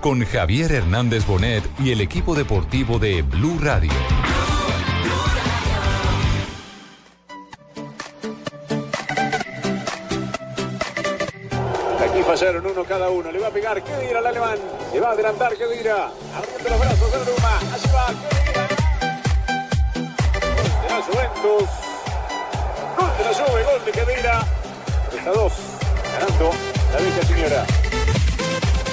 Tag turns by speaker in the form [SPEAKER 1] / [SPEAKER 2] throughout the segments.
[SPEAKER 1] con Javier Hernández Bonet y el equipo deportivo de Blue Radio.
[SPEAKER 2] Aquí fallaron uno cada uno. Le va a pegar Kedira al alemán. Le va a adelantar Kedira. Abriendo los brazos de Ruma. Allí va Kedira. De la Juventus. Gol de la Juve. Gol de Kedira. Está dos. Ganando la vieja señora.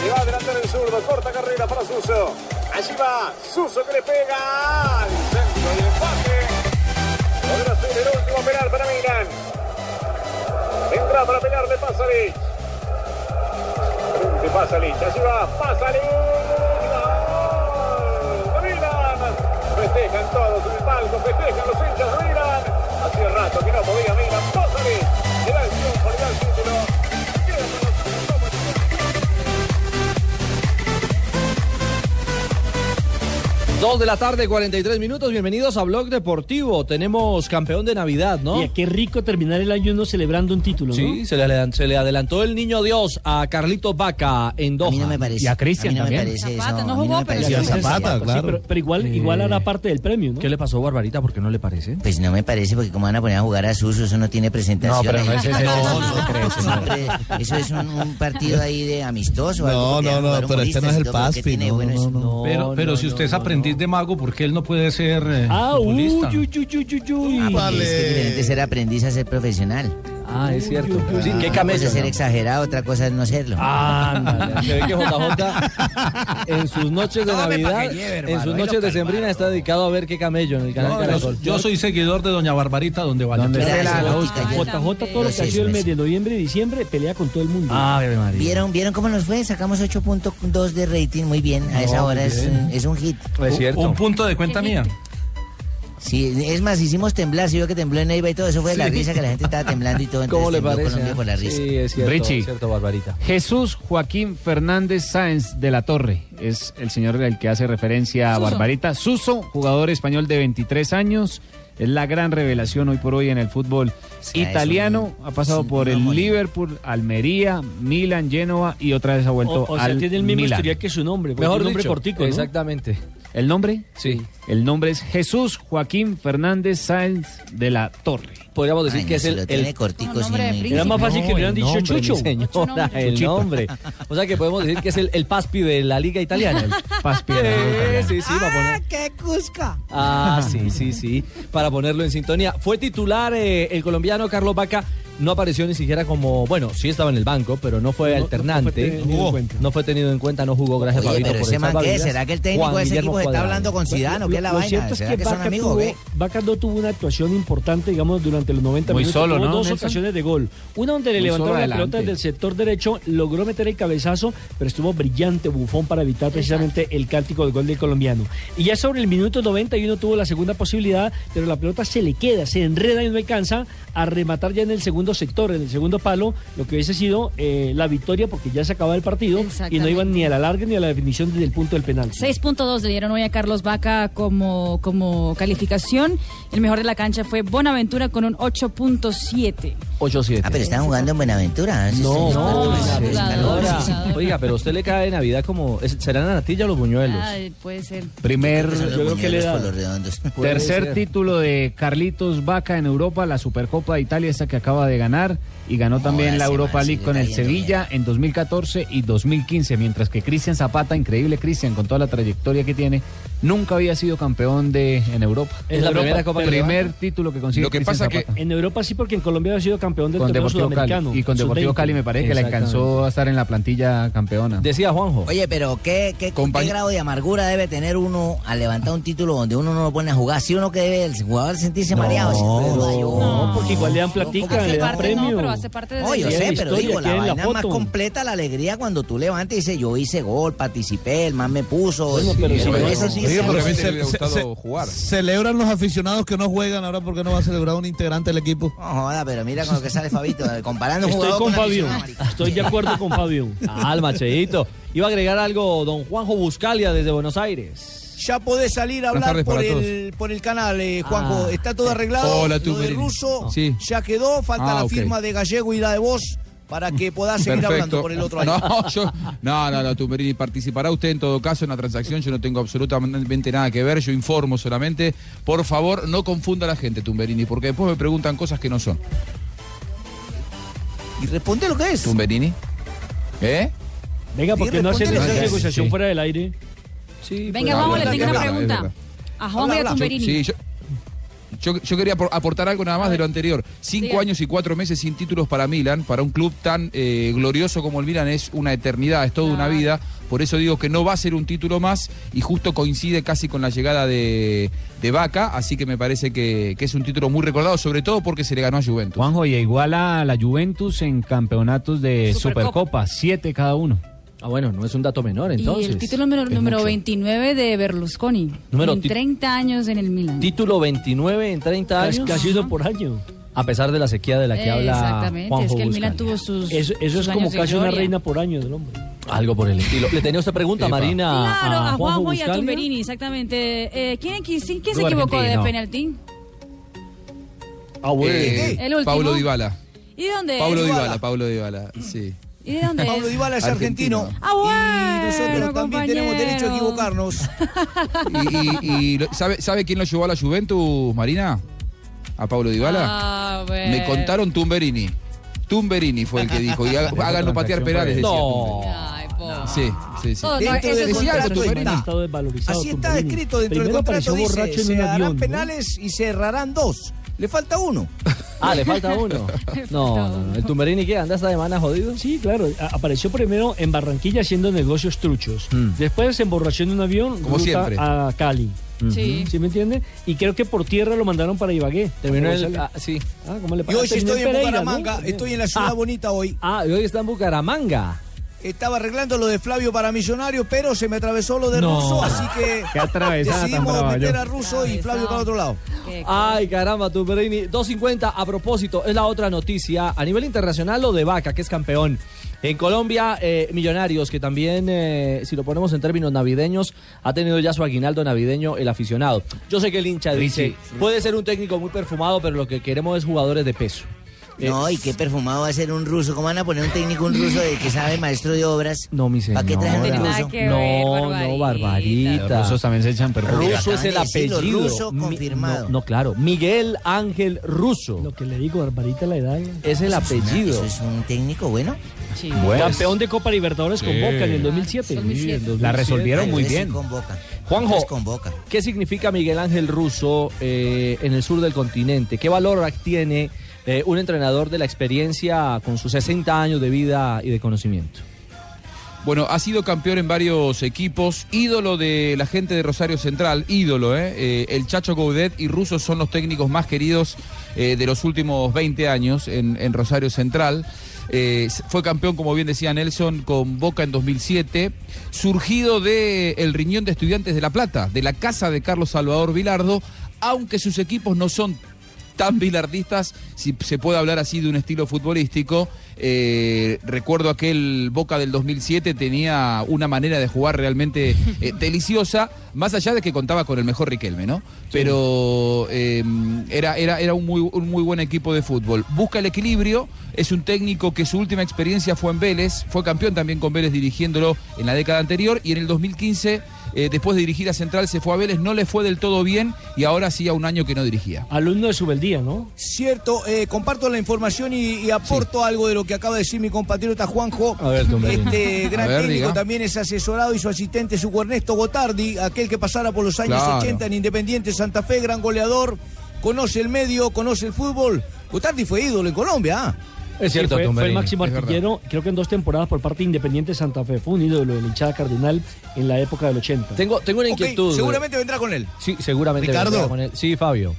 [SPEAKER 2] Le va a adelantar el zurdo. Corta carrera para Suso. Allí va Suso que le pega. El centro y el empate. Podrá ser el último penal para Milan. Vendrá para pelear de Pasalic. De Pasalic, allí va Pasalic. ¡Gol! ¡De Milan! Festejan todos en el palco, festejan los hinchas de Milan. Hacía rato que no podía Milan. Pasalic, le da el triunfo, le da el título. Queda con los
[SPEAKER 3] Dos de la tarde, 43 minutos. Bienvenidos a Blog Deportivo. Tenemos campeón de Navidad, ¿no?
[SPEAKER 4] Y qué rico terminar el año uno celebrando un título,
[SPEAKER 3] Sí, se le, adelan- se le adelantó el niño Dios a Carlitos Vaca en Doha.
[SPEAKER 5] A mí no me parece.
[SPEAKER 4] Y a Cristian
[SPEAKER 5] mí no
[SPEAKER 4] también.
[SPEAKER 5] Me parece eso.
[SPEAKER 6] Zapata, no
[SPEAKER 5] a mí
[SPEAKER 6] jugó,
[SPEAKER 5] me
[SPEAKER 6] pero
[SPEAKER 5] parece
[SPEAKER 6] sí.
[SPEAKER 5] eso.
[SPEAKER 7] Zapata, claro.
[SPEAKER 4] Ah, pues pero, pero igual, igual hará parte del premio, ¿no?
[SPEAKER 3] ¿Qué le pasó, Barbarita? ¿Por qué no le parece?
[SPEAKER 5] Pues no me parece porque como van a poner a jugar a Suso, eso no tiene presentación.
[SPEAKER 7] No, pero no
[SPEAKER 5] ahí.
[SPEAKER 7] es ese, no, no se cree,
[SPEAKER 5] Eso,
[SPEAKER 7] señor.
[SPEAKER 5] pre- eso es un, un partido ahí de amistoso.
[SPEAKER 7] No,
[SPEAKER 5] algo
[SPEAKER 7] no,
[SPEAKER 5] porque van a
[SPEAKER 7] no,
[SPEAKER 5] jugar
[SPEAKER 7] pero este no es
[SPEAKER 5] humoristas y
[SPEAKER 7] el
[SPEAKER 5] todo, pero ¿qué
[SPEAKER 7] Paspi,
[SPEAKER 5] tiene
[SPEAKER 7] no,
[SPEAKER 5] bueno eso?
[SPEAKER 7] no, no.
[SPEAKER 8] Pero, pero si usted es aprendiz de mago, ¿por qué él no puede ser eh,
[SPEAKER 4] Ah, uy,
[SPEAKER 8] futbolista?
[SPEAKER 4] uy, uy, uy, uy, uy.
[SPEAKER 5] Ah, porque
[SPEAKER 7] Vale.
[SPEAKER 5] Es que es diferente ser aprendiz a ser profesional.
[SPEAKER 3] Ah, es cierto. Sí,
[SPEAKER 5] Una
[SPEAKER 3] qué
[SPEAKER 5] cosa
[SPEAKER 3] camello.
[SPEAKER 5] es ser exagerado, otra cosa es no serlo.
[SPEAKER 3] Ándale, se ve que JJ en sus noches de Navidad, en sus noches de sembrina está dedicado a ver qué camello en el canal
[SPEAKER 8] No, yo,
[SPEAKER 3] Caracol.
[SPEAKER 8] yo soy seguidor de Doña Barbarita donde vaya.
[SPEAKER 3] ¿Dónde?
[SPEAKER 5] Mira,
[SPEAKER 3] se la
[SPEAKER 5] esa
[SPEAKER 3] la
[SPEAKER 5] botica, yo-
[SPEAKER 4] JJ, todo lo que ha sido el mes de noviembre y diciembre, pelea con todo el mundo.
[SPEAKER 8] Ah,
[SPEAKER 3] Ave María.
[SPEAKER 5] ¿Vieron, ¿Vieron cómo nos fue? Sacamos 8.2 de rating, muy bien. A esa hora es, un- es un hit.
[SPEAKER 3] Es
[SPEAKER 8] Un,
[SPEAKER 3] cierto.
[SPEAKER 8] un punto de cuenta mía.
[SPEAKER 5] Sí, es más, hicimos temblar, si vio que tembló en Neiva y todo, eso fue de la risa que la gente estaba temblando y todo. entonces
[SPEAKER 3] ¿Cómo le
[SPEAKER 5] tembló
[SPEAKER 3] parece?
[SPEAKER 5] Colombia
[SPEAKER 3] ah?
[SPEAKER 5] por la risa.
[SPEAKER 3] Sí, es cierto,
[SPEAKER 9] Richie.
[SPEAKER 3] es cierto, Barbarita.
[SPEAKER 9] Jesús Joaquín Fernández Sáenz de la Torre es el señor al que hace referencia a
[SPEAKER 6] Suso.
[SPEAKER 9] Barbarita. Suso, jugador español de 23 años, es la gran revelación hoy por hoy en el fútbol
[SPEAKER 5] sea, es
[SPEAKER 9] italiano.
[SPEAKER 5] un-
[SPEAKER 9] ha
[SPEAKER 5] es
[SPEAKER 9] pasado
[SPEAKER 5] un
[SPEAKER 9] por el
[SPEAKER 5] mamón.
[SPEAKER 9] Liverpool, Almería, Milan, Génova y otra vez ha vuelto
[SPEAKER 4] o, o sea,
[SPEAKER 9] al
[SPEAKER 4] tiene el mismo
[SPEAKER 9] Milan.
[SPEAKER 4] historial que su nombre. porque
[SPEAKER 3] Mejor
[SPEAKER 4] un nombre
[SPEAKER 3] dicho,
[SPEAKER 4] cortico, ¿no?
[SPEAKER 3] Exactamente.
[SPEAKER 9] ¿El nombre?
[SPEAKER 3] Sí.
[SPEAKER 9] El nombre es Jesús Joaquín Fernández Sáenz de la Torre.
[SPEAKER 3] Podríamos
[SPEAKER 5] Ay,
[SPEAKER 3] decir
[SPEAKER 5] no,
[SPEAKER 3] que es
[SPEAKER 5] se
[SPEAKER 3] el,
[SPEAKER 5] lo
[SPEAKER 3] el
[SPEAKER 5] tiene cortico,
[SPEAKER 6] Como
[SPEAKER 5] sí,
[SPEAKER 6] nombre de
[SPEAKER 5] muy-
[SPEAKER 6] príncipe.
[SPEAKER 4] Era más fácil que
[SPEAKER 3] No,
[SPEAKER 4] hubieran
[SPEAKER 3] el
[SPEAKER 4] dicho
[SPEAKER 3] nombre, mi
[SPEAKER 4] Chucho.
[SPEAKER 6] Ocho
[SPEAKER 3] Señora,
[SPEAKER 6] nombres.
[SPEAKER 3] el
[SPEAKER 9] Chuchito.
[SPEAKER 3] nombre. O sea que podemos decir que es el, el Paspi de la Liga Italiana.
[SPEAKER 9] Paspi de la Liga
[SPEAKER 3] Eh,
[SPEAKER 9] Italiana.
[SPEAKER 3] sí, sí, va a poner.
[SPEAKER 6] qué cusca!
[SPEAKER 3] Ah, sí, sí, sí. Para ponerlo en sintonía. Fue titular eh, el colombiano Carlos Vaca. No apareció ni siquiera como. Bueno, sí estaba en el banco, pero no fue
[SPEAKER 4] No, no fue
[SPEAKER 3] alternante.
[SPEAKER 4] tenido en cuenta.
[SPEAKER 3] no fue tenido en cuenta, no jugó. Gracias,
[SPEAKER 5] Oye,
[SPEAKER 3] Fabito,
[SPEAKER 5] pero
[SPEAKER 3] por
[SPEAKER 5] ese
[SPEAKER 3] el
[SPEAKER 5] man qué,
[SPEAKER 3] salvavidas.
[SPEAKER 5] ¿será que el técnico
[SPEAKER 3] Juan
[SPEAKER 5] de ese
[SPEAKER 3] Guillermo
[SPEAKER 5] equipo se está
[SPEAKER 3] Cuadrado.
[SPEAKER 5] hablando con Zidane o qué es la
[SPEAKER 4] Lo
[SPEAKER 5] vaina?
[SPEAKER 4] cierto es
[SPEAKER 5] ¿Será
[SPEAKER 4] que
[SPEAKER 5] que son
[SPEAKER 4] Vaca
[SPEAKER 5] amigos o
[SPEAKER 4] tuvo-
[SPEAKER 5] qué?
[SPEAKER 4] Vaca no tuvo una actuación importante, digamos, durante los 90
[SPEAKER 9] Muy
[SPEAKER 4] minutos.
[SPEAKER 9] solo,
[SPEAKER 4] tuvo
[SPEAKER 9] ¿no,
[SPEAKER 4] dos
[SPEAKER 9] Nelson?
[SPEAKER 4] ocasiones de gol. Una donde le
[SPEAKER 9] Muy
[SPEAKER 4] levantaron
[SPEAKER 9] solo
[SPEAKER 4] la
[SPEAKER 9] adelante.
[SPEAKER 4] pelota desde el sector derecho, logró meter el cabezazo, pero estuvo brillante bufón para evitar precisamente el cántico de gol del colombiano. Y ya sobre el minuto 91 tuvo la segunda posibilidad, pero la pelota se le queda, se enreda y no alcanza a rematar ya en el segundo sector, en el segundo palo, lo que hubiese sido eh, la victoria porque ya se acababa el partido y no
[SPEAKER 6] Exactamente.
[SPEAKER 4] iban ni a la larga ni a la definición desde el punto del penal.
[SPEAKER 6] 6.2 le dieron hoy a Carlos Vaca como, como calificación. El mejor de la cancha fue Bonaventura con un 8.7.
[SPEAKER 3] 8-7.
[SPEAKER 5] Ah, pero estaban jugando en Buenaventura. ¿eh? Sí,
[SPEAKER 3] No,
[SPEAKER 5] sí,
[SPEAKER 3] no,
[SPEAKER 5] sí, sí, sí, calor.
[SPEAKER 6] Buenaventura.
[SPEAKER 3] señora.
[SPEAKER 6] Buenaventura.
[SPEAKER 3] Oiga, pero a usted le cae Navidad como. es- ¿Serán la natilla o los buñuelos?
[SPEAKER 6] Ay, puede ser.
[SPEAKER 9] Primer
[SPEAKER 5] Son los
[SPEAKER 4] Yo creo que le
[SPEAKER 5] buñuelos
[SPEAKER 4] da-
[SPEAKER 5] por los redondos.
[SPEAKER 3] Puede
[SPEAKER 9] Tercer
[SPEAKER 3] ser.
[SPEAKER 9] título de Carlitos Vaca en Europa, la Supercopa de Italia, esta que acaba de ganar, y ganó
[SPEAKER 5] No,
[SPEAKER 9] también la
[SPEAKER 5] ese
[SPEAKER 9] Europa
[SPEAKER 5] man
[SPEAKER 9] League
[SPEAKER 5] sí
[SPEAKER 9] con
[SPEAKER 5] le
[SPEAKER 9] el
[SPEAKER 5] está yendo
[SPEAKER 9] Sevilla en 2014 y 2015, mientras que Cristian Zapata, increíble Cristian, con toda la trayectoria que tiene, nunca había sido campeón de en Europa.
[SPEAKER 4] Es la
[SPEAKER 9] Europa,
[SPEAKER 4] primera Copa que
[SPEAKER 9] primer
[SPEAKER 4] levanta.
[SPEAKER 9] título que consigue. Cristian Zapata.
[SPEAKER 4] en Europa sí, porque en Colombia ha sido campeón del
[SPEAKER 9] con
[SPEAKER 4] torneo
[SPEAKER 9] Deportivo Cali
[SPEAKER 4] sudamericano.
[SPEAKER 9] y con Deportivo
[SPEAKER 4] sub-20.
[SPEAKER 9] Cali me parece que le alcanzó a estar en la plantilla campeona.
[SPEAKER 3] Decía Juanjo.
[SPEAKER 7] Oye, pero ¿qué, qué, qué grado de amargura debe tener uno al levantar un título donde uno no lo pone a jugar? Si uno que debe el jugador sentirse mareado.
[SPEAKER 4] No, porque igual le dan platica, le dan
[SPEAKER 6] parte, no,
[SPEAKER 4] premio.
[SPEAKER 6] pero hace parte de
[SPEAKER 7] No, yo
[SPEAKER 4] Sí,
[SPEAKER 7] sé,
[SPEAKER 4] hay
[SPEAKER 7] pero
[SPEAKER 4] historia,
[SPEAKER 7] digo, la
[SPEAKER 4] aquí en la
[SPEAKER 7] vaina más
[SPEAKER 4] foto.
[SPEAKER 7] completa la alegría cuando tú levantas y dices, yo hice gol, participé, el más me puso.
[SPEAKER 4] Bueno, pero si no-
[SPEAKER 7] eso sí
[SPEAKER 10] Oye,
[SPEAKER 7] es
[SPEAKER 10] pero
[SPEAKER 7] algo-
[SPEAKER 10] a mí se- se- se- Celebran los aficionados que no juegan ahora porque no va a celebrar un integrante del equipo.
[SPEAKER 7] No joda, pero mira con lo que sale Fabito, eh,
[SPEAKER 11] Ah,
[SPEAKER 7] comparando un
[SPEAKER 4] Estoy
[SPEAKER 7] jugador
[SPEAKER 4] con
[SPEAKER 7] una
[SPEAKER 4] Fabio.
[SPEAKER 7] aficionada, marica.
[SPEAKER 4] Estoy de acuerdo con Fabio.
[SPEAKER 3] Alma, Cheito. Iba a agregar algo don Juanjo Buscalia desde Buenos Aires.
[SPEAKER 11] Ya podés salir a
[SPEAKER 3] Buenas
[SPEAKER 11] hablar
[SPEAKER 3] tardes
[SPEAKER 11] por
[SPEAKER 3] para
[SPEAKER 11] el, por el canal, eh, Juanjo.
[SPEAKER 3] Ah.
[SPEAKER 11] Está todo arreglado.
[SPEAKER 3] Hola,
[SPEAKER 11] Lo de
[SPEAKER 3] Tumberini.
[SPEAKER 11] ruso
[SPEAKER 3] Sí.
[SPEAKER 11] ya quedó. Falta
[SPEAKER 12] Ah,
[SPEAKER 11] la
[SPEAKER 12] ok.
[SPEAKER 11] firma de Gallego y la de vos para que podás seguir hablando por el otro año.
[SPEAKER 12] No, yo- no, no, no, Tumberini, participará usted en todo caso en la transacción. Yo no tengo absolutamente nada que ver, yo informo solamente. Por favor, no confunda a la gente, Tumberini, porque después me preguntan cosas que no son.
[SPEAKER 11] Y responde lo que es.
[SPEAKER 12] Tumberini. ¿Eh?
[SPEAKER 4] Venga, ¿por qué no hacen esa negociación fuera del aire?
[SPEAKER 12] Sí, pues,
[SPEAKER 6] Venga, vamos, le tengo una pregunta. A Juan María Tumberini.
[SPEAKER 12] Sí, yo, yo- yo quería apor- aportar algo nada más de lo anterior. Cinco
[SPEAKER 6] Diga.
[SPEAKER 12] años y cuatro meses sin títulos para Milan, para un club tan eh, glorioso como el Milan es una eternidad, es toda una vida. Por eso digo que no va a ser un título más y justo coincide casi con la llegada de, de Vaca, así que me parece que, que es un título muy recordado, sobre todo porque se le ganó a Juventus.
[SPEAKER 9] Juanjo, y igual a la Juventus en campeonatos de
[SPEAKER 6] Supercopa.
[SPEAKER 9] Supercopa, siete cada uno.
[SPEAKER 3] Ah, bueno, no es un dato menor
[SPEAKER 6] Y el título número,
[SPEAKER 3] es
[SPEAKER 6] número
[SPEAKER 3] mucho.
[SPEAKER 6] 29 de Berlusconi.
[SPEAKER 3] Número
[SPEAKER 6] en
[SPEAKER 3] ti-
[SPEAKER 6] 30 años en el Milan.
[SPEAKER 3] Título 29 en 30
[SPEAKER 4] Casi-
[SPEAKER 3] años.
[SPEAKER 4] casi uno por año.
[SPEAKER 3] A pesar de la sequía de la que habla
[SPEAKER 6] Exactamente,
[SPEAKER 3] Juanjo
[SPEAKER 6] es que el
[SPEAKER 3] Buscalia.
[SPEAKER 6] Milan tuvo sus.
[SPEAKER 4] Eso, eso es
[SPEAKER 6] sus
[SPEAKER 4] como
[SPEAKER 6] años de
[SPEAKER 4] casi una
[SPEAKER 6] gloria.
[SPEAKER 4] reina por año del hombre.
[SPEAKER 3] Algo por el estilo. Le tenía usted pregunta,
[SPEAKER 4] Epa.
[SPEAKER 3] Marina.
[SPEAKER 6] Claro, a Juanjo y a
[SPEAKER 3] Buscalia.
[SPEAKER 6] Tumberini, exactamente. Eh, ¿Quién, quién- quién se
[SPEAKER 3] Gol
[SPEAKER 6] equivocó de
[SPEAKER 3] argentino.
[SPEAKER 6] penalti?
[SPEAKER 4] Ah,
[SPEAKER 3] bueno.
[SPEAKER 6] El último.
[SPEAKER 12] Eh, Paulo Dybala.
[SPEAKER 6] ¿Y de dónde
[SPEAKER 12] Paulo
[SPEAKER 6] es?
[SPEAKER 12] Dybala, Paulo Dybala, sí.
[SPEAKER 6] ¿Y de dónde
[SPEAKER 11] Pablo
[SPEAKER 6] es?
[SPEAKER 11] Dybala es argentino.
[SPEAKER 6] Ah, bueno,
[SPEAKER 11] Y nosotros también tenemos derecho a
[SPEAKER 6] compañero.
[SPEAKER 11] equivocarnos.
[SPEAKER 12] Y, y- y lo- ¿sabe, ¿Sabe quién lo llevó a la Juventus, Marina? ¿A Paulo Dybala?
[SPEAKER 6] Ah, bueno.
[SPEAKER 12] Me contaron Tumberini. Tumberini fue el que dijo. Y haga- háganlo patear penales. Decía
[SPEAKER 3] No.
[SPEAKER 6] Ay, po.
[SPEAKER 12] Tumberini. Sí, sí, sí.
[SPEAKER 6] No, no,
[SPEAKER 11] Dentro
[SPEAKER 6] ese
[SPEAKER 11] del
[SPEAKER 6] es un
[SPEAKER 11] contrato
[SPEAKER 6] dato
[SPEAKER 11] está.
[SPEAKER 6] menor.
[SPEAKER 4] Está desvalorizado
[SPEAKER 11] Así está
[SPEAKER 4] Tumberini.
[SPEAKER 11] escrito dentro del
[SPEAKER 4] Primero
[SPEAKER 11] contrato.
[SPEAKER 4] apareció
[SPEAKER 11] Dice,
[SPEAKER 4] borracho en
[SPEAKER 11] se
[SPEAKER 4] un
[SPEAKER 11] harán
[SPEAKER 4] avión, ¿no?
[SPEAKER 11] penales y se errarán dos. Le falta uno.
[SPEAKER 3] Ah, le falta uno. No, no, no. ¿El Tumberini qué? ¿Anda esta semana jodido?
[SPEAKER 4] Sí, claro. a- Apareció primero en Barranquilla haciendo negocios truchos. Después se emborrachó en un avión
[SPEAKER 12] Como
[SPEAKER 4] ruta
[SPEAKER 12] siempre.
[SPEAKER 4] a Cali.
[SPEAKER 6] Sí.
[SPEAKER 4] ¿Sí me entiende? Y creo que por tierra lo mandaron para Ibagué.
[SPEAKER 3] Terminó
[SPEAKER 4] Como
[SPEAKER 3] el.
[SPEAKER 4] sale-
[SPEAKER 3] ah, sí.
[SPEAKER 4] Ah, ¿cómo le
[SPEAKER 11] Y hoy
[SPEAKER 4] parece? Terminó
[SPEAKER 11] estoy en
[SPEAKER 4] Pereira, ¿no?
[SPEAKER 11] Bucaramanga.
[SPEAKER 4] También.
[SPEAKER 11] Estoy en la ciudad
[SPEAKER 3] Ah.
[SPEAKER 11] bonita hoy.
[SPEAKER 3] Ah, y hoy está en Bucaramanga.
[SPEAKER 11] Estaba arreglando lo de Flavio para Millonario, pero se me atravesó lo de
[SPEAKER 9] No.
[SPEAKER 11] Russo, así que
[SPEAKER 9] Qué atravesada tan
[SPEAKER 11] decidimos
[SPEAKER 9] brava,
[SPEAKER 11] meter
[SPEAKER 9] yo.
[SPEAKER 11] a Russo y Flavio para otro lado.
[SPEAKER 6] Qué
[SPEAKER 3] Ay, caramba, Tumberini. 2.50, a propósito, es la otra noticia. A nivel internacional, lo de Vaca, que es campeón. En Colombia, eh, Millonarios, que también, eh, si lo ponemos en términos navideños, ha tenido ya su aguinaldo navideño el aficionado. Yo sé que el hincha dice, puede ser un técnico muy perfumado, pero lo que queremos es jugadores de peso.
[SPEAKER 7] No, y qué perfumado va a ser un ruso. ¿Cómo van a poner un técnico un ruso de que sabe maestro de obras?
[SPEAKER 3] No, mi señora.
[SPEAKER 7] ¿Para qué traen un
[SPEAKER 6] tiene nada
[SPEAKER 7] ruso?
[SPEAKER 6] que ver,
[SPEAKER 3] no, no, barbarita.
[SPEAKER 9] Los rusos también se echan perfume.
[SPEAKER 3] Ruso es el
[SPEAKER 7] Acaban de decirlo,
[SPEAKER 3] apellido.
[SPEAKER 7] ruso
[SPEAKER 3] Mi-
[SPEAKER 7] confirmado.
[SPEAKER 3] No, no, claro. Miguel Ángel Russo.
[SPEAKER 4] Lo que le digo, Barbarita la edad. ¿no?
[SPEAKER 3] Es el
[SPEAKER 7] Eso Ah, es una-
[SPEAKER 3] apellido.
[SPEAKER 7] Eso es un técnico bueno.
[SPEAKER 4] Ah,
[SPEAKER 6] Sí.
[SPEAKER 9] Pues,
[SPEAKER 4] Campeón de Copa Libertadores con
[SPEAKER 9] Sí.
[SPEAKER 4] Boca en el
[SPEAKER 6] Ah,
[SPEAKER 4] 2007.
[SPEAKER 6] 2007.
[SPEAKER 9] La resolvieron
[SPEAKER 7] Pero
[SPEAKER 9] muy
[SPEAKER 7] ese
[SPEAKER 9] bien.
[SPEAKER 7] Convoca.
[SPEAKER 3] Juanjo.
[SPEAKER 7] Ese Convoca.
[SPEAKER 3] ¿Qué significa Miguel Ángel Russo eh, en el sur del continente? ¿Qué valor tiene eh, un entrenador de la experiencia con sus 60 años de vida y de conocimiento?
[SPEAKER 12] Bueno, ha sido campeón en varios equipos, ídolo de la gente de Rosario Central, ídolo, ¿eh? Eh, el Chacho Goudet y Russo son los técnicos más queridos eh, de los últimos 20 años en, en Rosario Central. Eh, s- fue campeón, como bien decía Nelson, con Boca en 2007, surgido del el riñón de estudiantes de La Plata, de la casa de Carlos Salvador Vilardo, aunque sus equipos no son tan bilardistas, si se puede hablar así de un estilo futbolístico. Eh, recuerdo aquel Boca del 2007 tenía una manera de jugar realmente eh, deliciosa, más allá de que contaba con el mejor Riquelme, ¿no? Pero eh, era, era, era un, muy, un muy buen equipo de fútbol. Busca el equilibrio, es un técnico que su última experiencia fue en Vélez, fue campeón también con Vélez dirigiéndolo en la década anterior y en el 2015 eh, después de dirigir a Central se fue a Vélez, no le fue del todo bien y ahora hacía un año que no dirigía.
[SPEAKER 4] Alumno de Subeldía, ¿no?
[SPEAKER 11] Cierto, eh, comparto la información y, y aporto algo de lo que acaba de decir mi compatriota Juanjo.
[SPEAKER 4] A ver, don Benito.
[SPEAKER 11] este gran
[SPEAKER 4] A ver,
[SPEAKER 11] técnico
[SPEAKER 4] diga.
[SPEAKER 11] también es asesorado y su asistente es Hugo Ernesto Gotardi, aquel que pasara por los años
[SPEAKER 12] Claro.
[SPEAKER 11] 80 en Independiente Santa Fe, gran goleador, conoce el medio, conoce el fútbol. Gotardi fue ídolo en Colombia. ¿ah?
[SPEAKER 4] Sí, fue, fue el máximo artillero, creo que en dos temporadas por parte de Independiente Santa Fe. Fue un ídolo de la hinchada cardenal en la época del 80.
[SPEAKER 3] Tengo, tengo una inquietud.
[SPEAKER 11] seguramente vendrá con él.
[SPEAKER 3] Sí, seguramente.
[SPEAKER 10] Ricardo.
[SPEAKER 3] vendrá con él. Sí, Fabio.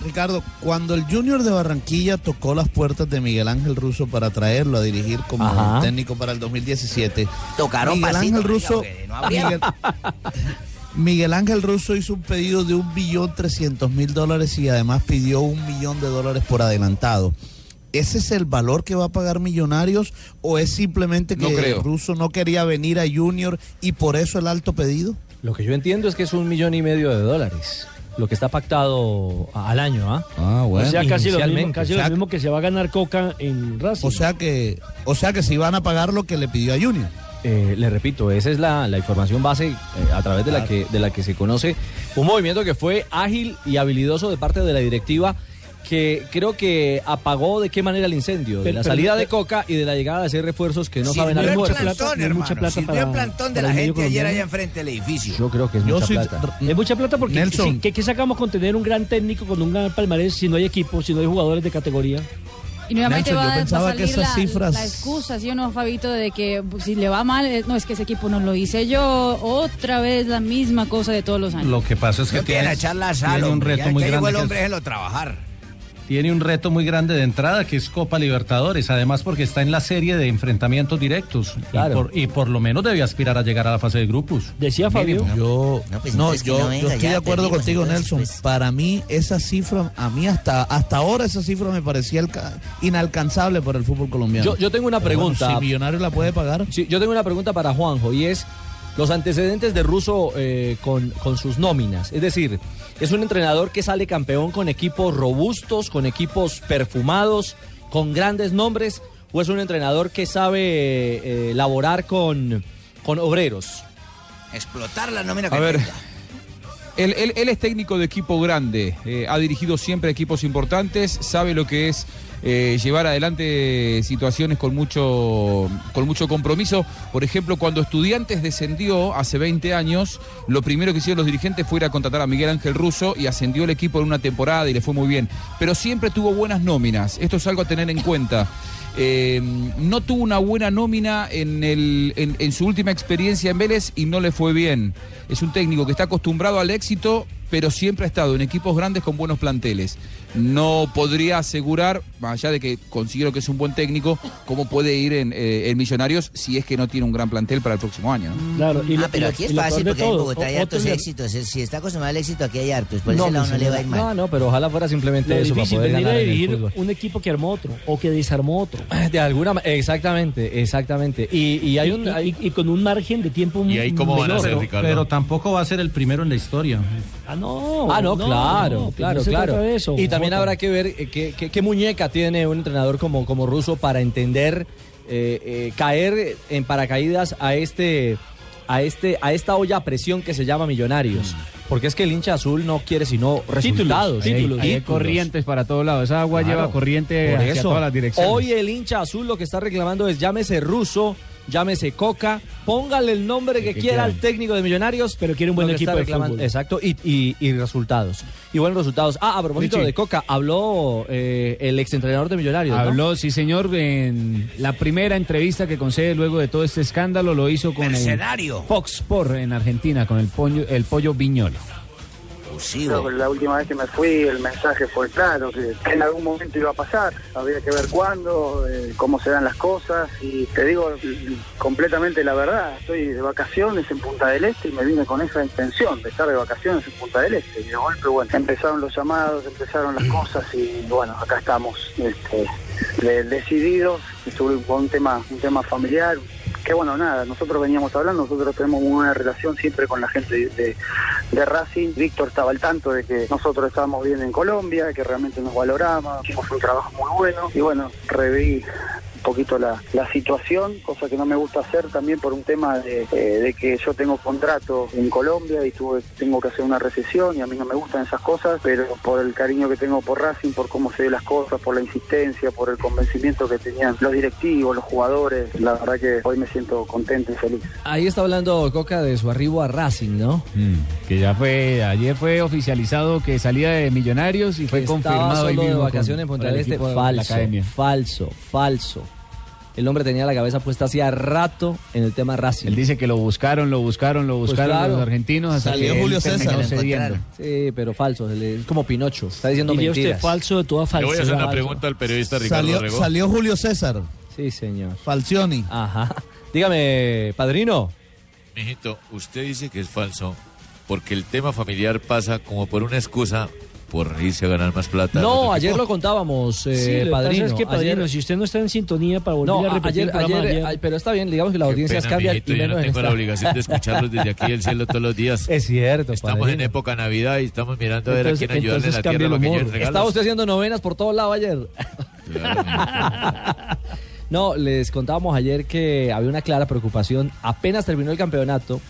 [SPEAKER 10] Ricardo, cuando el Junior de Barranquilla tocó las puertas de Miguel Ángel Russo para traerlo a dirigir como
[SPEAKER 3] Ajá.
[SPEAKER 10] técnico para el 2017,
[SPEAKER 7] Tocaron
[SPEAKER 10] Miguel
[SPEAKER 7] pasito,
[SPEAKER 10] Ángel Russo,
[SPEAKER 7] oiga, que no habría.
[SPEAKER 10] Miguel, Miguel Ángel Russo hizo un pedido de un billón trescientos mil dólares y además pidió un millón de dólares por adelantado. ¿Ese es el valor que va a pagar Millonarios o es simplemente que
[SPEAKER 3] No creo.
[SPEAKER 10] Russo no quería venir a Junior y por eso el alto pedido?
[SPEAKER 3] Lo que yo entiendo es que es un millón y medio de dólares. Lo que está pactado a- al año, ¿ah? Ah,
[SPEAKER 4] o sea, casi lo, mismo, casi lo
[SPEAKER 10] Exacto.
[SPEAKER 4] mismo que se va a ganar Coca en Racing.
[SPEAKER 10] O sea que, o sea que si van a pagar lo que le pidió a Junior.
[SPEAKER 3] Eh, le repito, esa es la, la información base eh, a través de, la que, de la que se conoce un movimiento que fue ágil y habilidoso de parte de la directiva que creo que apagó de qué manera el incendio, de
[SPEAKER 4] Pero-
[SPEAKER 3] la
[SPEAKER 4] pero-
[SPEAKER 3] salida de
[SPEAKER 4] pero-
[SPEAKER 3] Coca y de la llegada de seis refuerzos que no
[SPEAKER 4] Sí,
[SPEAKER 3] saben
[SPEAKER 4] no
[SPEAKER 3] al
[SPEAKER 4] hay
[SPEAKER 3] puerto.
[SPEAKER 4] mucha plata, no hay mucha plata
[SPEAKER 7] Sirvió el
[SPEAKER 4] para-
[SPEAKER 7] plantón de
[SPEAKER 4] para el
[SPEAKER 7] la
[SPEAKER 4] medio
[SPEAKER 7] gente ayer
[SPEAKER 4] colombiano.
[SPEAKER 7] allá enfrente del edificio.
[SPEAKER 3] Yo creo que es
[SPEAKER 4] Yo
[SPEAKER 3] mucha
[SPEAKER 4] soy-
[SPEAKER 3] plata.
[SPEAKER 4] Es mucha plata porque
[SPEAKER 3] Nelson.
[SPEAKER 4] sí, ¿qué, qué sacamos con tener un gran técnico con un gran palmarés si no hay equipo, si no hay jugadores de categoría?
[SPEAKER 6] Y nuevamente
[SPEAKER 4] Nacho,
[SPEAKER 6] va,
[SPEAKER 4] yo
[SPEAKER 6] va
[SPEAKER 4] pensaba
[SPEAKER 6] a
[SPEAKER 4] que
[SPEAKER 6] salir
[SPEAKER 4] esas
[SPEAKER 6] la,
[SPEAKER 4] cifras-
[SPEAKER 6] la excusa, ¿sí o no, Fabito? De que pues, si le va mal, eh, no, es que ese equipo no lo hice yo. Otra vez la misma cosa de todos los años.
[SPEAKER 8] Lo que pasa es que
[SPEAKER 6] No
[SPEAKER 8] tiene,
[SPEAKER 6] quieren echar la sal,
[SPEAKER 8] tiene un
[SPEAKER 6] hombre,
[SPEAKER 8] reto
[SPEAKER 6] ya
[SPEAKER 8] muy
[SPEAKER 6] que llegó
[SPEAKER 8] grande.
[SPEAKER 6] el
[SPEAKER 8] que
[SPEAKER 6] hombre,
[SPEAKER 8] es-
[SPEAKER 7] Déjenlo trabajar.
[SPEAKER 8] tiene un reto muy grande de entrada que es Copa Libertadores, además porque está en la serie de enfrentamientos directos y, por, y por lo menos debe aspirar a llegar a la fase de grupos.
[SPEAKER 4] Decía
[SPEAKER 8] Fabio.
[SPEAKER 10] Yo, no,
[SPEAKER 8] entonces que
[SPEAKER 10] yo,
[SPEAKER 8] Pues no
[SPEAKER 10] yo
[SPEAKER 8] venga,
[SPEAKER 10] estoy
[SPEAKER 8] ya
[SPEAKER 10] de acuerdo
[SPEAKER 8] perdimos,
[SPEAKER 10] contigo,
[SPEAKER 8] entonces,
[SPEAKER 10] Nelson. Para mí, esa cifra, a mí hasta, hasta ahora esa cifra me parecía alca- inalcanzable para el fútbol colombiano.
[SPEAKER 3] Yo, yo tengo una
[SPEAKER 10] Pero bueno,
[SPEAKER 3] pregunta.
[SPEAKER 10] si Millonario la puede pagar?
[SPEAKER 3] Sí, yo tengo una pregunta para Juanjo y es los antecedentes de Russo eh, con, con sus nóminas. Es decir, es un entrenador que sale campeón con equipos robustos, con equipos perfumados, con grandes nombres, o es un entrenador que sabe eh, eh, laborar con, con obreros.
[SPEAKER 7] Explotar la nómina
[SPEAKER 12] A ver. Él, él- él es técnico de equipo grande, eh, ha dirigido siempre equipos importantes, sabe lo que es eh, llevar adelante situaciones con mucho, con mucho compromiso. Por ejemplo, cuando Estudiantes descendió hace 20 años, lo primero que hicieron los dirigentes fue ir a contratar a Miguel Ángel Russo y ascendió el equipo en una temporada y le fue muy bien. Pero siempre tuvo buenas nóminas, esto es algo a tener en cuenta. Eh, no tuvo una buena nómina en, el- en- en su última experiencia en Vélez y no le fue bien. Es un técnico que está acostumbrado al éxito, pero siempre ha estado en equipos grandes con buenos planteles. No podría asegurar, más allá de que considero que es un buen técnico, cómo puede ir en, eh, en Millonarios si es que no tiene un gran plantel para el próximo año. ¿no?
[SPEAKER 4] Claro, y
[SPEAKER 7] ah,
[SPEAKER 4] lo- y
[SPEAKER 7] pero
[SPEAKER 4] lo-
[SPEAKER 7] aquí es
[SPEAKER 4] y lo peor
[SPEAKER 7] fácil
[SPEAKER 4] de
[SPEAKER 7] porque en
[SPEAKER 4] todo,
[SPEAKER 7] Bogotá hay
[SPEAKER 4] o-
[SPEAKER 7] hartos
[SPEAKER 4] otro-
[SPEAKER 7] éxitos. Si está acostumbrado al éxito, aquí hay hartos. Por
[SPEAKER 3] No,
[SPEAKER 7] ese
[SPEAKER 3] mi
[SPEAKER 7] lado no le va a ir
[SPEAKER 3] señora,
[SPEAKER 7] mal.
[SPEAKER 3] no, no, pero ojalá fuera simplemente
[SPEAKER 4] Lo
[SPEAKER 3] eso
[SPEAKER 4] difícil
[SPEAKER 3] para poder
[SPEAKER 4] venir a
[SPEAKER 3] ganar en el
[SPEAKER 4] dirigir
[SPEAKER 3] fútbol.
[SPEAKER 4] un equipo que armó otro o que desarmó otro.
[SPEAKER 3] De alguna ma- exactamente, exactamente. Y, y hay un
[SPEAKER 4] Y-
[SPEAKER 3] hay-
[SPEAKER 4] y con un margen de tiempo
[SPEAKER 3] ¿Y ahí cómo van a
[SPEAKER 4] menor.
[SPEAKER 3] hacer,
[SPEAKER 8] Pero,
[SPEAKER 3] Ricardo?
[SPEAKER 8] pero tampoco va a ser el primero en la historia.
[SPEAKER 4] Ah, no.
[SPEAKER 3] Ah, no, claro,
[SPEAKER 4] no, que
[SPEAKER 3] claro,
[SPEAKER 4] no se
[SPEAKER 3] claro.
[SPEAKER 4] trata de eso,
[SPEAKER 3] y también
[SPEAKER 4] Jota.
[SPEAKER 3] habrá que ver eh, qué, qué- qué muñeca tiene un entrenador como, como ruso para entender eh, eh, caer en paracaídas a este a este a esta olla a presión que se llama Millonarios. Porque es que el hincha azul no quiere sino resultados.
[SPEAKER 9] Hay-
[SPEAKER 3] títulos,
[SPEAKER 9] hay
[SPEAKER 3] títulos.
[SPEAKER 9] corrientes para todos lados. Esa agua
[SPEAKER 3] Claro.
[SPEAKER 9] lleva corriente
[SPEAKER 3] Por
[SPEAKER 9] hacia
[SPEAKER 3] eso,
[SPEAKER 9] todas las direcciones.
[SPEAKER 3] Hoy el hincha azul lo que está reclamando es llámese ruso, llámese coca, póngale el nombre que,
[SPEAKER 9] que
[SPEAKER 3] quiera
[SPEAKER 9] quieran.
[SPEAKER 3] al técnico de Millonarios. Pero quiere
[SPEAKER 4] un buen equipo de fútbol.
[SPEAKER 3] Exacto, y, y- y resultados. Y buenos resultados. Ah, a propósito
[SPEAKER 9] Richie.
[SPEAKER 3] de coca, habló eh, el exentrenador de Millonarios. ¿no?
[SPEAKER 9] Habló, sí señor, en la primera entrevista que concede luego de todo este escándalo lo hizo con
[SPEAKER 7] Mercenario.
[SPEAKER 9] el Fox Sport en Argentina, con el, pollo- el pollo Viñolo.
[SPEAKER 13] Creo que la última vez que me fui el mensaje fue claro, que en algún momento iba a pasar, había que ver cuándo, eh, cómo se dan las cosas y te digo mm, completamente la verdad, estoy de vacaciones en Punta del Este y me vine con esa intención de estar de vacaciones en Punta del Este y de golpe bueno, empezaron los llamados, empezaron las cosas y bueno, acá estamos este, de- decididos sobre un tema, un tema familiar. Que bueno, nada, nosotros veníamos hablando, nosotros tenemos muy buena relación siempre con la gente de- de, de Racing. Víctor estaba al tanto de que nosotros estábamos bien en Colombia, que realmente nos valoraba, hicimos un trabajo muy bueno. Y bueno, reví poquito la, la situación, cosa que no me gusta hacer también por un tema de, eh, de que yo tengo contrato en Colombia y tuve, tengo que hacer una recesión y a mí no me gustan esas cosas, pero por el cariño que tengo por Racing, por cómo se ven las cosas, por la insistencia, por el convencimiento que tenían los directivos, los jugadores, la verdad que hoy me siento contento y feliz.
[SPEAKER 3] Ahí está hablando Coca de su arribo a Racing, ¿no?
[SPEAKER 9] que ya fue, ayer fue oficializado que salía de Millonarios y fue
[SPEAKER 3] Estaba
[SPEAKER 9] confirmado ahí
[SPEAKER 3] solo de
[SPEAKER 9] mismo
[SPEAKER 3] vacaciones en
[SPEAKER 9] con-
[SPEAKER 3] Punta
[SPEAKER 9] con
[SPEAKER 3] del
[SPEAKER 9] el
[SPEAKER 3] Este.
[SPEAKER 9] equipo de la
[SPEAKER 3] Falso,
[SPEAKER 9] academia.
[SPEAKER 3] falso, falso. El hombre tenía la cabeza puesta hacía rato en el tema Racing. Él
[SPEAKER 9] dice que lo buscaron, lo buscaron,
[SPEAKER 3] Pues
[SPEAKER 9] lo buscaron los argentinos hasta Salió que él Julio terminó César. cediendo.
[SPEAKER 3] Sí, pero falso, él es como Pinocho, está diciendo
[SPEAKER 4] Diría
[SPEAKER 3] mentiras.
[SPEAKER 4] usted falso de toda
[SPEAKER 14] Le voy a hacer una
[SPEAKER 3] falsedad,
[SPEAKER 14] pregunta al periodista Ricardo
[SPEAKER 10] Salió,
[SPEAKER 14] Rego.
[SPEAKER 10] salió Julio César.
[SPEAKER 3] Sí, señor.
[SPEAKER 10] Falcioni.
[SPEAKER 3] Ajá. Dígame, padrino.
[SPEAKER 14] Mijito, usted dice que es falso porque el tema familiar pasa como por una excusa por irse a ganar más plata.
[SPEAKER 3] No,
[SPEAKER 14] sé qué
[SPEAKER 3] ayer
[SPEAKER 14] cosa.
[SPEAKER 3] lo contábamos, eh,
[SPEAKER 4] Sí, lo que pasa
[SPEAKER 3] padrino.
[SPEAKER 4] es que, padrino,
[SPEAKER 3] ayer-
[SPEAKER 4] si usted no está en sintonía para volver
[SPEAKER 3] no,
[SPEAKER 4] a repetir
[SPEAKER 3] ayer,
[SPEAKER 4] el programa de
[SPEAKER 3] ayer-
[SPEAKER 4] ayer,
[SPEAKER 3] ay, pero está bien, digamos que la
[SPEAKER 14] Qué
[SPEAKER 3] audiencia
[SPEAKER 14] pena,
[SPEAKER 3] cambia
[SPEAKER 14] mijito,
[SPEAKER 3] y
[SPEAKER 14] yo
[SPEAKER 3] menos
[SPEAKER 14] no
[SPEAKER 3] en
[SPEAKER 14] tengo la
[SPEAKER 3] esta.
[SPEAKER 14] obligación de escucharlos desde aquí del cielo todos los días.
[SPEAKER 3] Es cierto,
[SPEAKER 14] Estamos en
[SPEAKER 3] padrino.
[SPEAKER 14] época Navidad y estamos mirando a ver
[SPEAKER 3] Entonces-
[SPEAKER 14] a quién ayudarle en la
[SPEAKER 3] entonces cambie
[SPEAKER 14] tierra
[SPEAKER 3] el
[SPEAKER 14] para que
[SPEAKER 3] humor.
[SPEAKER 14] lleguen regalos.
[SPEAKER 3] Estaba usted haciendo novenas por todos lados ayer. no, les contábamos ayer que había una clara preocupación. Apenas terminó el campeonato,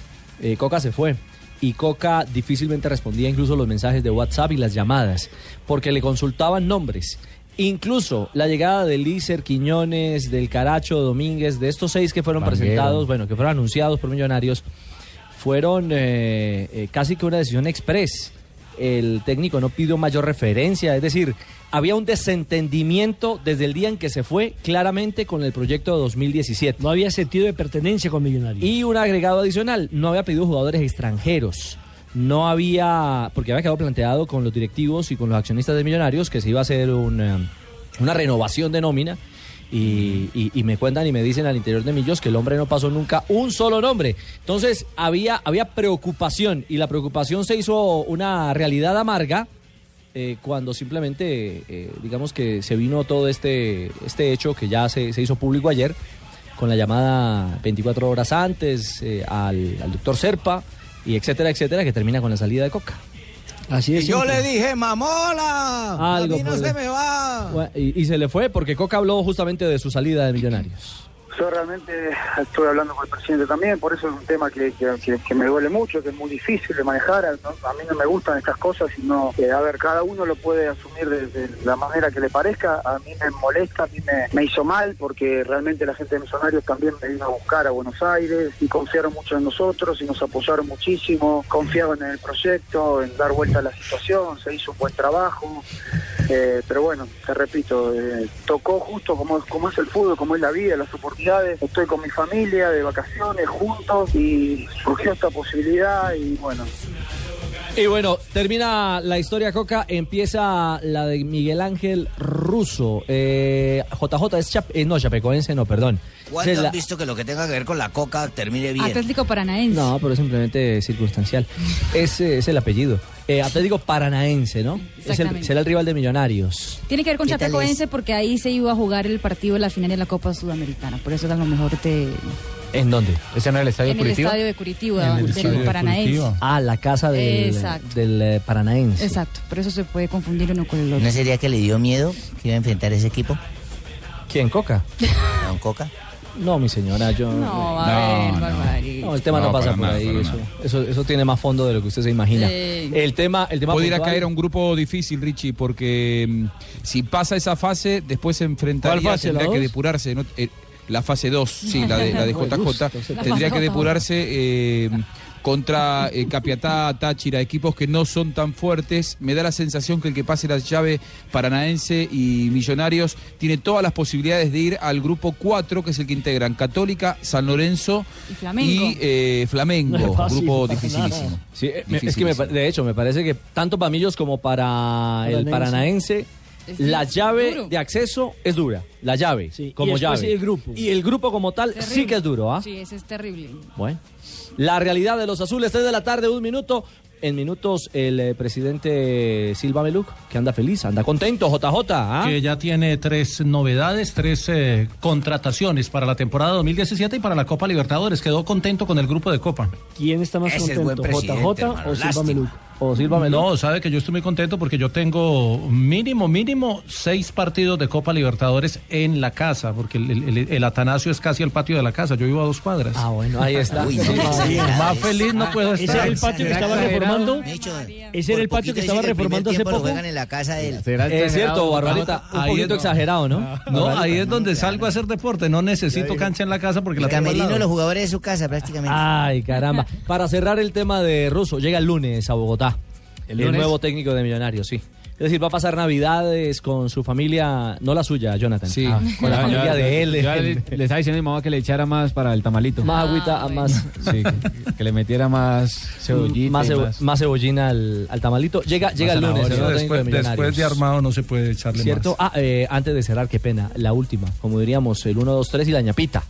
[SPEAKER 3] eh, Coca se fue. Y Coca difícilmente respondía incluso los mensajes de WhatsApp y las llamadas, porque le consultaban nombres. Incluso la llegada de Lícer, Quiñones, del Caracho, Domínguez, de estos seis que fueron
[SPEAKER 9] Vanguero.
[SPEAKER 3] presentados, bueno, que fueron anunciados por Millonarios, fueron eh, eh, casi que una decisión express. El técnico no pidió mayor referencia, es decir, había un desentendimiento desde el día en que se fue claramente con el proyecto de 2017.
[SPEAKER 4] No había sentido de pertenencia con Millonarios.
[SPEAKER 3] Y un agregado adicional, no había pedido jugadores extranjeros. No había, porque había quedado planteado con los directivos y con los accionistas de Millonarios que se iba a hacer un, eh, una renovación de nómina. Y, y- y me cuentan y me dicen al interior de Millos que el hombre no pasó nunca un solo nombre. Entonces había, había preocupación y la preocupación se hizo una realidad amarga eh, cuando simplemente, eh, digamos que se vino todo este, este hecho que ya se, se hizo público ayer, con la llamada 24 horas antes eh, al, al doctor Serpa, y etcétera, etcétera, que termina con la salida de Coca. Así
[SPEAKER 11] Y yo le dije, mamola,
[SPEAKER 3] Algo
[SPEAKER 11] a mí no
[SPEAKER 3] por
[SPEAKER 11] se
[SPEAKER 3] el-
[SPEAKER 11] me va.
[SPEAKER 3] Y, y se le fue porque Coca habló justamente de su salida de Millonarios.
[SPEAKER 13] Yo realmente estuve hablando con el presidente también, por eso es un tema que, que- que- que me duele mucho, que es muy difícil de manejar. ¿no? A mí no me gustan estas cosas, sino que, a ver, cada uno lo puede asumir de, de la manera que le parezca. A mí me molesta, a mí me, me hizo mal, porque realmente la gente de Millonarios también me vino a buscar a Buenos Aires y confiaron mucho en nosotros y nos apoyaron muchísimo, confiaban en el proyecto, en dar vuelta a la situación, se hizo un buen trabajo. Eh, pero bueno, te repito, eh, tocó justo como, como es el fútbol, como es la vida, las oportunidades. Estoy con mi familia de vacaciones, juntos, y surgió esta posibilidad y bueno,
[SPEAKER 3] Y bueno, termina la historia Coca, empieza la de Miguel Ángel Russo. Eh, JJ es chap eh, no, chapecoense, no, perdón.
[SPEAKER 7] ¿Cuándo
[SPEAKER 3] Es la-
[SPEAKER 7] han visto que lo que tenga que ver con la coca termine bien?
[SPEAKER 6] Atlético Paranaense.
[SPEAKER 3] No, pero es simplemente circunstancial. Ese es el apellido. Eh, Atlético Paranaense, ¿no? Es el,
[SPEAKER 6] Exactamente.
[SPEAKER 3] será el rival de Millonarios.
[SPEAKER 6] Tiene que ver con
[SPEAKER 3] ¿Qué tal
[SPEAKER 6] Chapecoense porque ahí se iba a jugar el partido de la final de la Copa Sudamericana. Por eso a lo mejor te...
[SPEAKER 3] ¿En dónde?
[SPEAKER 9] ¿Ese no era el estadio
[SPEAKER 6] en el
[SPEAKER 9] Curitiba?
[SPEAKER 6] estadio de Curitiba,
[SPEAKER 9] En el estadio
[SPEAKER 6] del
[SPEAKER 9] de
[SPEAKER 6] Paranaense.
[SPEAKER 9] Curitiba.
[SPEAKER 3] Ah, la casa del,
[SPEAKER 6] Exacto.
[SPEAKER 3] del eh, Paranaense.
[SPEAKER 6] Exacto, por eso se puede confundir uno con el otro.
[SPEAKER 7] ¿No sería que le dio miedo que iba a enfrentar ese equipo?
[SPEAKER 3] ¿Quién, Coca?
[SPEAKER 7] ¿Don Coca?
[SPEAKER 3] No, mi señora, yo...
[SPEAKER 6] No, a ver, Barbarito.
[SPEAKER 3] No, el tema no,
[SPEAKER 7] No,
[SPEAKER 3] pasa
[SPEAKER 7] para
[SPEAKER 3] por
[SPEAKER 7] nada,
[SPEAKER 3] ahí.
[SPEAKER 7] para
[SPEAKER 3] Eso, eso, eso tiene más fondo de lo que usted se imagina.
[SPEAKER 12] Sí.
[SPEAKER 3] El tema, el tema
[SPEAKER 12] Puede ir a
[SPEAKER 3] puntual-
[SPEAKER 12] caer a un grupo difícil, Richie, porque mm, si pasa esa fase, después se enfrentaría,
[SPEAKER 4] ¿Cuál fase, la
[SPEAKER 12] tendría que
[SPEAKER 4] dos?
[SPEAKER 12] depurarse. ¿no? Eh, la fase 2, sí, la de, la de
[SPEAKER 4] Uy,
[SPEAKER 12] JJ.
[SPEAKER 4] entonces-
[SPEAKER 12] tendría
[SPEAKER 4] La
[SPEAKER 12] que
[SPEAKER 4] fase
[SPEAKER 12] depurarse eh, contra eh, Capiatá, Táchira, equipos que no son tan fuertes. Me da la sensación que el que pase la llave paranaense y Millonarios tiene todas las posibilidades de ir al grupo 4, que es el que integran Católica, San Lorenzo
[SPEAKER 6] Y Flamengo.
[SPEAKER 12] y eh, Flamengo.
[SPEAKER 3] No es fácil,
[SPEAKER 12] grupo
[SPEAKER 3] para nada.
[SPEAKER 12] dificilísimo.
[SPEAKER 3] Sí, eh, me- es que me pa- de hecho me parece que tanto para Millos como para el
[SPEAKER 4] Paranaense.
[SPEAKER 3] paranaense
[SPEAKER 4] Es
[SPEAKER 3] la
[SPEAKER 4] duro.
[SPEAKER 3] llave de acceso es dura, la llave como
[SPEAKER 4] y después
[SPEAKER 3] llave.
[SPEAKER 4] el grupo.
[SPEAKER 3] Y el grupo como tal sí que es duro, ¿ah?
[SPEAKER 6] Sí, ese es terrible.
[SPEAKER 3] Bueno. La realidad de los azules, 3 de la tarde, un minuto. En minutos el eh, presidente Silva Meluc, que anda feliz, anda contento, JJ, ¿ah?
[SPEAKER 8] que ya tiene tres novedades, tres eh, contrataciones para la temporada 2017 y para la Copa Libertadores. Quedó contento con el grupo de Copa.
[SPEAKER 4] ¿Quién está más
[SPEAKER 8] Ese es buen
[SPEAKER 4] contento,
[SPEAKER 8] presidente,
[SPEAKER 4] JJ
[SPEAKER 8] hermano,
[SPEAKER 4] o Silva
[SPEAKER 8] lástima.
[SPEAKER 4] Meluc?
[SPEAKER 3] ¿O sírvamelo?
[SPEAKER 8] No, sabe que yo estoy muy contento porque yo tengo mínimo, mínimo seis partidos de Copa Libertadores en la casa, porque el, el- el- el Atanasio es casi el patio de la casa, yo vivo a dos cuadras. Ah,
[SPEAKER 3] bueno, ahí está. Uy, no,
[SPEAKER 8] Sí,
[SPEAKER 3] exagerado,
[SPEAKER 8] más feliz no
[SPEAKER 3] ah,
[SPEAKER 8] puedo
[SPEAKER 3] ese
[SPEAKER 8] estar.
[SPEAKER 3] era el patio que estaba reformando.
[SPEAKER 4] Ese era el patio que estaba reformando hace poco.
[SPEAKER 3] Es cierto, Barbarita, un
[SPEAKER 8] Ahí es
[SPEAKER 3] poquito
[SPEAKER 8] no-
[SPEAKER 3] exagerado, ¿no?
[SPEAKER 8] No, ahí es donde salgo a hacer deporte, no necesito cancha en la casa porque
[SPEAKER 7] El
[SPEAKER 8] la tengo al
[SPEAKER 7] camerino de
[SPEAKER 8] lado.
[SPEAKER 7] los jugadores de su casa, prácticamente.
[SPEAKER 3] Ay, caramba. Para cerrar el tema de Russo, llega el lunes a Bogotá. El,
[SPEAKER 7] lunes?
[SPEAKER 3] nuevo técnico de Millonarios, sí. Es decir, va a pasar Navidades con su familia, no la suya, Jonathan. Sí, con la
[SPEAKER 9] Ya,
[SPEAKER 3] familia
[SPEAKER 9] ya,
[SPEAKER 3] de él.
[SPEAKER 9] ya le, le estaba diciendo a mi mamá que le echara más para el tamalito.
[SPEAKER 3] Más agüita, más.
[SPEAKER 9] Sí, que, que le metiera más cebollita. y
[SPEAKER 3] más,
[SPEAKER 9] Más,
[SPEAKER 3] cebo- más cebollina al, al tamalito. Llega, llega el lunes. el nuevo técnico
[SPEAKER 8] después,
[SPEAKER 3] Millonarios.
[SPEAKER 8] después de armado no se puede echarle
[SPEAKER 3] ¿Cierto? Ah, eh, antes de cerrar, qué pena. La última, como diríamos, el 1, 2, 3 y la ñapita.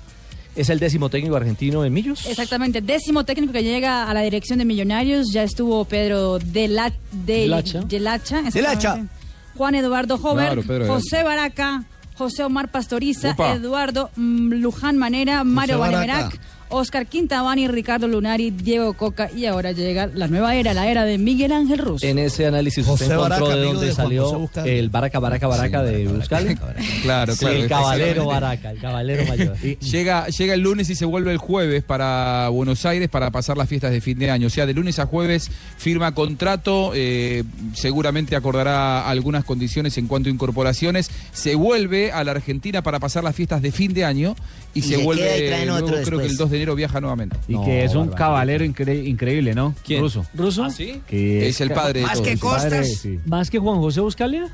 [SPEAKER 3] Es el décimo técnico argentino en Millos.
[SPEAKER 6] Exactamente, décimo técnico que llega a la dirección de Millonarios, ya estuvo Pedro de la, de,
[SPEAKER 4] Delacha.
[SPEAKER 6] de Lacha,
[SPEAKER 4] Delacha.
[SPEAKER 6] exactamente. Juan Eduardo Jover,
[SPEAKER 4] Claro, Pedro de
[SPEAKER 6] José Baraca, José Omar Pastoriza,
[SPEAKER 4] Upa.
[SPEAKER 6] Eduardo mm, Luján Manera, Mario
[SPEAKER 15] Baraca.
[SPEAKER 6] Vanemerac, Oscar Quintabani, Ricardo Lunari, Diego Coca y ahora llega la nueva era, la era de Miguel Ángel Russo.
[SPEAKER 3] En ese análisis
[SPEAKER 6] José
[SPEAKER 3] usted encontró
[SPEAKER 6] Baraca,
[SPEAKER 3] de
[SPEAKER 6] amigo
[SPEAKER 3] dónde
[SPEAKER 6] de Juan José
[SPEAKER 3] salió
[SPEAKER 6] Buscali.
[SPEAKER 3] el Baraca Baraca Baraca de Buscali.
[SPEAKER 12] Claro,
[SPEAKER 3] Sí,
[SPEAKER 12] claro,
[SPEAKER 3] El caballero
[SPEAKER 12] efectivamente.
[SPEAKER 3] Baraca, el caballero mayor.
[SPEAKER 12] Llega, llega el lunes y se vuelve el jueves para Buenos Aires para pasar las fiestas de fin de año. O sea, de lunes a jueves firma contrato, eh, seguramente acordará algunas condiciones en cuanto a incorporaciones. Se vuelve a la Argentina para pasar las fiestas de fin de año y,
[SPEAKER 9] Y
[SPEAKER 12] se,
[SPEAKER 9] se
[SPEAKER 12] vuelve.
[SPEAKER 9] queda y traen
[SPEAKER 12] luego
[SPEAKER 9] otro
[SPEAKER 12] creo que
[SPEAKER 9] después.
[SPEAKER 12] el 2 de enero viaja nuevamente.
[SPEAKER 9] Y que es un cabalero incre- increíble, ¿no?
[SPEAKER 12] ¿Quién?
[SPEAKER 9] Ruso.
[SPEAKER 8] ¿Ah,
[SPEAKER 4] ¿Ruso?
[SPEAKER 9] Que
[SPEAKER 12] Es el
[SPEAKER 9] ca-
[SPEAKER 12] padre de Más todos. que
[SPEAKER 9] El padre,
[SPEAKER 12] Costas.
[SPEAKER 9] sí.
[SPEAKER 4] ¿Más que Juan José Buscalia?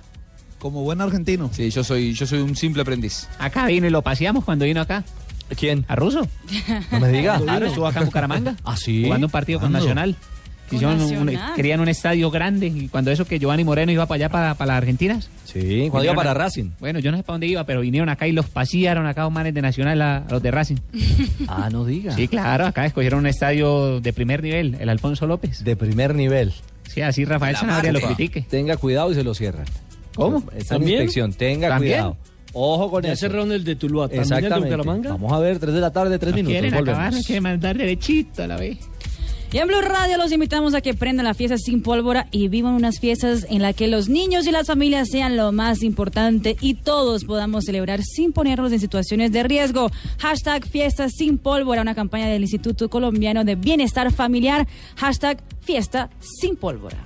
[SPEAKER 12] Como buen argentino. Sí, yo soy, yo soy un simple aprendiz.
[SPEAKER 9] Acá vino y lo paseamos cuando vino acá.
[SPEAKER 3] ¿Quién?
[SPEAKER 9] ¿A Ruso?
[SPEAKER 6] Eh,
[SPEAKER 3] No me diga.
[SPEAKER 9] Claro, estuvo acá en Bucaramanga.
[SPEAKER 3] ¿Ah, sí?
[SPEAKER 9] Jugando un partido con
[SPEAKER 3] ¿Cuándo?
[SPEAKER 9] Nacional. Hicieron un- un-
[SPEAKER 3] Nacional?
[SPEAKER 9] querían un estadio grande. Y cuando eso que Giovanni Moreno iba para allá, para, para las Argentinas.
[SPEAKER 3] Sí, cuando iba
[SPEAKER 9] vinieron
[SPEAKER 3] para
[SPEAKER 9] a-
[SPEAKER 3] Racing.
[SPEAKER 9] Bueno, yo no sé para dónde iba, pero vinieron acá y los pasearon acá los manes de Nacional a, a los de Racing.
[SPEAKER 3] Ah, no diga.
[SPEAKER 9] Sí, claro, acá escogieron un estadio de primer nivel, el Alfonso López.
[SPEAKER 3] De primer nivel.
[SPEAKER 9] Sí, así Rafael
[SPEAKER 3] La
[SPEAKER 9] Sanabria lo
[SPEAKER 3] marca.
[SPEAKER 9] critique.
[SPEAKER 3] Tenga cuidado y se lo cierran.
[SPEAKER 9] ¿Cómo?
[SPEAKER 3] Está en
[SPEAKER 9] ¿También?
[SPEAKER 3] inspección, tenga
[SPEAKER 9] ¿También?
[SPEAKER 3] cuidado. Ojo con
[SPEAKER 4] Ya
[SPEAKER 3] eso.
[SPEAKER 4] cerraron el de Tuluá. ¿También el de
[SPEAKER 3] Exactamente.
[SPEAKER 4] Bucaramanga?
[SPEAKER 3] Vamos a ver, 3 de la tarde, 3
[SPEAKER 9] Nos
[SPEAKER 3] minutos.
[SPEAKER 9] quieren
[SPEAKER 3] volvemos.
[SPEAKER 9] acabar, nos quieren mandar derechito a la vez.
[SPEAKER 6] Y en Blue Radio los invitamos a que prendan las fiestas sin pólvora y vivan unas fiestas en las que los niños y las familias sean lo más importante y todos podamos celebrar sin ponernos en situaciones de riesgo. Hashtag fiestas sin pólvora, una campaña del Instituto Colombiano de Bienestar Familiar. Hashtag fiesta sin pólvora.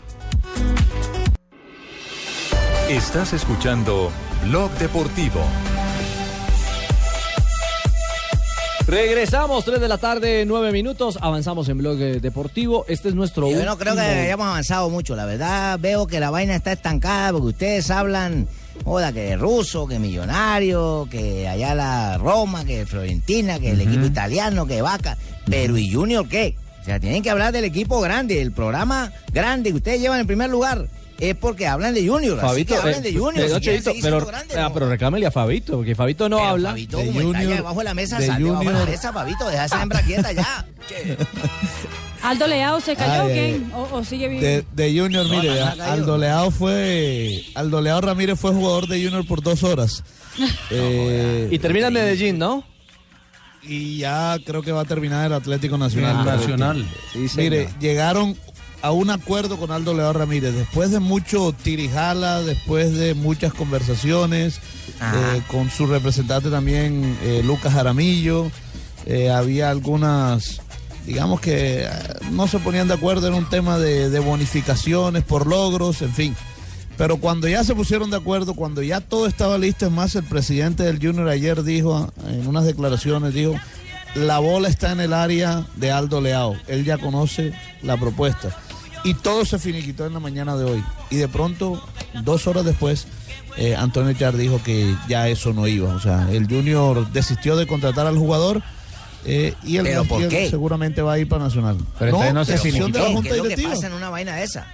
[SPEAKER 1] Estás escuchando Blog Deportivo.
[SPEAKER 3] Regresamos, 3 de la tarde, 9 minutos. Avanzamos en blog eh, deportivo. Este es nuestro.
[SPEAKER 7] Yo no creo que
[SPEAKER 3] último-
[SPEAKER 7] hayamos avanzado mucho, la verdad veo que la vaina está estancada porque ustedes hablan, joda, que de ruso, que millonario, que allá la Roma, que Florentina, que el equipo italiano, que vaca, pero ¿y Junior qué? O sea, tienen que hablar del equipo grande, el programa grande que ustedes llevan en primer lugar. Es porque hablan de Junior, así que
[SPEAKER 3] Fabito,
[SPEAKER 7] hablen
[SPEAKER 3] eh,
[SPEAKER 7] de Junior.
[SPEAKER 3] pero,
[SPEAKER 7] si quieren
[SPEAKER 3] Cheito,
[SPEAKER 7] seguir
[SPEAKER 3] pero,
[SPEAKER 7] siendo grandes,
[SPEAKER 3] ah, pero reclámele a Fabito, porque Fabito no habla.
[SPEAKER 7] Fabito, como está allá debajo de la mesa,
[SPEAKER 3] de
[SPEAKER 7] sal debajo de la
[SPEAKER 3] Junior.
[SPEAKER 7] mesa, Fabito, deja esa hembra quieta ya.
[SPEAKER 6] Ah. Aldo Leao se cayó,
[SPEAKER 10] Ay,
[SPEAKER 6] ¿o qué?
[SPEAKER 10] ay,
[SPEAKER 6] ¿O, o sigue vivo?
[SPEAKER 10] De, de Junior,
[SPEAKER 6] No,
[SPEAKER 10] mire,
[SPEAKER 6] no, no
[SPEAKER 10] a-
[SPEAKER 6] ha caído.
[SPEAKER 10] Aldo Leao fue. Aldo Leao Ramírez fue jugador de Junior por dos horas. Eh,
[SPEAKER 3] Y termina en Medellín, ¿no?
[SPEAKER 10] Y ya creo que va a terminar el Atlético Nacional.
[SPEAKER 8] El Nacional.
[SPEAKER 10] Correcto.
[SPEAKER 8] Sí,
[SPEAKER 10] Mire,
[SPEAKER 8] señor.
[SPEAKER 10] llegaron a un acuerdo con Aldo Leao Ramírez. Después de mucho tirijala, después de muchas conversaciones, eh, con su representante también, eh, Lucas Jaramillo, eh, había algunas, digamos que eh, no se ponían de acuerdo en un tema de, de bonificaciones por logros, en fin. Pero cuando ya se pusieron de acuerdo, cuando ya todo estaba listo, es más, el presidente del Junior ayer dijo, en unas declaraciones, dijo, la bola está en el área de Aldo Leao. Él ya conoce la propuesta. Y todo se finiquitó en la mañana de hoy. Y de pronto, dos horas después, eh, Antonio Char dijo que ya eso no iba. O sea, el Junior desistió de contratar al jugador. eh, y el,
[SPEAKER 7] ¿Pero por
[SPEAKER 10] y el
[SPEAKER 7] qué?
[SPEAKER 10] seguramente va a ir para Nacional.
[SPEAKER 9] Pero entonces no se
[SPEAKER 10] decisión de la
[SPEAKER 7] ¿Qué
[SPEAKER 10] Junta
[SPEAKER 7] es lo que
[SPEAKER 10] Directiva.
[SPEAKER 7] pasa en una vaina de esa?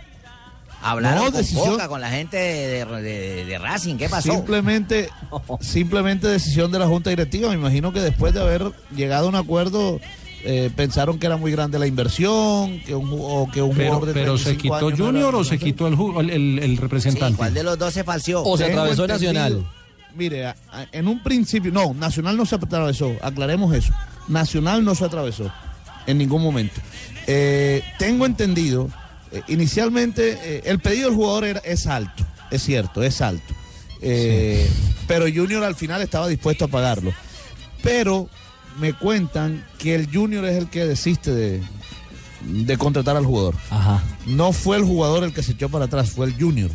[SPEAKER 7] Hablaron
[SPEAKER 10] No,
[SPEAKER 7] con
[SPEAKER 10] decisión-
[SPEAKER 7] Boca, con la gente de, de- de- de Racing, ¿qué pasó?
[SPEAKER 10] Simplemente, simplemente decisión de la Junta Directiva. Me imagino que después de haber llegado a un acuerdo, eh, pensaron que era muy grande la inversión, que un, ju- o que un
[SPEAKER 8] Pero,
[SPEAKER 10] jugador de
[SPEAKER 8] pero se
[SPEAKER 10] 35
[SPEAKER 8] quitó
[SPEAKER 10] años no era-
[SPEAKER 8] Junior o se quitó el, ju- el, el- el representante.
[SPEAKER 7] los dos se falseó?
[SPEAKER 10] O se atravesó Nacional.
[SPEAKER 8] Nacional.
[SPEAKER 10] Mire, a- a- en un principio, no, Nacional no se atravesó, aclaremos eso. Nacional no se atravesó en ningún momento. Eh, tengo entendido eh, inicialmente eh, el pedido del jugador era, es alto, es cierto, es alto. Eh, Pero Junior al final estaba dispuesto a pagarlo. Pero me cuentan que el Junior es el que desiste de, de contratar al jugador. No fue el jugador el que se echó para atrás, fue el Junior.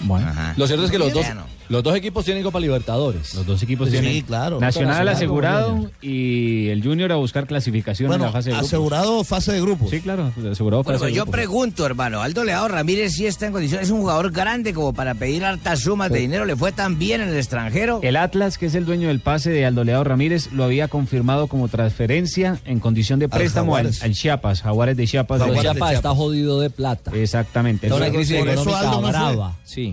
[SPEAKER 3] Bueno.
[SPEAKER 10] Lo
[SPEAKER 3] cierto es que los dos,
[SPEAKER 10] Bueno.
[SPEAKER 3] los dos equipos tienen Copa Libertadores. Los dos
[SPEAKER 9] equipos
[SPEAKER 3] Sí,
[SPEAKER 9] tienen
[SPEAKER 3] claro.
[SPEAKER 9] Nacional
[SPEAKER 3] como
[SPEAKER 9] asegurado y el Junior a buscar clasificación
[SPEAKER 7] Bueno,
[SPEAKER 9] en la fase de grupos.
[SPEAKER 10] asegurado fase de grupos.
[SPEAKER 9] Sí, claro, asegurado fase
[SPEAKER 7] Bueno,
[SPEAKER 9] de
[SPEAKER 7] yo
[SPEAKER 9] grupos.
[SPEAKER 7] pregunto, hermano, Aldo Leao Ramírez sí está en condiciones, es un jugador grande como para pedir hartas sumas de dinero, le fue tan bien en el extranjero.
[SPEAKER 9] El Atlas, que es el dueño del pase de Aldo Leao Ramírez, lo había confirmado como transferencia en condición de préstamo al,
[SPEAKER 3] Jaguares.
[SPEAKER 9] al Chiapas, Jaguares de Chiapas.
[SPEAKER 3] Pero
[SPEAKER 9] de-
[SPEAKER 3] Chiapas está jodido de plata.
[SPEAKER 9] Exactamente.
[SPEAKER 3] Está una
[SPEAKER 9] Entonces,
[SPEAKER 3] crisis
[SPEAKER 9] por eso
[SPEAKER 3] económica
[SPEAKER 9] Aldo no fue.
[SPEAKER 3] brava. Sí.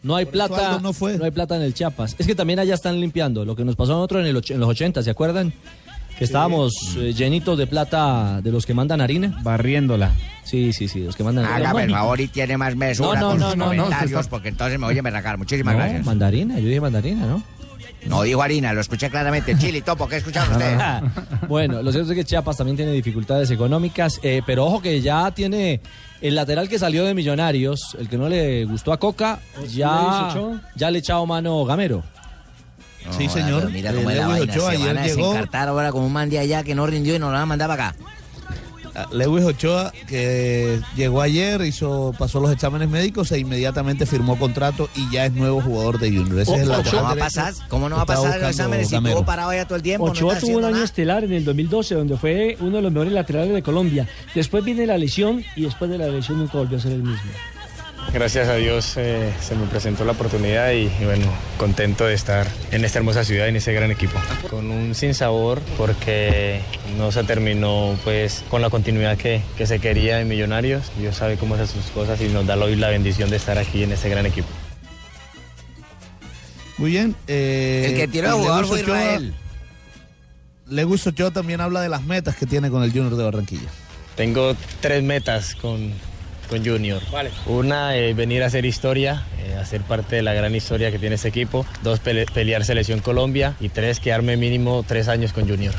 [SPEAKER 3] No hay plata. No, hay plata en el Chiapas. Es que también allá están limpiando. Lo que nos pasó a nosotros en, el och- en los 80, ¿se acuerdan? Que estábamos eh, llenitos de plata de los que mandan harina.
[SPEAKER 9] Barriéndola.
[SPEAKER 3] Sí, sí, sí, los que mandan
[SPEAKER 7] Hágame el
[SPEAKER 3] Manito.
[SPEAKER 7] favor y tiene más mesura
[SPEAKER 3] No, no,
[SPEAKER 7] con
[SPEAKER 3] no,
[SPEAKER 7] sus
[SPEAKER 3] no, no,
[SPEAKER 7] comentarios,
[SPEAKER 3] usted está-
[SPEAKER 7] porque entonces me voy a envergar. Muchísimas
[SPEAKER 3] No,
[SPEAKER 7] gracias.
[SPEAKER 3] mandarina, yo dije mandarina, ¿no?
[SPEAKER 7] No digo harina, lo escuché claramente. Chile y Topo, ¿qué
[SPEAKER 3] Ah.
[SPEAKER 7] escucharon ustedes?
[SPEAKER 3] Bueno, lo cierto es que Chiapas también tiene dificultades económicas, eh, pero ojo que ya tiene el lateral que salió de Millonarios, el que no le gustó a Coca, ya,
[SPEAKER 7] Ochoa.
[SPEAKER 3] ya le ha echado mano Gamero.
[SPEAKER 7] No, pero Mira
[SPEAKER 5] Eh,
[SPEAKER 7] cómo es la vaina. Se van a desencartar ahora con un man de allá que no rindió y nos lo van a mandar para acá.
[SPEAKER 10] A Ah, Lewis Ochoa, que llegó ayer, hizo, pasó los exámenes médicos e inmediatamente firmó contrato y ya es nuevo jugador de Junior. Ese es el lateral
[SPEAKER 7] ¿Cómo va a
[SPEAKER 10] derecho
[SPEAKER 7] pasar? ¿Cómo no va a
[SPEAKER 10] que está
[SPEAKER 7] pasar
[SPEAKER 10] buscando
[SPEAKER 7] los exámenes si
[SPEAKER 10] Gamero.
[SPEAKER 7] estuvo parado allá todo el tiempo? no
[SPEAKER 4] Ochoa
[SPEAKER 7] está
[SPEAKER 4] tuvo un
[SPEAKER 7] haciendo
[SPEAKER 4] año
[SPEAKER 7] nada?
[SPEAKER 4] estelar en el 2012, donde fue uno de los mejores laterales de Colombia. Después viene la lesión y después de la lesión nunca volvió a ser el mismo.
[SPEAKER 15] Gracias a Dios eh, se me presentó la oportunidad y, y bueno, contento de estar en esta hermosa ciudad, en ese gran equipo. Con un sinsabor porque no se terminó pues con la continuidad que, que se quería en Millonarios. Dios sabe cómo hacer sus cosas y nos da hoy la bendición de estar aquí en este gran equipo.
[SPEAKER 10] Muy bien. eh,
[SPEAKER 15] El que tiró a
[SPEAKER 10] y
[SPEAKER 15] jugador
[SPEAKER 10] Lewis
[SPEAKER 15] fue
[SPEAKER 10] Ochoa-
[SPEAKER 15] Israel.
[SPEAKER 10] Lewis Ochoa también habla de las metas que tiene con el Junior de Barranquilla.
[SPEAKER 15] Tengo tres metas con, con Junior. Una, eh, venir a hacer historia, eh, hacer parte de la gran historia que tiene este equipo. Dos, pele- pelear Selección Colombia. Y tres, quedarme mínimo tres años con Junior.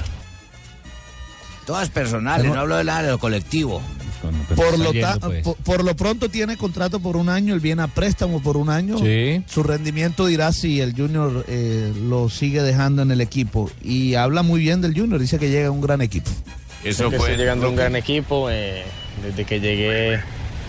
[SPEAKER 7] Todas personales, no hablo de nada de lo colectivo.
[SPEAKER 3] Pues
[SPEAKER 10] Por lo, ta-
[SPEAKER 5] pues.
[SPEAKER 10] po- por lo pronto tiene contrato por un año, él viene a préstamo por un año.
[SPEAKER 12] Sí.
[SPEAKER 10] Su rendimiento dirá si el Junior eh, lo sigue dejando en el equipo. Y habla muy bien del Junior, dice que llega a un gran equipo.
[SPEAKER 15] Creo que estoy llegando a un gran equipo. eh, desde que llegué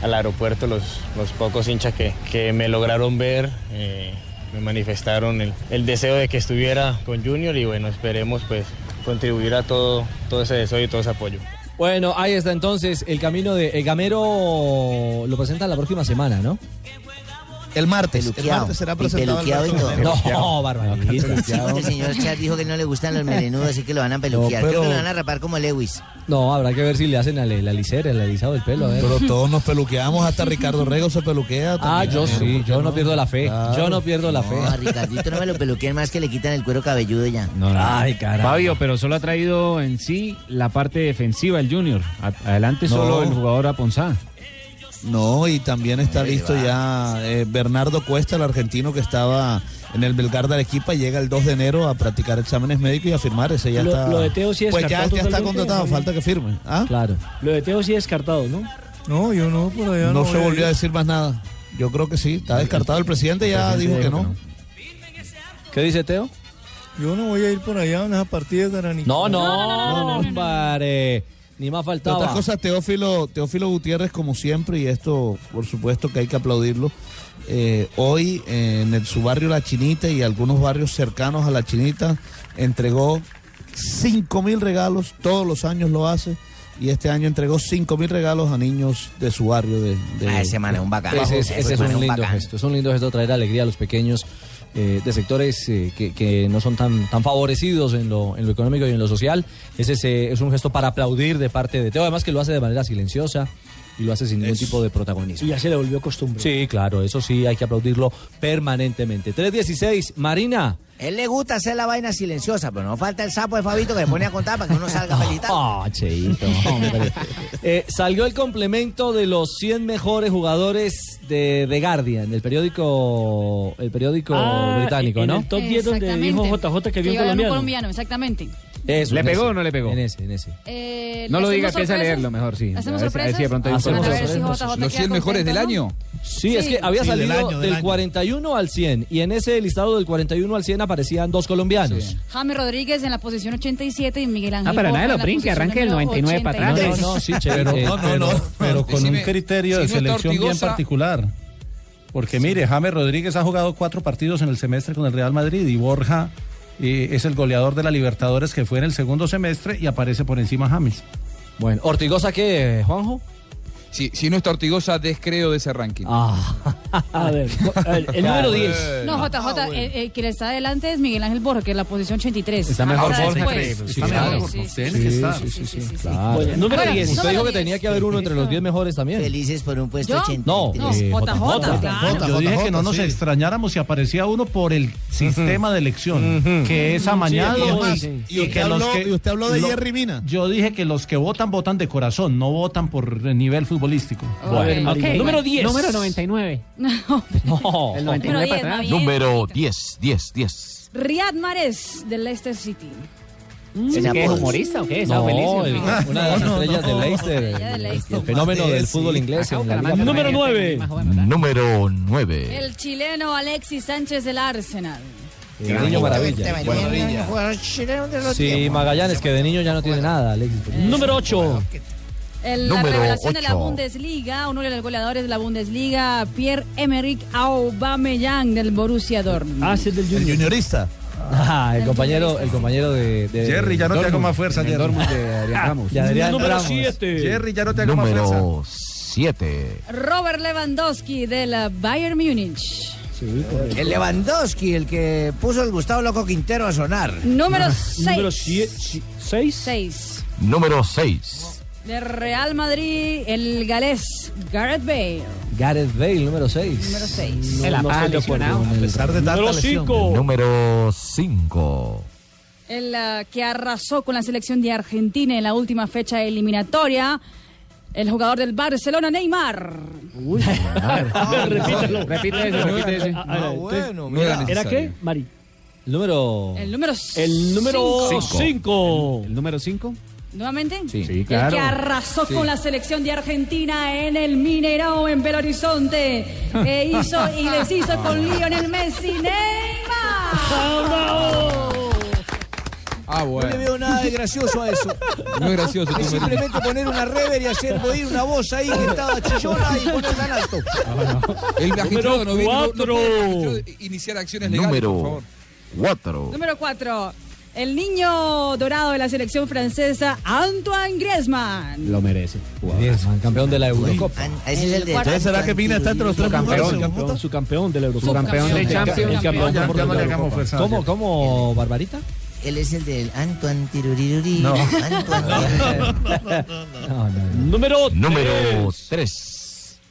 [SPEAKER 15] al aeropuerto, los, los pocos hinchas que, que me lograron ver eh, me manifestaron el, el deseo de que estuviera con Junior y bueno, esperemos pues contribuir a todo, todo ese deseo y todo ese apoyo.
[SPEAKER 3] Bueno, ahí está entonces el camino de el Gamero lo presentan la próxima semana, ¿no?
[SPEAKER 10] El martes,
[SPEAKER 3] Este
[SPEAKER 7] Peluqueado. martes será Y presentado peluqueado Alberto y todo. Gamero.
[SPEAKER 3] No, barbarita.
[SPEAKER 7] El señor Char dijo que no le gustan los melenudos, así que lo van a peluquear.
[SPEAKER 3] No, Este pero-
[SPEAKER 7] Creo que lo van a rapar como Lewis.
[SPEAKER 3] No, habrá que ver si le hacen la, la lisera, el alisado del pelo, a ver.
[SPEAKER 10] Pero todos nos peluqueamos, hasta Ricardo Rego se peluquea.
[SPEAKER 3] Ah,
[SPEAKER 10] también.
[SPEAKER 3] yo sí, yo no pierdo la fe. Yo no pierdo la fe.
[SPEAKER 7] No, a Ricardito no me lo peluqueen más que le quitan el cuero cabelludo ya.
[SPEAKER 9] No, no.
[SPEAKER 3] Ay, caramba.
[SPEAKER 9] Fabio, pero solo ha traído en sí la parte defensiva del Junior. A- adelante
[SPEAKER 10] No.
[SPEAKER 9] solo el jugador Aponzá.
[SPEAKER 10] No, y también está
[SPEAKER 9] Hombre,
[SPEAKER 10] listo
[SPEAKER 9] va.
[SPEAKER 10] ya eh, Bernardo Cuesta, el argentino que estaba en el Belgar de Arequipa, llega el 2 de enero a practicar exámenes médicos y a firmar. Ese ya
[SPEAKER 4] Lo-
[SPEAKER 10] está.
[SPEAKER 4] lo de Teo sí
[SPEAKER 10] Pues ya,
[SPEAKER 4] descartado
[SPEAKER 10] ya está
[SPEAKER 4] totalmente,
[SPEAKER 10] contratado,
[SPEAKER 4] Javier.
[SPEAKER 10] falta que firme. ¿Ah?
[SPEAKER 3] Claro.
[SPEAKER 4] Lo de Teo sí descartado, ¿no?
[SPEAKER 10] No, yo no, por allá
[SPEAKER 4] no
[SPEAKER 10] No se
[SPEAKER 4] voy a
[SPEAKER 10] volvió a
[SPEAKER 4] ir.
[SPEAKER 10] decir más nada. Yo creo que sí, está descartado. El presidente ya
[SPEAKER 16] presidente
[SPEAKER 10] dijo que
[SPEAKER 16] dijo que
[SPEAKER 10] no.
[SPEAKER 3] ¿Qué dice Teo?
[SPEAKER 16] Yo no voy a ir por allá en esa partida de Guaraní.
[SPEAKER 3] No, no, no, hombre. Ni más
[SPEAKER 10] Otra
[SPEAKER 3] faltaba.
[SPEAKER 10] cosa, Teófilo, Teófilo Gutiérrez, como siempre, y esto por supuesto que hay que aplaudirlo, eh, hoy eh, en el, su barrio La Chinita y algunos barrios cercanos a La Chinita entregó 5 mil regalos, todos los años lo hace, y este año entregó 5 mil regalos a niños de su barrio. De, de-
[SPEAKER 7] Ah, ese man es un bacán.
[SPEAKER 10] Bajo-
[SPEAKER 3] Ese, es- ese es un lindo gesto, es un lindo gesto traer alegría a los pequeños eh, de sectores eh, que, que no son tan, tan favorecidos en lo, en lo económico y en lo social. Ese es, eh, es un gesto para aplaudir de parte de Teo, además que lo hace de manera silenciosa y lo hace sin ningún tipo de protagonismo.
[SPEAKER 4] Y ya se le volvió costumbre.
[SPEAKER 3] Sí, claro, eso sí, hay que aplaudirlo permanentemente. 316, Marina.
[SPEAKER 7] Él le gusta hacer la vaina silenciosa, pero no falta el sapo de Fabito que le pone a contar para que uno salga felicitado.
[SPEAKER 3] Ah, cheito, hombre. Eh, salió el complemento de los 100 mejores jugadores de The Guardian, el periódico, el periódico
[SPEAKER 4] Ah,
[SPEAKER 3] británico,
[SPEAKER 4] en
[SPEAKER 3] ¿no?
[SPEAKER 4] el top 10 donde dijo
[SPEAKER 6] Exactamente.
[SPEAKER 4] JJ que vio un
[SPEAKER 6] iba a haber
[SPEAKER 4] colombiano.
[SPEAKER 6] un colombiano, exactamente.
[SPEAKER 3] Eso,
[SPEAKER 9] ¿Le
[SPEAKER 3] en
[SPEAKER 9] pegó
[SPEAKER 3] ese.
[SPEAKER 9] o no le pegó?
[SPEAKER 3] En ese, en ese.
[SPEAKER 6] Eh,
[SPEAKER 9] No lo
[SPEAKER 6] ¿hacemos
[SPEAKER 9] diga, empieza a
[SPEAKER 6] sorpresas?
[SPEAKER 9] leerlo mejor, sí. A ver si- a
[SPEAKER 6] ¿Hacemos
[SPEAKER 9] ver
[SPEAKER 6] sorpresas?
[SPEAKER 9] si de pronto hay un
[SPEAKER 6] Hacemos
[SPEAKER 9] sorpresa.
[SPEAKER 6] sorpresas. JJ
[SPEAKER 12] ¿Los
[SPEAKER 6] queda
[SPEAKER 12] 100 mejores del
[SPEAKER 6] contento, ¿no?
[SPEAKER 12] año?
[SPEAKER 3] Sí, es que había
[SPEAKER 12] Sí, del
[SPEAKER 3] salido
[SPEAKER 12] año,
[SPEAKER 3] del,
[SPEAKER 12] del año.
[SPEAKER 3] 41 al 100 y en ese listado del 41 al 100 aparecían dos colombianos.
[SPEAKER 6] Jaime Rodríguez en la posición 87 y Miguel Ángel.
[SPEAKER 3] Ah, pero nada de
[SPEAKER 6] Popa en
[SPEAKER 3] lo
[SPEAKER 6] la
[SPEAKER 3] brinque,
[SPEAKER 6] posición
[SPEAKER 3] arranque del
[SPEAKER 6] número
[SPEAKER 3] 99 para atrás.
[SPEAKER 6] 83.
[SPEAKER 3] No, no, sí, chévere.
[SPEAKER 8] Pero,
[SPEAKER 3] Eh,
[SPEAKER 8] no, no, no, pero con
[SPEAKER 3] Decime,
[SPEAKER 8] un criterio
[SPEAKER 3] si
[SPEAKER 8] de
[SPEAKER 3] no está
[SPEAKER 8] selección bien
[SPEAKER 3] Ortigosa-
[SPEAKER 8] particular. Porque mire, James Rodríguez ha jugado cuatro partidos en el semestre con el Real Madrid y Borja eh, es el goleador de la Libertadores que fue en el segundo semestre y aparece por encima James.
[SPEAKER 3] Bueno, Ortigosa qué, Juanjo?
[SPEAKER 12] Si, si no está Ortigosa, descreo de ese ranking.
[SPEAKER 7] Ah,
[SPEAKER 4] A ver, a ver, el número 10.
[SPEAKER 6] No,
[SPEAKER 9] Ah,
[SPEAKER 6] JJ, el, el que le eh, está adelante es Miguel Ángel Borja, que es la posición 83.
[SPEAKER 4] Está mejor
[SPEAKER 6] Ahora
[SPEAKER 4] Borja,
[SPEAKER 6] después.
[SPEAKER 4] increíble.
[SPEAKER 6] Sí,
[SPEAKER 4] Está mejor
[SPEAKER 6] sí,
[SPEAKER 4] Borja.
[SPEAKER 6] sí, sí,
[SPEAKER 4] Tiene
[SPEAKER 6] sí,
[SPEAKER 4] que
[SPEAKER 6] sí,
[SPEAKER 4] estar.
[SPEAKER 6] sí, sí, sí, sí.
[SPEAKER 3] Claro.
[SPEAKER 4] Bueno, número
[SPEAKER 6] Bueno,
[SPEAKER 4] 10.
[SPEAKER 3] Usted
[SPEAKER 6] número
[SPEAKER 3] dijo que
[SPEAKER 6] 10.
[SPEAKER 3] tenía que haber uno entre los 10 mejores también.
[SPEAKER 7] Felices por un puesto
[SPEAKER 10] Este
[SPEAKER 6] ¿Yo?
[SPEAKER 7] 83.
[SPEAKER 3] No,
[SPEAKER 8] No,
[SPEAKER 3] eh,
[SPEAKER 8] JJ,
[SPEAKER 3] claro.
[SPEAKER 8] Yo dije que no
[SPEAKER 3] JJ,
[SPEAKER 8] nos
[SPEAKER 3] sí.
[SPEAKER 8] extrañáramos si aparecía uno por el sistema de elección, que es amañado.
[SPEAKER 10] Y es
[SPEAKER 8] y-
[SPEAKER 10] más,
[SPEAKER 8] y
[SPEAKER 10] y usted
[SPEAKER 8] que los
[SPEAKER 10] habló-
[SPEAKER 8] que-
[SPEAKER 10] y usted habló de
[SPEAKER 8] lo-
[SPEAKER 10] Jerry Mina.
[SPEAKER 8] Yo dije que los que votan, votan de corazón, no votan por eh, nivel futbolístico.
[SPEAKER 3] Bueno,
[SPEAKER 8] ok.
[SPEAKER 3] Número 10.
[SPEAKER 9] Número 99.
[SPEAKER 3] No.
[SPEAKER 9] El 99
[SPEAKER 6] Número
[SPEAKER 9] para
[SPEAKER 6] 10,
[SPEAKER 9] atrás.
[SPEAKER 6] David. Número
[SPEAKER 9] 10, 10, 10.
[SPEAKER 6] Riyad Mahrez del Leicester City.
[SPEAKER 9] ¿Ese qué es humorista o qué? Está feliz.
[SPEAKER 3] el- una de las estrellas de Leicester.
[SPEAKER 6] del Leicester.
[SPEAKER 3] El fenómeno del fútbol inglés. en la Liga
[SPEAKER 4] Número
[SPEAKER 3] Premier.
[SPEAKER 4] 9.
[SPEAKER 17] Número 9.
[SPEAKER 6] El chileno Alexis Sánchez del Arsenal.
[SPEAKER 3] El niño maravilla. Sí, Magallanes, que de niño ya no tiene nada, Alexis.
[SPEAKER 4] Número 8.
[SPEAKER 6] El- la
[SPEAKER 3] Número
[SPEAKER 6] revelación de la
[SPEAKER 3] ocho.
[SPEAKER 6] Bundesliga, uno de los goleadores de la Bundesliga, Pierre Emerick Aubameyang del Borussia Dortmund.
[SPEAKER 4] Ah, sí, del
[SPEAKER 10] El juniorista.
[SPEAKER 3] Ah, el compañero, el compañero de, de-
[SPEAKER 8] Jerry, ya no te hago
[SPEAKER 3] Dortmund.
[SPEAKER 8] más fuerza,
[SPEAKER 3] En el
[SPEAKER 8] Jerry.
[SPEAKER 3] Dortmund de
[SPEAKER 2] Ah.
[SPEAKER 3] Adrián Ramos. De Adrián Ramos.
[SPEAKER 8] Jerry, ya no te hago más fuerza.
[SPEAKER 17] Número 7.
[SPEAKER 6] Robert Lewandowski del eh, Bayern Múnich.
[SPEAKER 7] El Lewandowski, el que puso el Gustavo Loco Quintero a sonar.
[SPEAKER 11] Ah,
[SPEAKER 6] Número 6.
[SPEAKER 4] Número
[SPEAKER 6] 6. 6.
[SPEAKER 17] Número 6.
[SPEAKER 6] De Real Madrid, el galés Gareth Bale.
[SPEAKER 3] Gareth Bale, número 6.
[SPEAKER 6] Número 6.
[SPEAKER 3] El
[SPEAKER 17] apá
[SPEAKER 3] lesionado.
[SPEAKER 17] A pesar
[SPEAKER 3] de tanta Número lesión. cinco.
[SPEAKER 17] Número 5.
[SPEAKER 6] El eh, que arrasó con la selección de Argentina en la última fecha eliminatoria. El jugador del Barcelona, Neymar.
[SPEAKER 4] Repítalo.
[SPEAKER 9] Repite ese, repite ese.
[SPEAKER 4] Ah, ah,
[SPEAKER 9] bueno,
[SPEAKER 4] entonces,
[SPEAKER 9] mira.
[SPEAKER 4] ¿Era
[SPEAKER 9] necesario.
[SPEAKER 4] qué, Mari?
[SPEAKER 3] Número.
[SPEAKER 6] El número
[SPEAKER 4] El número
[SPEAKER 6] cinco.
[SPEAKER 4] 5.
[SPEAKER 9] ¿El número 5?
[SPEAKER 6] ¿Nuevamente?
[SPEAKER 9] Sí. Sí,
[SPEAKER 6] El
[SPEAKER 9] claro.
[SPEAKER 6] que arrasó
[SPEAKER 9] Sí.
[SPEAKER 6] con la selección de Argentina en el Mineirao, en Belo Horizonte. E hizo y les hizo con Lionel Messi, Neymar.
[SPEAKER 12] Ah, bueno.
[SPEAKER 11] No le veo nada de gracioso a eso.
[SPEAKER 12] No es gracioso,
[SPEAKER 11] Es
[SPEAKER 12] tú,
[SPEAKER 11] simplemente poner una rever y hacer oír una voz ahí que estaba chillona y ponerla en alto.
[SPEAKER 12] El magistrado no viene. no- no
[SPEAKER 11] cuatro.
[SPEAKER 12] puede el magistrado iniciar acciones legales, por favor.
[SPEAKER 17] Número 4.
[SPEAKER 6] Número 4. El niño dorado de la selección francesa, Antoine Griezmann.
[SPEAKER 9] Lo merece.
[SPEAKER 3] Griezmann, campeón de la Eurocopa.
[SPEAKER 7] Ese es el de.
[SPEAKER 6] Entonces, ¿será que Mina está entre los tres
[SPEAKER 9] campeón,
[SPEAKER 3] mejores?
[SPEAKER 9] campeón,
[SPEAKER 4] su campeón de la Eurocopa.
[SPEAKER 9] Su campeón de
[SPEAKER 3] El
[SPEAKER 9] Champions.
[SPEAKER 3] campeón
[SPEAKER 9] campeón
[SPEAKER 3] por
[SPEAKER 9] de
[SPEAKER 3] la
[SPEAKER 9] la
[SPEAKER 3] Eurocopa.
[SPEAKER 9] Eurocopa.
[SPEAKER 3] ¿Cómo, cómo, Barbarita?
[SPEAKER 7] Él es el del Antoine Tiruriruri.
[SPEAKER 3] No.
[SPEAKER 7] Antoine.
[SPEAKER 4] Número
[SPEAKER 17] Número 3.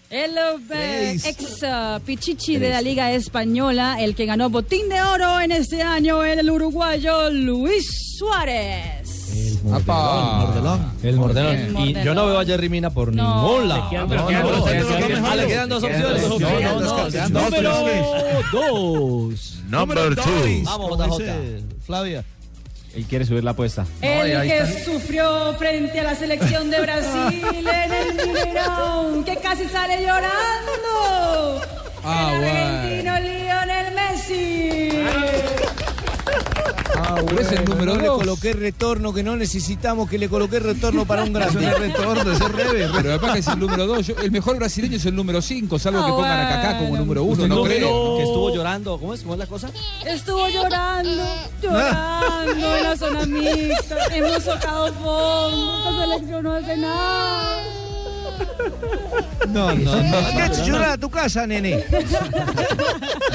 [SPEAKER 6] El eh, ex eh, Pichichi de la Liga Española, el que ganó botín de oro en este año, era el uruguayo Luis Suárez.
[SPEAKER 3] El mordelón.
[SPEAKER 6] El
[SPEAKER 3] Y
[SPEAKER 6] mordelón.
[SPEAKER 3] yo no veo a Jerry Mina por ningún lado.
[SPEAKER 4] quedan-
[SPEAKER 3] No,
[SPEAKER 4] le quedan
[SPEAKER 3] no,
[SPEAKER 4] dos,
[SPEAKER 3] no,
[SPEAKER 4] le
[SPEAKER 3] no,
[SPEAKER 4] quedan dos
[SPEAKER 3] Ah, le
[SPEAKER 4] mejores.
[SPEAKER 3] quedan dos
[SPEAKER 4] Le quedan
[SPEAKER 3] opciones.
[SPEAKER 4] dos
[SPEAKER 3] No, no,
[SPEAKER 4] opciones.
[SPEAKER 3] no,
[SPEAKER 4] Quedan
[SPEAKER 3] no,
[SPEAKER 4] dos
[SPEAKER 3] pero-
[SPEAKER 4] Dos.
[SPEAKER 17] Number two.
[SPEAKER 3] Vamos,
[SPEAKER 10] Como
[SPEAKER 3] JJ.
[SPEAKER 10] dice Flavia.
[SPEAKER 9] Él quiere subir la apuesta.
[SPEAKER 6] El que sufrió frente a la selección de Brasil en el Mineirão, que casi sale llorando.
[SPEAKER 12] Ah,
[SPEAKER 6] el
[SPEAKER 12] bueno.
[SPEAKER 6] argentino Lionel Messi.
[SPEAKER 12] Ah,
[SPEAKER 11] Por ese número no le
[SPEAKER 12] dos.
[SPEAKER 11] coloqué retorno que no necesitamos, que le coloqué retorno para un grande. retorno, es revés.
[SPEAKER 12] Pero además que es el número 2. El mejor brasileño es el número 5, salvo
[SPEAKER 9] Ah,
[SPEAKER 12] que pongan a Kaká como número 1, no creo.
[SPEAKER 3] Que estuvo llorando. ¿Cómo es? ¿Cómo es la cosa?
[SPEAKER 6] Estuvo llorando, llorando en la zona mixta. Hemos tocado fondo, esta selección no hace nada.
[SPEAKER 11] No,
[SPEAKER 3] no, no.
[SPEAKER 11] ¿Qué haces llorar a tu casa, nene?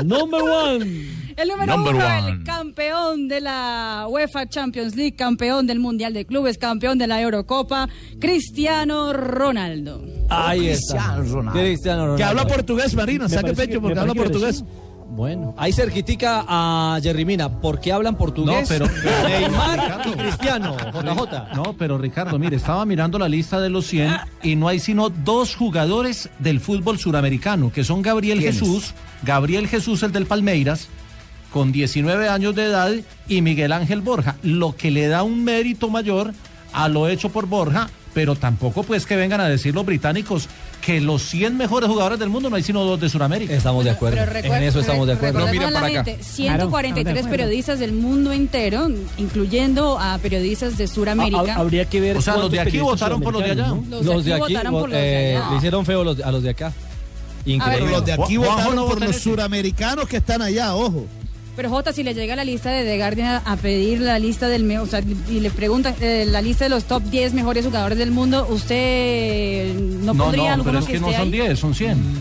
[SPEAKER 4] Number one.
[SPEAKER 6] El número
[SPEAKER 11] Number
[SPEAKER 6] uno,
[SPEAKER 11] one.
[SPEAKER 6] el campeón de la UEFA Champions League, campeón del Mundial de Clubes, campeón de la Eurocopa, Cristiano Ronaldo.
[SPEAKER 3] Ahí está. Cristiano Ronaldo.
[SPEAKER 10] Que habla portugués, Marina. Saque pecho porque habla portugués.
[SPEAKER 3] Bueno. Ahí cerquitica a Jerry Mina. ¿Por qué hablan portugués?
[SPEAKER 8] No, pero-
[SPEAKER 3] Neymar y Cristiano. JJ.
[SPEAKER 8] No, pero Ricardo, mire, estaba mirando la lista de los 100 y no hay sino dos jugadores del fútbol suramericano, que son Gabriel
[SPEAKER 11] ¿Quiénes?
[SPEAKER 8] Jesús, Gabriel Jesús el del Palmeiras, con 19 años de edad y Miguel Ángel Borja, lo que le da un mérito mayor a lo hecho por Borja, pero tampoco pues que vengan a decir los británicos que los 100 mejores jugadores del mundo no hay sino dos de Sudamérica.
[SPEAKER 3] Estamos de acuerdo.
[SPEAKER 6] Pero recuer- re- recordemos a la gente, 143 periodistas del mundo entero, incluyendo a periodistas de
[SPEAKER 3] Ah,
[SPEAKER 4] Ha-
[SPEAKER 6] Sudamérica.
[SPEAKER 4] habría que ver
[SPEAKER 3] O sea, los de aquí
[SPEAKER 4] cuántos
[SPEAKER 3] votaron por los de allá.
[SPEAKER 4] sudamericanos,
[SPEAKER 6] Los de aquí votaron por los de
[SPEAKER 3] eh,
[SPEAKER 6] allá.
[SPEAKER 3] le hicieron feo los de- a los de acá. Increíble.
[SPEAKER 10] Pero los de aquí
[SPEAKER 3] Juanjo
[SPEAKER 10] votaron
[SPEAKER 3] no
[SPEAKER 10] por
[SPEAKER 3] vota en
[SPEAKER 10] los
[SPEAKER 3] ese.
[SPEAKER 10] suramericanos que están allá, ojo.
[SPEAKER 6] Pero Jota, si le llega la lista de The Guardian a pedir la lista del, me- o sea, y le preguntan eh, la lista de los top 10 mejores jugadores del mundo, usted no,
[SPEAKER 8] No,
[SPEAKER 6] podría
[SPEAKER 8] no,
[SPEAKER 6] alguno
[SPEAKER 8] pero es
[SPEAKER 6] que,
[SPEAKER 8] que no
[SPEAKER 6] esté
[SPEAKER 8] son
[SPEAKER 6] ahí?
[SPEAKER 8] 10, son 100.
[SPEAKER 10] Mm.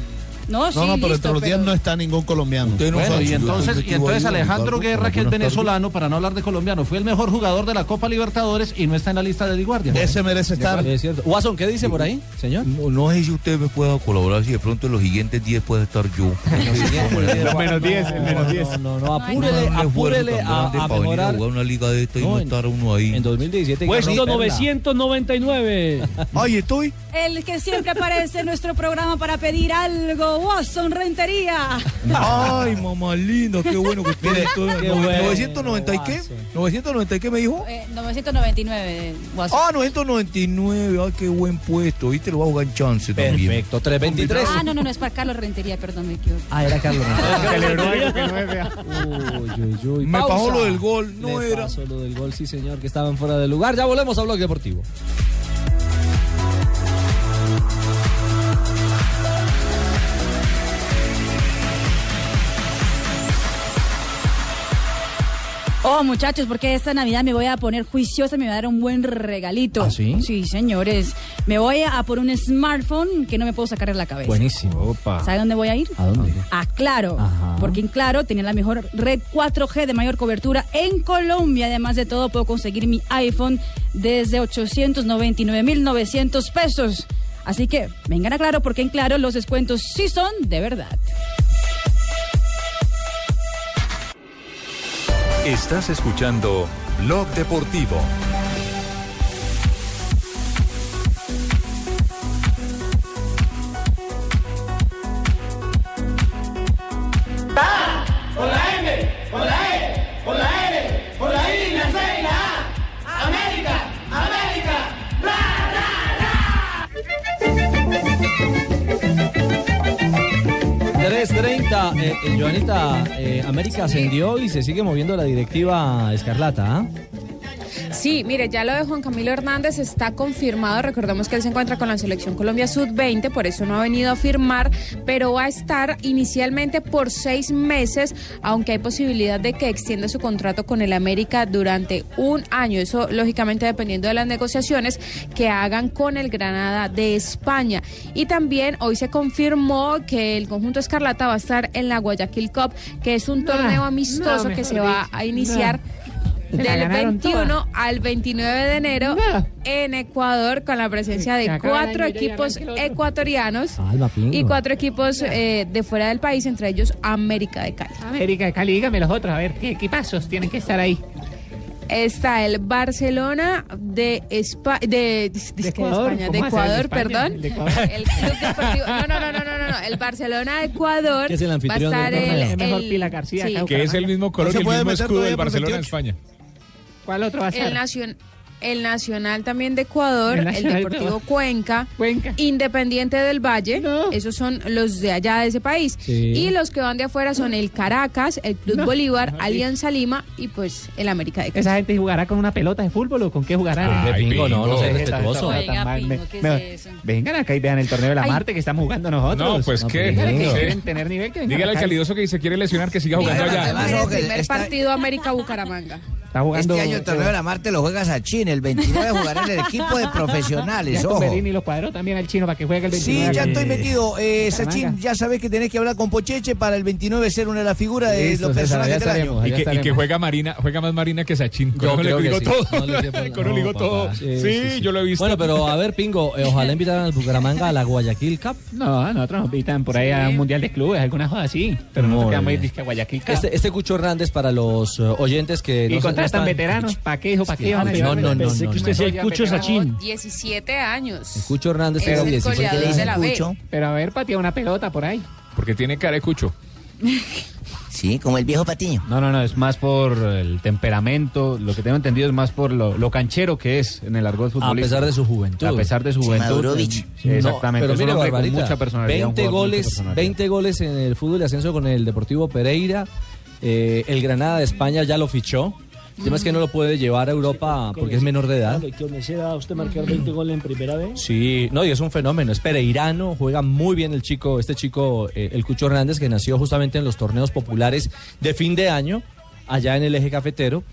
[SPEAKER 6] No, sí, listo, pero-
[SPEAKER 10] no está ningún colombiano.
[SPEAKER 8] Bueno, y entonces, y entonces Alejandro Guerra, que es venezolano, para no hablar de colombiano, fue el mejor jugador de la Copa Libertadores y no está en la lista de The Guardian.
[SPEAKER 10] Ese merece estar.
[SPEAKER 3] Es cierto. Watson, ¿qué dice por ahí, señor?
[SPEAKER 2] No, no sé si usted me pueda colaborar, si de pronto en los siguientes 10 puede estar yo.
[SPEAKER 3] menos 10, el menos 10. No, no, no, apúrele, apúrele a, a
[SPEAKER 2] para venir a
[SPEAKER 3] mejorar.
[SPEAKER 2] jugar una liga de esta y no estar uno ahí. En
[SPEAKER 3] 2017.
[SPEAKER 4] Puesto 999.
[SPEAKER 2] Ay, estoy.
[SPEAKER 6] El que siempre aparece en nuestro programa para pedir algo, Watson Rentería.
[SPEAKER 16] Ay, mamá linda, qué bueno que usted.
[SPEAKER 6] qué
[SPEAKER 16] No-
[SPEAKER 6] bueno,
[SPEAKER 16] 990 y qué? 990 y qué me dijo?
[SPEAKER 6] Eh, 999, Watson.
[SPEAKER 16] Ah, 999, ay, ah, qué buen puesto. Viste, lo va a jugar en chance también.
[SPEAKER 3] Perfecto, 323.
[SPEAKER 6] Ah, no, no, no, es para Carlos Rentería, perdón, me equivoco.
[SPEAKER 3] Ah, era Carlos.
[SPEAKER 16] Celebró algo
[SPEAKER 3] que no
[SPEAKER 16] Me pagó lo del gol, no
[SPEAKER 3] Le
[SPEAKER 16] era.
[SPEAKER 3] pasó lo del gol, sí, señor, que estaban fuera de lugar. Ya volvemos a Blog Deportivo.
[SPEAKER 6] Oh, muchachos, porque esta Navidad me voy a poner juiciosa, me voy a dar un buen regalito.
[SPEAKER 3] ¿Ah, sí?
[SPEAKER 6] Sí, señores. Me voy a por un smartphone que no me puedo sacar de la cabeza.
[SPEAKER 3] Buenísimo.
[SPEAKER 7] Ah.
[SPEAKER 6] ¿Sabe dónde voy a ir?
[SPEAKER 3] ¿A dónde?
[SPEAKER 6] A Claro, porque en Claro tiene la mejor red 4G de mayor cobertura en Colombia. Además de todo, puedo conseguir mi iPhone desde 899.900 pesos. Así que vengan a Claro, porque en Claro los descuentos sí son de verdad.
[SPEAKER 1] Estás escuchando Blog Deportivo.
[SPEAKER 17] Con la M, con la E, con la L, con la I, la C y la A. América, América, ra, ra, ra.
[SPEAKER 3] 3.30, eh, eh, Joanita, eh, América ascendió y se sigue moviendo la directiva Escarlata, ¿ah?
[SPEAKER 18] Sí, mire, ya lo de Juan Camilo Hernández está confirmado. Recordemos que él se encuentra con la selección Colombia Sub-20, por eso no ha venido a firmar, pero va a estar inicialmente por seis meses, aunque hay posibilidad de que extienda su contrato con el América durante un año. Eso, lógicamente, dependiendo de las negociaciones que hagan con el Granada de España. Y también hoy se confirmó que el conjunto Escarlata va a estar en la Guayaquil Cup, que es un torneo amistoso
[SPEAKER 19] Ah, no,
[SPEAKER 18] que se
[SPEAKER 19] mejor
[SPEAKER 18] va
[SPEAKER 19] dicho,
[SPEAKER 18] a iniciar.
[SPEAKER 19] Se la
[SPEAKER 18] Del
[SPEAKER 19] ganaron
[SPEAKER 18] 21
[SPEAKER 19] todas.
[SPEAKER 18] al 29 de enero en Ecuador con la presencia
[SPEAKER 19] Se
[SPEAKER 18] de
[SPEAKER 19] acaba el
[SPEAKER 18] cuatro
[SPEAKER 19] año, ya
[SPEAKER 18] equipos
[SPEAKER 19] arranca
[SPEAKER 18] ecuatorianos
[SPEAKER 19] Ah,
[SPEAKER 3] Alma Pingo.
[SPEAKER 18] y cuatro equipos eh, de fuera del país, entre ellos América de Cali.
[SPEAKER 19] América de Cali, dígame los otros, a ver qué equipazos tienen que estar ahí.
[SPEAKER 18] Está el Barcelona de, Espa- de, de- de
[SPEAKER 19] Ecuador,
[SPEAKER 18] España,
[SPEAKER 19] ¿cómo
[SPEAKER 18] de
[SPEAKER 19] hace? ¿De
[SPEAKER 18] Ecuador,
[SPEAKER 19] España?
[SPEAKER 18] perdón.
[SPEAKER 19] De Ecuador.
[SPEAKER 18] El Club Deportivo, no, no, no, no, no, no, el Barcelona de Ecuador
[SPEAKER 19] Que es el
[SPEAKER 18] va a
[SPEAKER 19] anfitrión
[SPEAKER 18] estar
[SPEAKER 19] del torneo.
[SPEAKER 18] el,
[SPEAKER 19] Es mejor
[SPEAKER 18] el-
[SPEAKER 19] Pila García,
[SPEAKER 18] sí.
[SPEAKER 19] Cauca.
[SPEAKER 20] Que es el mismo color
[SPEAKER 19] se
[SPEAKER 20] y el
[SPEAKER 19] puede
[SPEAKER 20] mismo
[SPEAKER 19] meter
[SPEAKER 20] escudo
[SPEAKER 19] todavía
[SPEAKER 20] del
[SPEAKER 19] por
[SPEAKER 20] Barcelona en
[SPEAKER 19] 28.
[SPEAKER 20] España.
[SPEAKER 19] ¿Cuál otro va a ser?
[SPEAKER 18] El, nacion- el Nacional también de Ecuador,
[SPEAKER 19] El
[SPEAKER 18] el,
[SPEAKER 19] Nacional de
[SPEAKER 18] Deportivo
[SPEAKER 19] Ecuador.
[SPEAKER 18] Cuenca, Independiente del Valle, esos son los de allá de ese país.
[SPEAKER 19] Sí.
[SPEAKER 18] Y los que van de afuera son el Caracas, el Club Bolívar, Alianza Lima y pues el América de Cali.
[SPEAKER 19] ¿Esa gente jugará con una pelota de fútbol o con qué jugará?
[SPEAKER 9] Ah,
[SPEAKER 3] Ay, Pingo, no, no seas
[SPEAKER 19] Esa- esa-
[SPEAKER 3] respetuoso.
[SPEAKER 19] esa-
[SPEAKER 3] Oiga,
[SPEAKER 19] tan mal.
[SPEAKER 3] Pingo,
[SPEAKER 19] Me-
[SPEAKER 3] ¿qué es
[SPEAKER 19] me- Vengan acá y vean el torneo de la Ay. Marte que estamos jugando nosotros.
[SPEAKER 20] No, pues, ¿qué?
[SPEAKER 19] vengan, que
[SPEAKER 20] Sí.
[SPEAKER 7] Este
[SPEAKER 19] quieren tener nivel que vengan
[SPEAKER 20] Dígale al
[SPEAKER 19] acá y-
[SPEAKER 20] calidoso que se quiere lesionar que siga jugando
[SPEAKER 18] En el
[SPEAKER 20] allá.
[SPEAKER 18] primer partido América-Bucaramanga.
[SPEAKER 19] Está jugando.
[SPEAKER 7] Este año el torneo de la Marte lo juegas a China, el 29 jugará en el equipo de profesionales,
[SPEAKER 19] Ya con
[SPEAKER 7] ojo.
[SPEAKER 19] Berini lo cuadró también al chino para que juegue el
[SPEAKER 7] Sí,
[SPEAKER 19] 29.
[SPEAKER 7] ya estoy
[SPEAKER 20] metido.
[SPEAKER 7] Eh,
[SPEAKER 19] Bucaramanga.
[SPEAKER 7] Sachin, ya sabes que tenés que hablar con Pocheche para el 29 ser una de las figuras de
[SPEAKER 20] Listo,
[SPEAKER 7] los
[SPEAKER 20] César,
[SPEAKER 7] personajes
[SPEAKER 20] ya
[SPEAKER 7] del año.
[SPEAKER 20] estaremos, Y que, y que juega Marina, juega más Marina que Sachin. Con
[SPEAKER 3] Yo
[SPEAKER 20] eso le
[SPEAKER 3] creo que
[SPEAKER 20] digo
[SPEAKER 3] sí.
[SPEAKER 20] todo.
[SPEAKER 3] No le tiembla.
[SPEAKER 20] Con eso le
[SPEAKER 3] No,
[SPEAKER 20] digo todo.
[SPEAKER 3] papá.
[SPEAKER 20] Sí,
[SPEAKER 3] sí.
[SPEAKER 20] yo lo he visto.
[SPEAKER 3] Bueno, pero a ver, Pingo, eh, ojalá invitaran al Bucaramanga a la Guayaquil Cup.
[SPEAKER 19] No, nosotros nos invitan por ahí a un mundial de clubes, alguna joda así. Pero
[SPEAKER 3] Muy
[SPEAKER 19] nosotros quedamos ahí
[SPEAKER 3] bien.
[SPEAKER 19] disque a Guayaquil. Cup.
[SPEAKER 3] Este, este Cucho Hernández para los eh, oyentes que
[SPEAKER 19] Y
[SPEAKER 3] no,
[SPEAKER 19] contratan
[SPEAKER 3] están-
[SPEAKER 19] veteranos. ¿Para qué, hijo? ¿Para qué? van a
[SPEAKER 3] No, no, no, no,
[SPEAKER 19] Pensé
[SPEAKER 3] no,
[SPEAKER 19] que usted
[SPEAKER 3] no.
[SPEAKER 19] sea el Cucho Sachín.
[SPEAKER 18] 17 años.
[SPEAKER 3] El Cucho Hernández
[SPEAKER 18] Es el goleador de la B.
[SPEAKER 19] Pero a ver, patea una pelota por ahí.
[SPEAKER 20] Porque tiene cara de cucho.
[SPEAKER 7] Sí, como el viejo Patiño.
[SPEAKER 9] No, no, no, es más por el temperamento. Lo que tengo entendido es más por lo, lo canchero que es en el argot futbolístico.
[SPEAKER 3] pesar de su juventud.
[SPEAKER 9] A pesar de su
[SPEAKER 3] Sí,
[SPEAKER 9] juventud.
[SPEAKER 3] Madurovich.
[SPEAKER 9] Sí, exactamente.
[SPEAKER 3] No, pero
[SPEAKER 9] es un
[SPEAKER 3] mire,
[SPEAKER 9] hombre con
[SPEAKER 3] Barbarita,
[SPEAKER 9] mucha personalidad. un
[SPEAKER 3] 20
[SPEAKER 9] jugador con mucha
[SPEAKER 3] goles,
[SPEAKER 9] personalidad.
[SPEAKER 3] 20 goles en el fútbol de ascenso con el Deportivo Pereira. Eh, el Granada de España ya lo fichó. El tema es que no lo puede llevar a Europa porque es menor de edad.
[SPEAKER 4] Claro, y que me da usted marcar 20 goles en primera vez.
[SPEAKER 3] Sí, no, y es un fenómeno. Es pereirano, juega muy bien el chico, este chico, eh, el Cucho Hernández, que nació justamente en los torneos populares de fin de año, allá en el eje cafetero.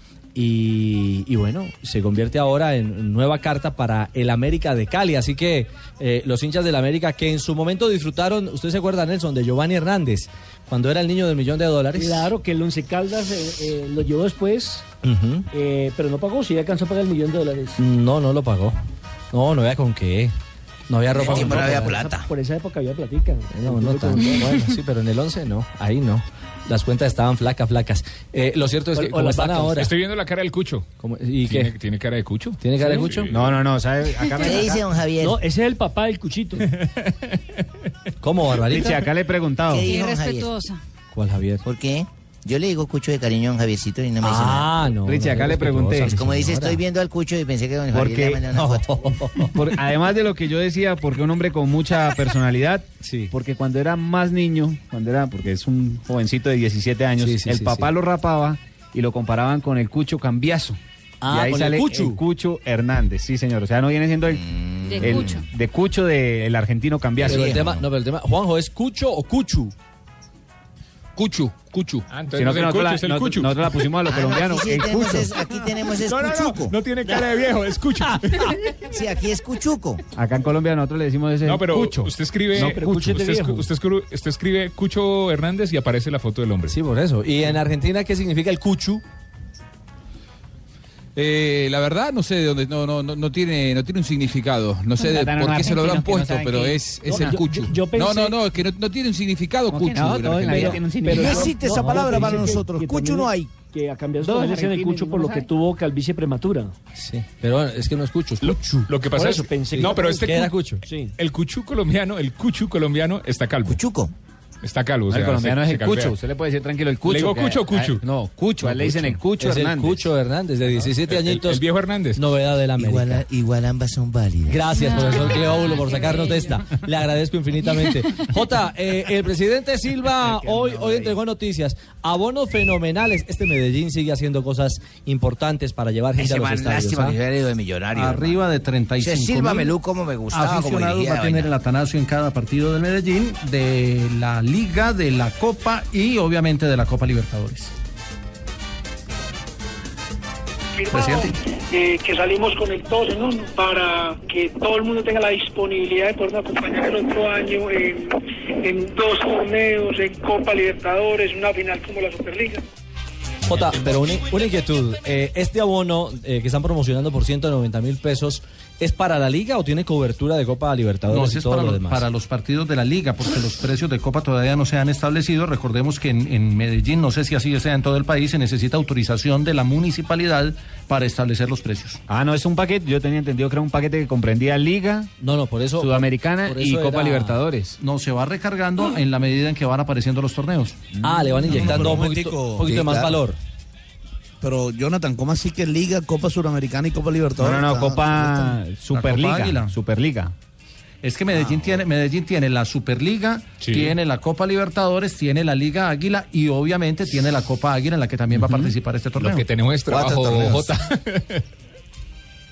[SPEAKER 3] Y, y bueno, se convierte ahora en nueva carta para el América de Cali. Así que eh, los hinchas del América que en su momento disfrutaron, ¿usted se acuerda, Nelson, de Giovanni Hernández, cuando era el niño del millón de dólares?
[SPEAKER 4] Claro que el Once Caldas eh, eh, lo llevó después,
[SPEAKER 3] Ujú.
[SPEAKER 4] eh, pero no pagó, si ya alcanzó a pagar el millón de dólares.
[SPEAKER 3] No, no lo pagó. No, no había con qué. No había ropa con qué.
[SPEAKER 4] Por esa época había platica.
[SPEAKER 3] No, no tanto. Bueno, sí, pero en el 11 no. Ahí no. Las cuentas estaban flacas, flacas. Eh, lo cierto es que como están ahora.
[SPEAKER 20] Estoy viendo la cara del Cucho.
[SPEAKER 3] ¿Y
[SPEAKER 20] ¿Tiene, ¿Tiene cara de Cucho?
[SPEAKER 3] ¿Tiene cara de Cucho? No, no, no. ¿sabe?
[SPEAKER 9] Acá me- acá-
[SPEAKER 4] No, ese es el papá del cuchito.
[SPEAKER 3] ¿Cómo, Barbarita?
[SPEAKER 9] Richie, acá le he preguntado.
[SPEAKER 7] ¿Qué
[SPEAKER 6] Qué
[SPEAKER 7] dijo don Javier?
[SPEAKER 6] respetuosa.
[SPEAKER 3] ¿Cuál Javier?
[SPEAKER 7] ¿Por qué? Yo le digo cucho de cariño a don Javiercito y no me dice nada.
[SPEAKER 3] Ah, no.
[SPEAKER 9] Richie, acá le pregunté.
[SPEAKER 7] Pues como dice, estoy viendo al cucho y pensé que don Javier
[SPEAKER 9] Porque-
[SPEAKER 7] le mandaba una foto.
[SPEAKER 9] Por- además de lo que yo decía, porque un hombre con mucha personalidad, porque cuando era más niño, cuando era, porque es un jovencito de 17 años,
[SPEAKER 3] Sí, sí,
[SPEAKER 9] el
[SPEAKER 3] sí,
[SPEAKER 9] papá
[SPEAKER 3] sí.
[SPEAKER 9] lo rapaba y lo comparaban con el Cucho Cambiazo.
[SPEAKER 3] Ah,
[SPEAKER 9] y ahí
[SPEAKER 3] con el
[SPEAKER 9] sale
[SPEAKER 3] Cucho.
[SPEAKER 9] el Cucho Hernández, sí señor. O sea, no viene siendo el,
[SPEAKER 6] De
[SPEAKER 9] el-
[SPEAKER 6] Cucho.
[SPEAKER 9] de Cucho del argentino Cambiazo.
[SPEAKER 3] Pero el tema, no, pero el tema, Juanjo, ¿es Cucho o Cuchu?
[SPEAKER 12] Cuchu, Cuchu.
[SPEAKER 9] Sino que nosotros, la- nosotros- nosotros la pusimos a
[SPEAKER 20] Ah,
[SPEAKER 9] los colombianos.
[SPEAKER 7] Aquí, sí
[SPEAKER 9] el
[SPEAKER 7] tenemos
[SPEAKER 9] Cucho.
[SPEAKER 7] es- Ah, aquí tenemos es
[SPEAKER 9] No, no, no,
[SPEAKER 7] cuchuco.
[SPEAKER 9] no tiene cara de viejo, es
[SPEAKER 7] cucho. sí, aquí es cuchuco.
[SPEAKER 9] Acá en Colombia nosotros le decimos ese
[SPEAKER 20] No, pero
[SPEAKER 9] Cucho.
[SPEAKER 20] usted escribe,
[SPEAKER 9] No,
[SPEAKER 20] pero
[SPEAKER 9] Cucho.
[SPEAKER 20] usted, escu- usted escru- usted escribe Cucho Hernández y aparece la foto del hombre.
[SPEAKER 3] Sí, por eso. ¿Y en Argentina qué significa el Cuchu?
[SPEAKER 12] Eh, la verdad no sé de dónde, no, no, no, no tiene, no tiene un significado. No sé de
[SPEAKER 9] Contrataron
[SPEAKER 12] por
[SPEAKER 9] a
[SPEAKER 12] qué se lo habrán
[SPEAKER 9] argentinos que no
[SPEAKER 12] puesto,
[SPEAKER 9] saben
[SPEAKER 12] pero
[SPEAKER 9] qué
[SPEAKER 12] es,
[SPEAKER 9] es.
[SPEAKER 12] es
[SPEAKER 9] No,
[SPEAKER 12] el
[SPEAKER 9] yo-
[SPEAKER 12] cuchu.
[SPEAKER 9] yo- yo
[SPEAKER 12] no,
[SPEAKER 9] pensé-
[SPEAKER 12] no, no, es que no, no tiene un significado
[SPEAKER 9] que
[SPEAKER 12] cuchu.
[SPEAKER 9] no?
[SPEAKER 12] en
[SPEAKER 9] Todo en la
[SPEAKER 12] Argentina.
[SPEAKER 9] vida tiene un significado.
[SPEAKER 4] Pero
[SPEAKER 9] No existe esa palabra para nosotros. Cucho no
[SPEAKER 4] hay. Que ha cambiado
[SPEAKER 9] Dos
[SPEAKER 4] su parecer en el
[SPEAKER 9] argentinos,
[SPEAKER 4] cucho por lo
[SPEAKER 9] ninguno
[SPEAKER 4] que tuvo calvicie prematura.
[SPEAKER 3] Sí. Pero es que no es Cucho, es Cuchu.
[SPEAKER 20] Lo que pasa
[SPEAKER 4] Por
[SPEAKER 20] es
[SPEAKER 4] eso pensé
[SPEAKER 20] no,
[SPEAKER 4] que-
[SPEAKER 20] pero este
[SPEAKER 4] que era
[SPEAKER 20] cu-
[SPEAKER 4] Cucho.
[SPEAKER 20] El cuchú colombiano, el cuchu colombiano está calvo.
[SPEAKER 7] Cuchuco.
[SPEAKER 20] Está calvo. o
[SPEAKER 9] No, el
[SPEAKER 20] sea,
[SPEAKER 9] colombiano
[SPEAKER 20] se-
[SPEAKER 9] es
[SPEAKER 20] se
[SPEAKER 9] el
[SPEAKER 20] calvea.
[SPEAKER 9] cucho. Usted le puede decir tranquilo el cucho.
[SPEAKER 20] Le digo
[SPEAKER 9] que-
[SPEAKER 20] cucho o
[SPEAKER 9] a-
[SPEAKER 20] cucho.
[SPEAKER 9] a- No, cucho. a él Le dicen el cucho
[SPEAKER 3] es
[SPEAKER 9] Hernández.
[SPEAKER 3] el Cucho Hernández, de 17
[SPEAKER 9] El- el-
[SPEAKER 3] añitos.
[SPEAKER 9] el viejo
[SPEAKER 3] Hernández. Novedad del América.
[SPEAKER 7] Igual, a- igual ambas son válidas.
[SPEAKER 3] Gracias, profesor Cleóbulo, por
[SPEAKER 7] Qué
[SPEAKER 3] sacarnos de esta. Le agradezco infinitamente. Jota, eh, el presidente Silva hoy, hoy entregó noticias. Abonos fenomenales. Este Medellín sigue haciendo cosas importantes para llevar gente
[SPEAKER 7] Ese
[SPEAKER 3] a los
[SPEAKER 7] man,
[SPEAKER 3] estadios.
[SPEAKER 7] lástima
[SPEAKER 3] ¿ah?
[SPEAKER 7] que hubiera ido de millonario.
[SPEAKER 8] Arriba de 35
[SPEAKER 7] Ese Silva
[SPEAKER 8] mil
[SPEAKER 7] Melú, cómo me gustaba, cómo
[SPEAKER 8] aficionados
[SPEAKER 7] dirigía
[SPEAKER 8] va a
[SPEAKER 7] la
[SPEAKER 8] tener
[SPEAKER 7] vaina.
[SPEAKER 8] el Atanasio en cada partido de Medellín, de la Liga, de la Copa y obviamente de la Copa Libertadores.
[SPEAKER 21] firmado, eh, que salimos con el todos en uno para que todo el mundo tenga la disponibilidad de podernos acompañar el otro año en, en dos torneos, en Copa Libertadores, una final como la Superliga.
[SPEAKER 3] Jota, pero una, una inquietud. Eh, ¿Este abono eh, que están promocionando por 190 mil pesos es para la liga o tiene cobertura de Copa Libertadores
[SPEAKER 8] No,
[SPEAKER 3] y
[SPEAKER 8] si es
[SPEAKER 3] todo
[SPEAKER 8] para,
[SPEAKER 3] lo
[SPEAKER 8] los-
[SPEAKER 3] demás?
[SPEAKER 8] para los partidos de la liga, porque los precios de Copa todavía no se han establecido. Recordemos que en, en Medellín, no sé si así sea en todo el país, se necesita autorización de la municipalidad para establecer los precios.
[SPEAKER 9] Ah, no, es un paquete. Yo tenía entendido que era un paquete que comprendía Liga.
[SPEAKER 3] No, no, por eso.
[SPEAKER 9] Sudamericana
[SPEAKER 3] por
[SPEAKER 9] y
[SPEAKER 3] eso
[SPEAKER 9] Copa
[SPEAKER 3] era-
[SPEAKER 9] Libertadores.
[SPEAKER 8] No, se va recargando en la medida en que van apareciendo los torneos.
[SPEAKER 3] Ah, le van
[SPEAKER 8] inyectando
[SPEAKER 10] pero
[SPEAKER 8] un poquito-
[SPEAKER 10] momentico.
[SPEAKER 8] poquito más valor.
[SPEAKER 10] Pero Jonathan, ¿cómo así que Liga, Copa Suramericana y Copa
[SPEAKER 9] No,
[SPEAKER 10] Libertadores?
[SPEAKER 9] no, no,
[SPEAKER 10] Está-
[SPEAKER 9] Copa
[SPEAKER 8] La Copa
[SPEAKER 9] Superliga.
[SPEAKER 8] Águila.
[SPEAKER 9] Superliga.
[SPEAKER 8] Es que Medellín
[SPEAKER 20] Ah,
[SPEAKER 8] tiene Medellín tiene la Superliga, tiene la Copa Libertadores, tiene la Liga Águila y obviamente tiene la Copa Águila en la que también va a participar este torneo.
[SPEAKER 20] Lo que tenemos es trabajo, Jota.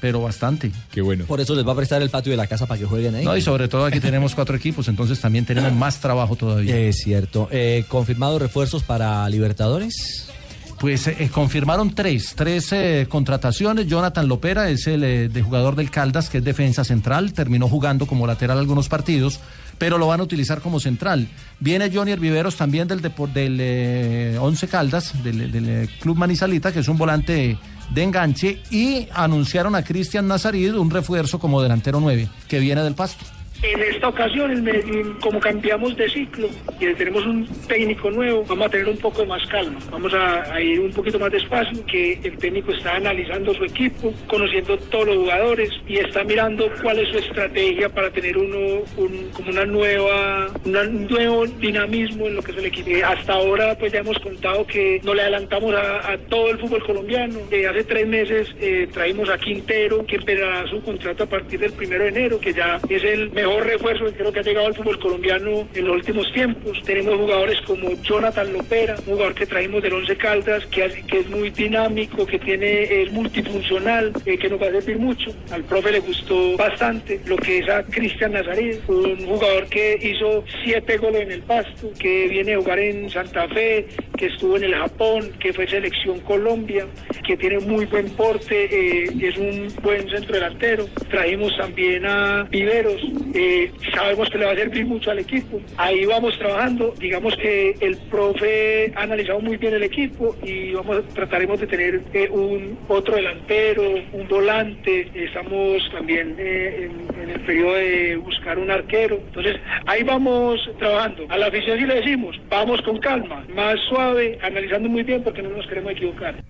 [SPEAKER 8] Pero bastante.
[SPEAKER 20] Qué bueno.
[SPEAKER 3] Por eso les va a prestar el patio de la casa para que jueguen ahí.
[SPEAKER 8] No, y sobre todo aquí tenemos cuatro equipos, entonces también tenemos más trabajo todavía.
[SPEAKER 3] Es cierto. Eh, ¿Confirmados refuerzos para Libertadores?
[SPEAKER 8] Pues eh, eh, confirmaron tres, tres eh, contrataciones. Jonathan Lopera es el eh, de jugador del Caldas, que es defensa central, terminó jugando como lateral algunos partidos, pero lo van a utilizar como central. Viene Johnny Herviveros también del, Depor- del eh, Once Caldas, del, del, eh, Club Manizalita, que es un volante de enganche, y anunciaron a Cristian Nazarid un refuerzo como delantero 9, que viene del Pasto.
[SPEAKER 21] En esta ocasión, en Medellín, como cambiamos de ciclo y tenemos un técnico nuevo, vamos a tener un poco de más calma. Vamos a, a ir un poquito más despacio, que el técnico está analizando su equipo, conociendo todos los jugadores y está mirando cuál es su estrategia para tener uno un- como una nueva, una- un nuevo dinamismo en lo que es el equipo. Eh, hasta ahora, pues ya hemos contado que no le adelantamos a, a todo el fútbol colombiano. Eh, hace tres meses eh, traímos a Quintero, que empezará su contrato a partir del primero de enero, que ya es el mejor refuerzo que creo que ha llegado al fútbol colombiano en los últimos tiempos. Tenemos jugadores como Jonathan Lopera, un jugador que traímos del Once Caldas, que, hace- que es muy dinámico, que tiene es multifuncional, eh, que nos va a servir mucho. Al profe le gustó bastante lo que es a Cristian Nazarí, un jugador que hizo siete goles en el Pasto, que viene a jugar en Santa Fe, que estuvo en el Japón, que fue selección Colombia, que tiene muy buen porte, eh, es un buen centro delantero. Traímos también a Viveros, eh, sabemos que le va a servir mucho al equipo. Ahí vamos trabajando, digamos que el profe ha analizado muy bien el equipo y vamos trataremos de tener eh, un otro delantero, un volante. Estamos también eh, en, en el periodo de buscar un arquero. Entonces ahí vamos trabajando. A la afición sí le decimos, vamos con calma, más suave, analizando muy bien porque no nos queremos equivocar.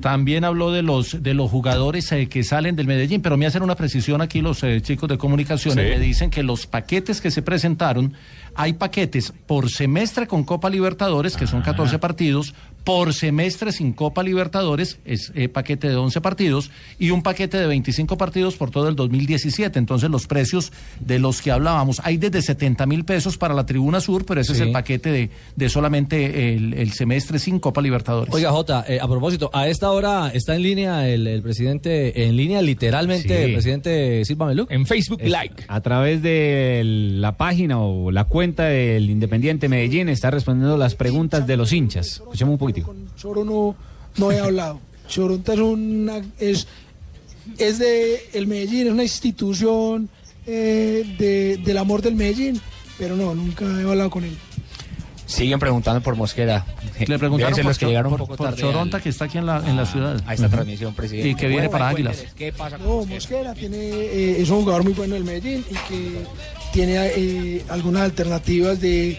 [SPEAKER 8] También habló de los de los jugadores eh, que salen del Medellín, pero me hacen una precisión aquí los eh, chicos de comunicaciones,
[SPEAKER 22] Sí.
[SPEAKER 8] me dicen que los paquetes que se presentaron, hay paquetes por semestre con Copa Libertadores, que son 14 partidos, por semestre sin Copa Libertadores, es eh, paquete de 11 partidos, y un paquete de 25 partidos por todo el 2017. Entonces los precios de los que hablábamos, hay desde 70 mil pesos para la Tribuna Sur, pero ese es
[SPEAKER 3] Sí.
[SPEAKER 8] el paquete de, de solamente el, el semestre sin Copa Libertadores.
[SPEAKER 3] Oiga, Jota, eh, a propósito, a esta hora está en línea el, el presidente, en línea literalmente,
[SPEAKER 9] Sí.
[SPEAKER 3] el presidente Silva Melú. En Facebook
[SPEAKER 9] A través de la página o la cuenta del Independiente Medellín está respondiendo las preguntas de los hinchas. Escuchemos un poquitico.
[SPEAKER 23] Choro no, no he hablado. Choronta es una es, es de el Medellín, es una institución eh, de- del amor del Medellín, pero no, nunca he hablado con él.
[SPEAKER 5] Siguen preguntando por Mosquera.
[SPEAKER 8] Le preguntaron
[SPEAKER 5] Deben ser
[SPEAKER 8] por
[SPEAKER 5] los que
[SPEAKER 8] Cho-
[SPEAKER 5] llegaron un
[SPEAKER 8] por-
[SPEAKER 5] poco
[SPEAKER 8] por
[SPEAKER 5] tarde
[SPEAKER 8] Choronta,
[SPEAKER 5] al-
[SPEAKER 8] que está aquí en la, en la ciudad.
[SPEAKER 5] a
[SPEAKER 8] Ujú.
[SPEAKER 5] esta Ah, transmisión, presidente.
[SPEAKER 8] Y que viene para
[SPEAKER 5] Bueno,
[SPEAKER 8] Águilas.
[SPEAKER 5] ¿Qué pasa con
[SPEAKER 23] No, Mosquera tiene, eh, es un jugador muy bueno del Medellín y que tiene eh, algunas alternativas de,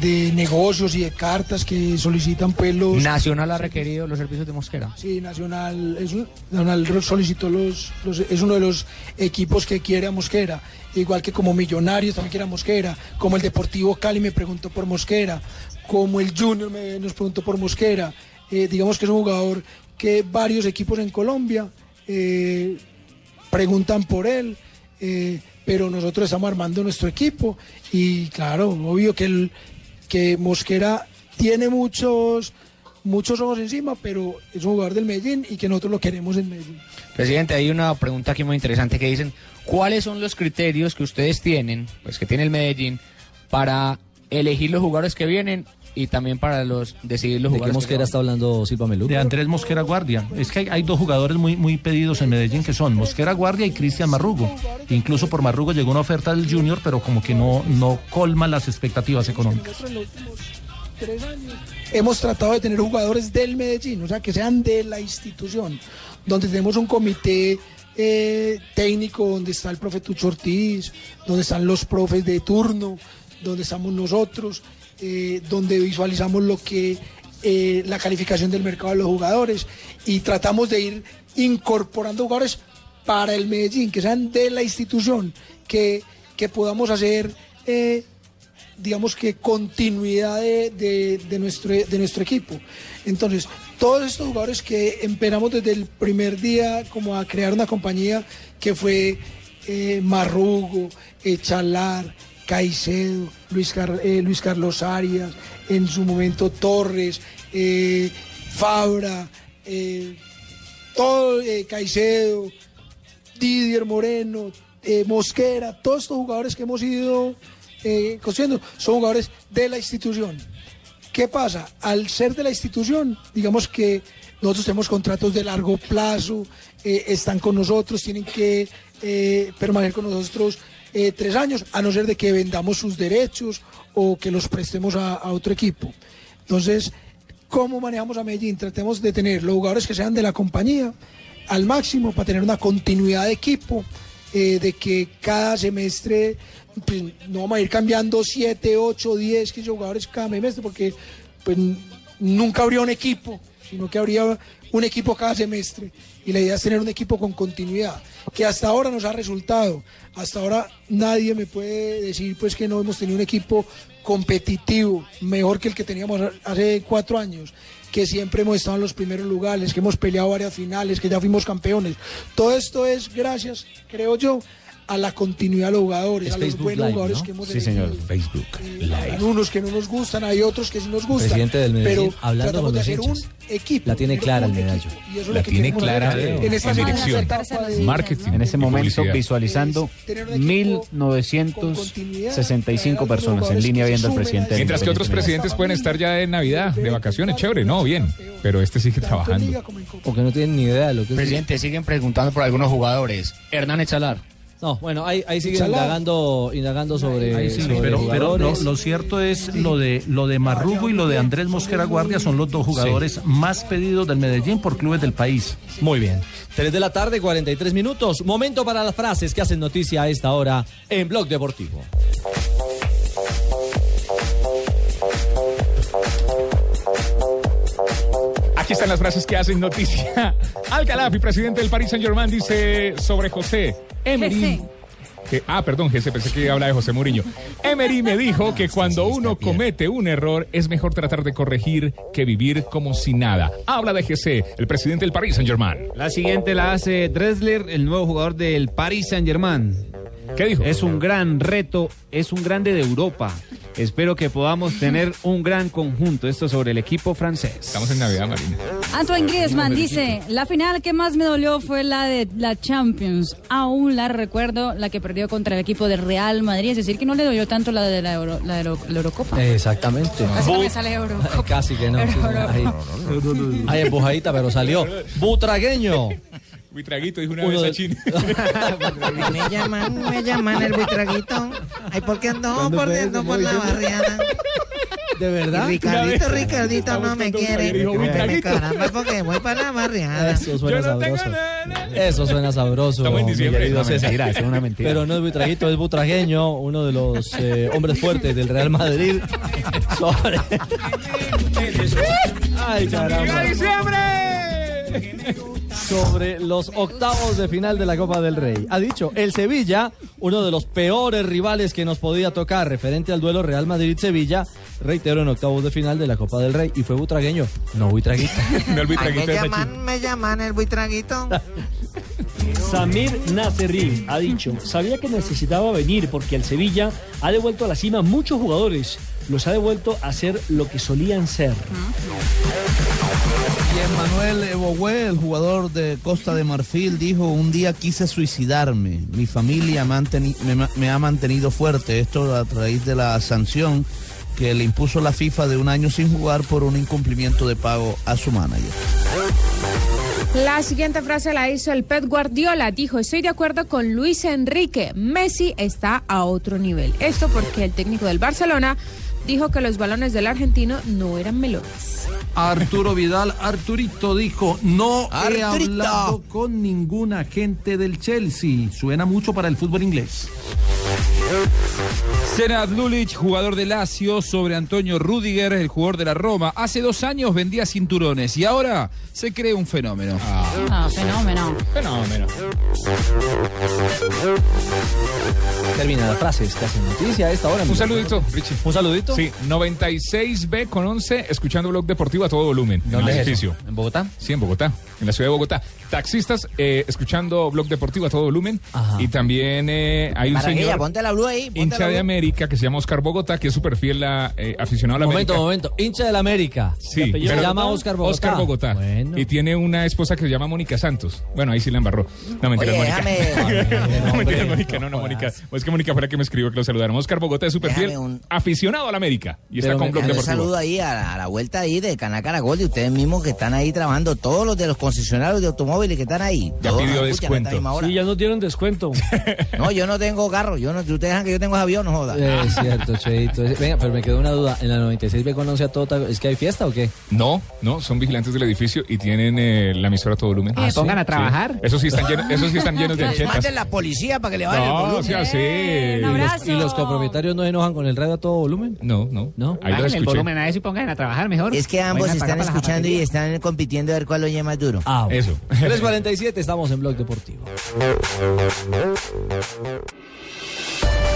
[SPEAKER 23] de negocios y de cartas que solicitan pues los...
[SPEAKER 5] Nacional ha requerido los servicios de Mosquera.
[SPEAKER 23] Sí, Nacional, es un- Nacional solicitó los, los- es uno de los equipos que quiere a Mosquera, igual que como Millonarios también quiere a Mosquera, como el Deportivo Cali me preguntó por Mosquera, como el Junior me- nos preguntó por Mosquera, Eh, digamos que es un jugador que varios equipos en Colombia eh, preguntan por él, eh, pero nosotros estamos armando nuestro equipo y claro, obvio que el, que Mosquera tiene muchos muchos ojos encima, pero es un jugador del Medellín y que nosotros lo queremos en Medellín.
[SPEAKER 5] Presidente, hay una pregunta aquí muy interesante que dicen, ¿cuáles son los criterios que ustedes tienen, pues que tiene el Medellín, para elegir los jugadores que vienen y también para los decidir los
[SPEAKER 3] ¿De qué
[SPEAKER 5] jugadores
[SPEAKER 3] Mosquera está hablando Silva Melú?
[SPEAKER 8] De Andrés Mosquera Guardia. Es que hay, hay dos jugadores muy, muy pedidos en Medellín que son Mosquera Guardia y Cristian Marrugo. Incluso por Marrugo llegó una oferta del Junior, pero como que no, no colma las expectativas económicas.
[SPEAKER 23] Nosotros en los últimos tres años hemos tratado de tener jugadores del Medellín, o sea, que sean de la institución, donde tenemos un comité eh, técnico, donde está el profe Tucho Ortiz, donde están los profes de turno, donde estamos nosotros, eh, donde visualizamos lo que eh, la calificación del mercado de los jugadores y tratamos de ir incorporando jugadores para el Medellín, que sean de la institución, que, que podamos hacer... eh, digamos que continuidad de, de- de nuestro, de nuestro equipo. Entonces, todos estos jugadores que emperamos desde el primer día como a crear una compañía que fue eh, Marrugo, eh, Chalar, Caicedo, Luis, Car- eh, Luis Carlos Arias, en su momento Torres, eh, Fabra, eh, todo, eh, Caicedo, Didier Moreno, eh, Mosquera, todos estos jugadores que hemos ido eh, construyendo son jugadores de la institución. ¿Qué pasa? Al ser de la institución, digamos que nosotros tenemos contratos de largo plazo, eh, están con nosotros, tienen que eh, permanecer con nosotros eh, tres años, a no ser de que vendamos sus derechos o que los prestemos a- a otro equipo. Entonces, ¿cómo manejamos a Medellín? Tratemos de tener los jugadores que sean de la compañía al máximo para tener una continuidad de equipo eh, de que cada semestre pues, no vamos a ir cambiando 7, 8, 10, 15 jugadores cada semestre, porque pues, nunca habría un equipo, sino que habría un equipo cada semestre. Y la idea es tener un equipo con continuidad, que hasta ahora nos ha resultado. Hasta ahora nadie me puede decir pues que no hemos tenido un equipo competitivo, mejor que el que teníamos hace cuatro años que siempre hemos estado en los primeros lugares, que hemos peleado varias finales, que ya fuimos campeones. Todo esto es gracias, creo yo, a la continuidad de los jugadores,
[SPEAKER 2] Es
[SPEAKER 23] a los
[SPEAKER 2] Facebook
[SPEAKER 23] buenos
[SPEAKER 2] Live,
[SPEAKER 23] jugadores
[SPEAKER 2] ¿no?
[SPEAKER 23] que hemos
[SPEAKER 2] Sí, señor.
[SPEAKER 23] elegido.
[SPEAKER 2] Facebook
[SPEAKER 23] Hay unos que no nos gustan, hay otros que sí nos gustan.
[SPEAKER 3] Presidente del Medellín,
[SPEAKER 23] pero
[SPEAKER 3] hablando
[SPEAKER 23] tratamos
[SPEAKER 3] con
[SPEAKER 23] de
[SPEAKER 3] los
[SPEAKER 23] hacer un
[SPEAKER 3] hinchas.
[SPEAKER 23] equipo.
[SPEAKER 3] La tiene
[SPEAKER 23] pero
[SPEAKER 3] clara el
[SPEAKER 23] un equipo.
[SPEAKER 3] medallo.
[SPEAKER 23] Y eso es
[SPEAKER 2] La
[SPEAKER 23] lo que
[SPEAKER 2] tiene
[SPEAKER 23] tenemos que
[SPEAKER 2] clara
[SPEAKER 23] hacer
[SPEAKER 2] en
[SPEAKER 23] esta
[SPEAKER 2] dirección,
[SPEAKER 23] etapa de-
[SPEAKER 2] marketing.
[SPEAKER 9] En ese
[SPEAKER 2] y
[SPEAKER 9] momento
[SPEAKER 2] publicidad.
[SPEAKER 9] visualizando 1965 personas en línea viendo al presidente. del
[SPEAKER 20] Mientras que otros
[SPEAKER 9] Independiente
[SPEAKER 20] presidentes pueden estar ya de Navidad, de vacaciones, chévere, no, bien, pero este sigue trabajando.
[SPEAKER 3] Porque no tienen ni idea de lo que
[SPEAKER 5] Presidente, siguen preguntando por algunos jugadores. Hernán Echalar.
[SPEAKER 3] No, bueno, ahí, ahí siguen
[SPEAKER 5] Chalá.
[SPEAKER 3] indagando, indagando sobre.
[SPEAKER 20] Ahí sí,
[SPEAKER 3] sobre
[SPEAKER 20] pero-
[SPEAKER 8] Pero lo,
[SPEAKER 3] jugadores.
[SPEAKER 8] lo cierto es lo de lo de Marrugo y lo de Andrés Mosquera Guardia son los dos jugadores más pedidos del Medellín por clubes del país.
[SPEAKER 3] Muy bien. 3 de la tarde, 43 minutos. Momento para las frases que hacen noticia a esta hora en Blog Deportivo.
[SPEAKER 20] Aquí están las frases que hacen noticia. Al Khalafi, presidente del Paris Saint Germain, dice sobre José Emery. que- ah, perdón, Jesse, pensé que habla de José Mourinho. Emery me dijo que cuando uno comete un error es mejor tratar de corregir que vivir como si nada. Habla de Jesse, el presidente del Paris Saint Germain.
[SPEAKER 9] La siguiente la hace Dressler, el nuevo jugador del Paris Saint-Germain.
[SPEAKER 20] ¿Qué dijo?
[SPEAKER 9] Es un gran reto, es un grande de Europa. Espero que podamos tener un gran conjunto. Esto sobre el equipo francés. Estamos
[SPEAKER 20] en Navidad, Marina.
[SPEAKER 6] Antoine Griezmann dice, la final que más me dolió fue la de la Champions. Aún la recuerdo, la que perdió contra el equipo de Real Madrid. Es decir, que no le dolió tanto la de la, Euro- la de la- la Eurocopa.
[SPEAKER 7] Eh,
[SPEAKER 3] Exactamente.
[SPEAKER 6] Casi no me sale Euro.
[SPEAKER 3] Casi que no. sí, señor. Ahí, ahí empujadita, pero salió. Butragueño.
[SPEAKER 20] Mi traguito dijo una vez
[SPEAKER 3] Uno de-
[SPEAKER 20] a China.
[SPEAKER 7] Me llaman, me llaman el buitraguito. Ay, ¿por qué ando
[SPEAKER 3] ¿Cuándo fue
[SPEAKER 7] perdiendo
[SPEAKER 3] eso?
[SPEAKER 7] por la
[SPEAKER 3] Yo-
[SPEAKER 7] barriada?
[SPEAKER 3] ¿De verdad?
[SPEAKER 7] Y Ricardito,
[SPEAKER 3] Una vez-
[SPEAKER 7] Ricardito no me quiere.
[SPEAKER 3] traguito, un
[SPEAKER 7] Méteme
[SPEAKER 3] traguito.
[SPEAKER 7] caramba porque voy para la barriada.
[SPEAKER 3] Eso suena sabroso. Eso suena sabroso.
[SPEAKER 9] Estamos en
[SPEAKER 3] mi
[SPEAKER 9] diciembre.
[SPEAKER 3] querido
[SPEAKER 9] Es una
[SPEAKER 3] César.
[SPEAKER 9] mentira, es una mentira.
[SPEAKER 3] Pero no es butraguito, es butragueño, uno de los eh, hombres fuertes del Real Madrid. Sobre. Ay, caramba. Sobre los octavos de final de la Copa del Rey. Ha dicho, el Sevilla, uno de los peores rivales que nos podía tocar referente al duelo Real Madrid-Sevilla, reitero en octavos de final de la Copa del Rey. Y fue butragueño, no butraguito.
[SPEAKER 20] No el
[SPEAKER 7] Ay, me llaman, me llaman el buitraguito.
[SPEAKER 4] Samir Nasserin ha dicho, sabía que necesitaba venir porque el Sevilla ha devuelto a la cima muchos jugadores, los ha devuelto a ser lo que solían ser.
[SPEAKER 10] Y Emmanuel Bogüe, el jugador de Costa de Marfil, dijo, un día quise suicidarme. Mi familia me, han teni- me ma- me ha mantenido fuerte. Esto a raíz de la sanción que le impuso la FIFA de un año sin jugar por un incumplimiento de pago a su manager.
[SPEAKER 18] La siguiente frase la hizo el Pep Guardiola. Dijo, estoy de acuerdo con Luis Enrique. Messi está a otro nivel. Esto porque el técnico del Barcelona dijo que los balones del argentino no eran melones.
[SPEAKER 8] Arturo Vidal, Arturito dijo, no he
[SPEAKER 18] Arturito.
[SPEAKER 8] hablado con ningún agente del Chelsea. Suena mucho para el fútbol inglés.
[SPEAKER 12] Senad Lulic, jugador de Lazio, sobre Antonio Rudiger, el jugador de la Roma. Hace dos años vendía cinturones y ahora se cree un fenómeno.
[SPEAKER 6] Ah, fenómeno.
[SPEAKER 12] Fenómeno.
[SPEAKER 3] Termina las frases que hacen noticia a esta hora.
[SPEAKER 20] Un saludito, Richie.
[SPEAKER 3] ¿Un saludito?
[SPEAKER 20] Sí, 96B con 11, escuchando Blog Deportivo a todo volumen. en
[SPEAKER 3] ¿Dónde
[SPEAKER 20] el
[SPEAKER 3] es eso?
[SPEAKER 20] edificio.
[SPEAKER 3] ¿En Bogotá?
[SPEAKER 20] Sí, en Bogotá, en la ciudad de Bogotá. Taxistas eh, escuchando Blog Deportivo a todo volumen. Y también eh, hay un
[SPEAKER 7] Barranquilla,
[SPEAKER 20] señor
[SPEAKER 7] ponte la blue ahí. ponte la
[SPEAKER 20] hincha de
[SPEAKER 7] blue.
[SPEAKER 20] América que se llama Oscar Bogotá, que es súper fiel la, eh, aficionado a la
[SPEAKER 3] Momento,
[SPEAKER 20] América.
[SPEAKER 3] momento. Hincha del América.
[SPEAKER 20] Sí,
[SPEAKER 3] se
[SPEAKER 20] pero-
[SPEAKER 3] llama Oscar Bogotá.
[SPEAKER 20] Oscar Bogotá. Y tiene una esposa que se llama Mónica Santos. Bueno, ahí sí la embarró. No, mentira,
[SPEAKER 7] Oye,
[SPEAKER 20] es Mónica.
[SPEAKER 7] déjame-
[SPEAKER 20] no, mentira, es Mónica. No, no, Mónica. Es que Mónica fue la que me escribió que lo saludáramos. Oscar Bogotá es súper fiel, aficionado al América. Y está
[SPEAKER 7] Pero
[SPEAKER 20] con
[SPEAKER 7] me-
[SPEAKER 20] Blog
[SPEAKER 7] un
[SPEAKER 20] Deportivo.
[SPEAKER 7] saludo ahí a la, a la vuelta ahí de Cana Caracol de ustedes mismos que están ahí trabajando, todos los de los concesionarios de automóviles que están ahí.
[SPEAKER 20] Ya
[SPEAKER 7] todos
[SPEAKER 20] pidió
[SPEAKER 7] nos escuchan a esta
[SPEAKER 20] descuento.
[SPEAKER 7] misma hora.
[SPEAKER 4] Sí, ya nos dieron descuento.
[SPEAKER 7] No, yo no tengo carro, yo no, ustedes ustedes dejan que yo tengo es avión, no joda.
[SPEAKER 3] Eh, Es cierto, Cheito. Es- Venga, pero me quedó una duda. ¿En la 96 ve conoce a Tota? ¿Es que hay fiesta o qué?
[SPEAKER 20] No, no, son vigilantes del edificio y tienen eh, la emisora a todo volumen.
[SPEAKER 3] Ah, ¿sí? ¿Pongan a trabajar?
[SPEAKER 20] Sí. Esos sí están llenos, esos sí están llenos de anchetas.
[SPEAKER 7] Manden la policía para que le vayan el
[SPEAKER 20] No,
[SPEAKER 7] volumen.
[SPEAKER 20] o sea, sí.
[SPEAKER 3] ¿Y los, y los copropietarios no se enojan con el radio a todo volumen?
[SPEAKER 20] No, no.
[SPEAKER 3] ¿No?
[SPEAKER 20] Ahí lo
[SPEAKER 3] el
[SPEAKER 20] escuché.
[SPEAKER 3] volumen
[SPEAKER 5] a eso y pongan a trabajar mejor.
[SPEAKER 7] Es que ambos
[SPEAKER 3] Vayan a
[SPEAKER 7] están
[SPEAKER 3] pagar para la
[SPEAKER 7] escuchando y están compitiendo a ver cuál lo oye más duro.
[SPEAKER 3] Ah,
[SPEAKER 20] Eso.
[SPEAKER 3] 347, estamos en Blog Deportivo.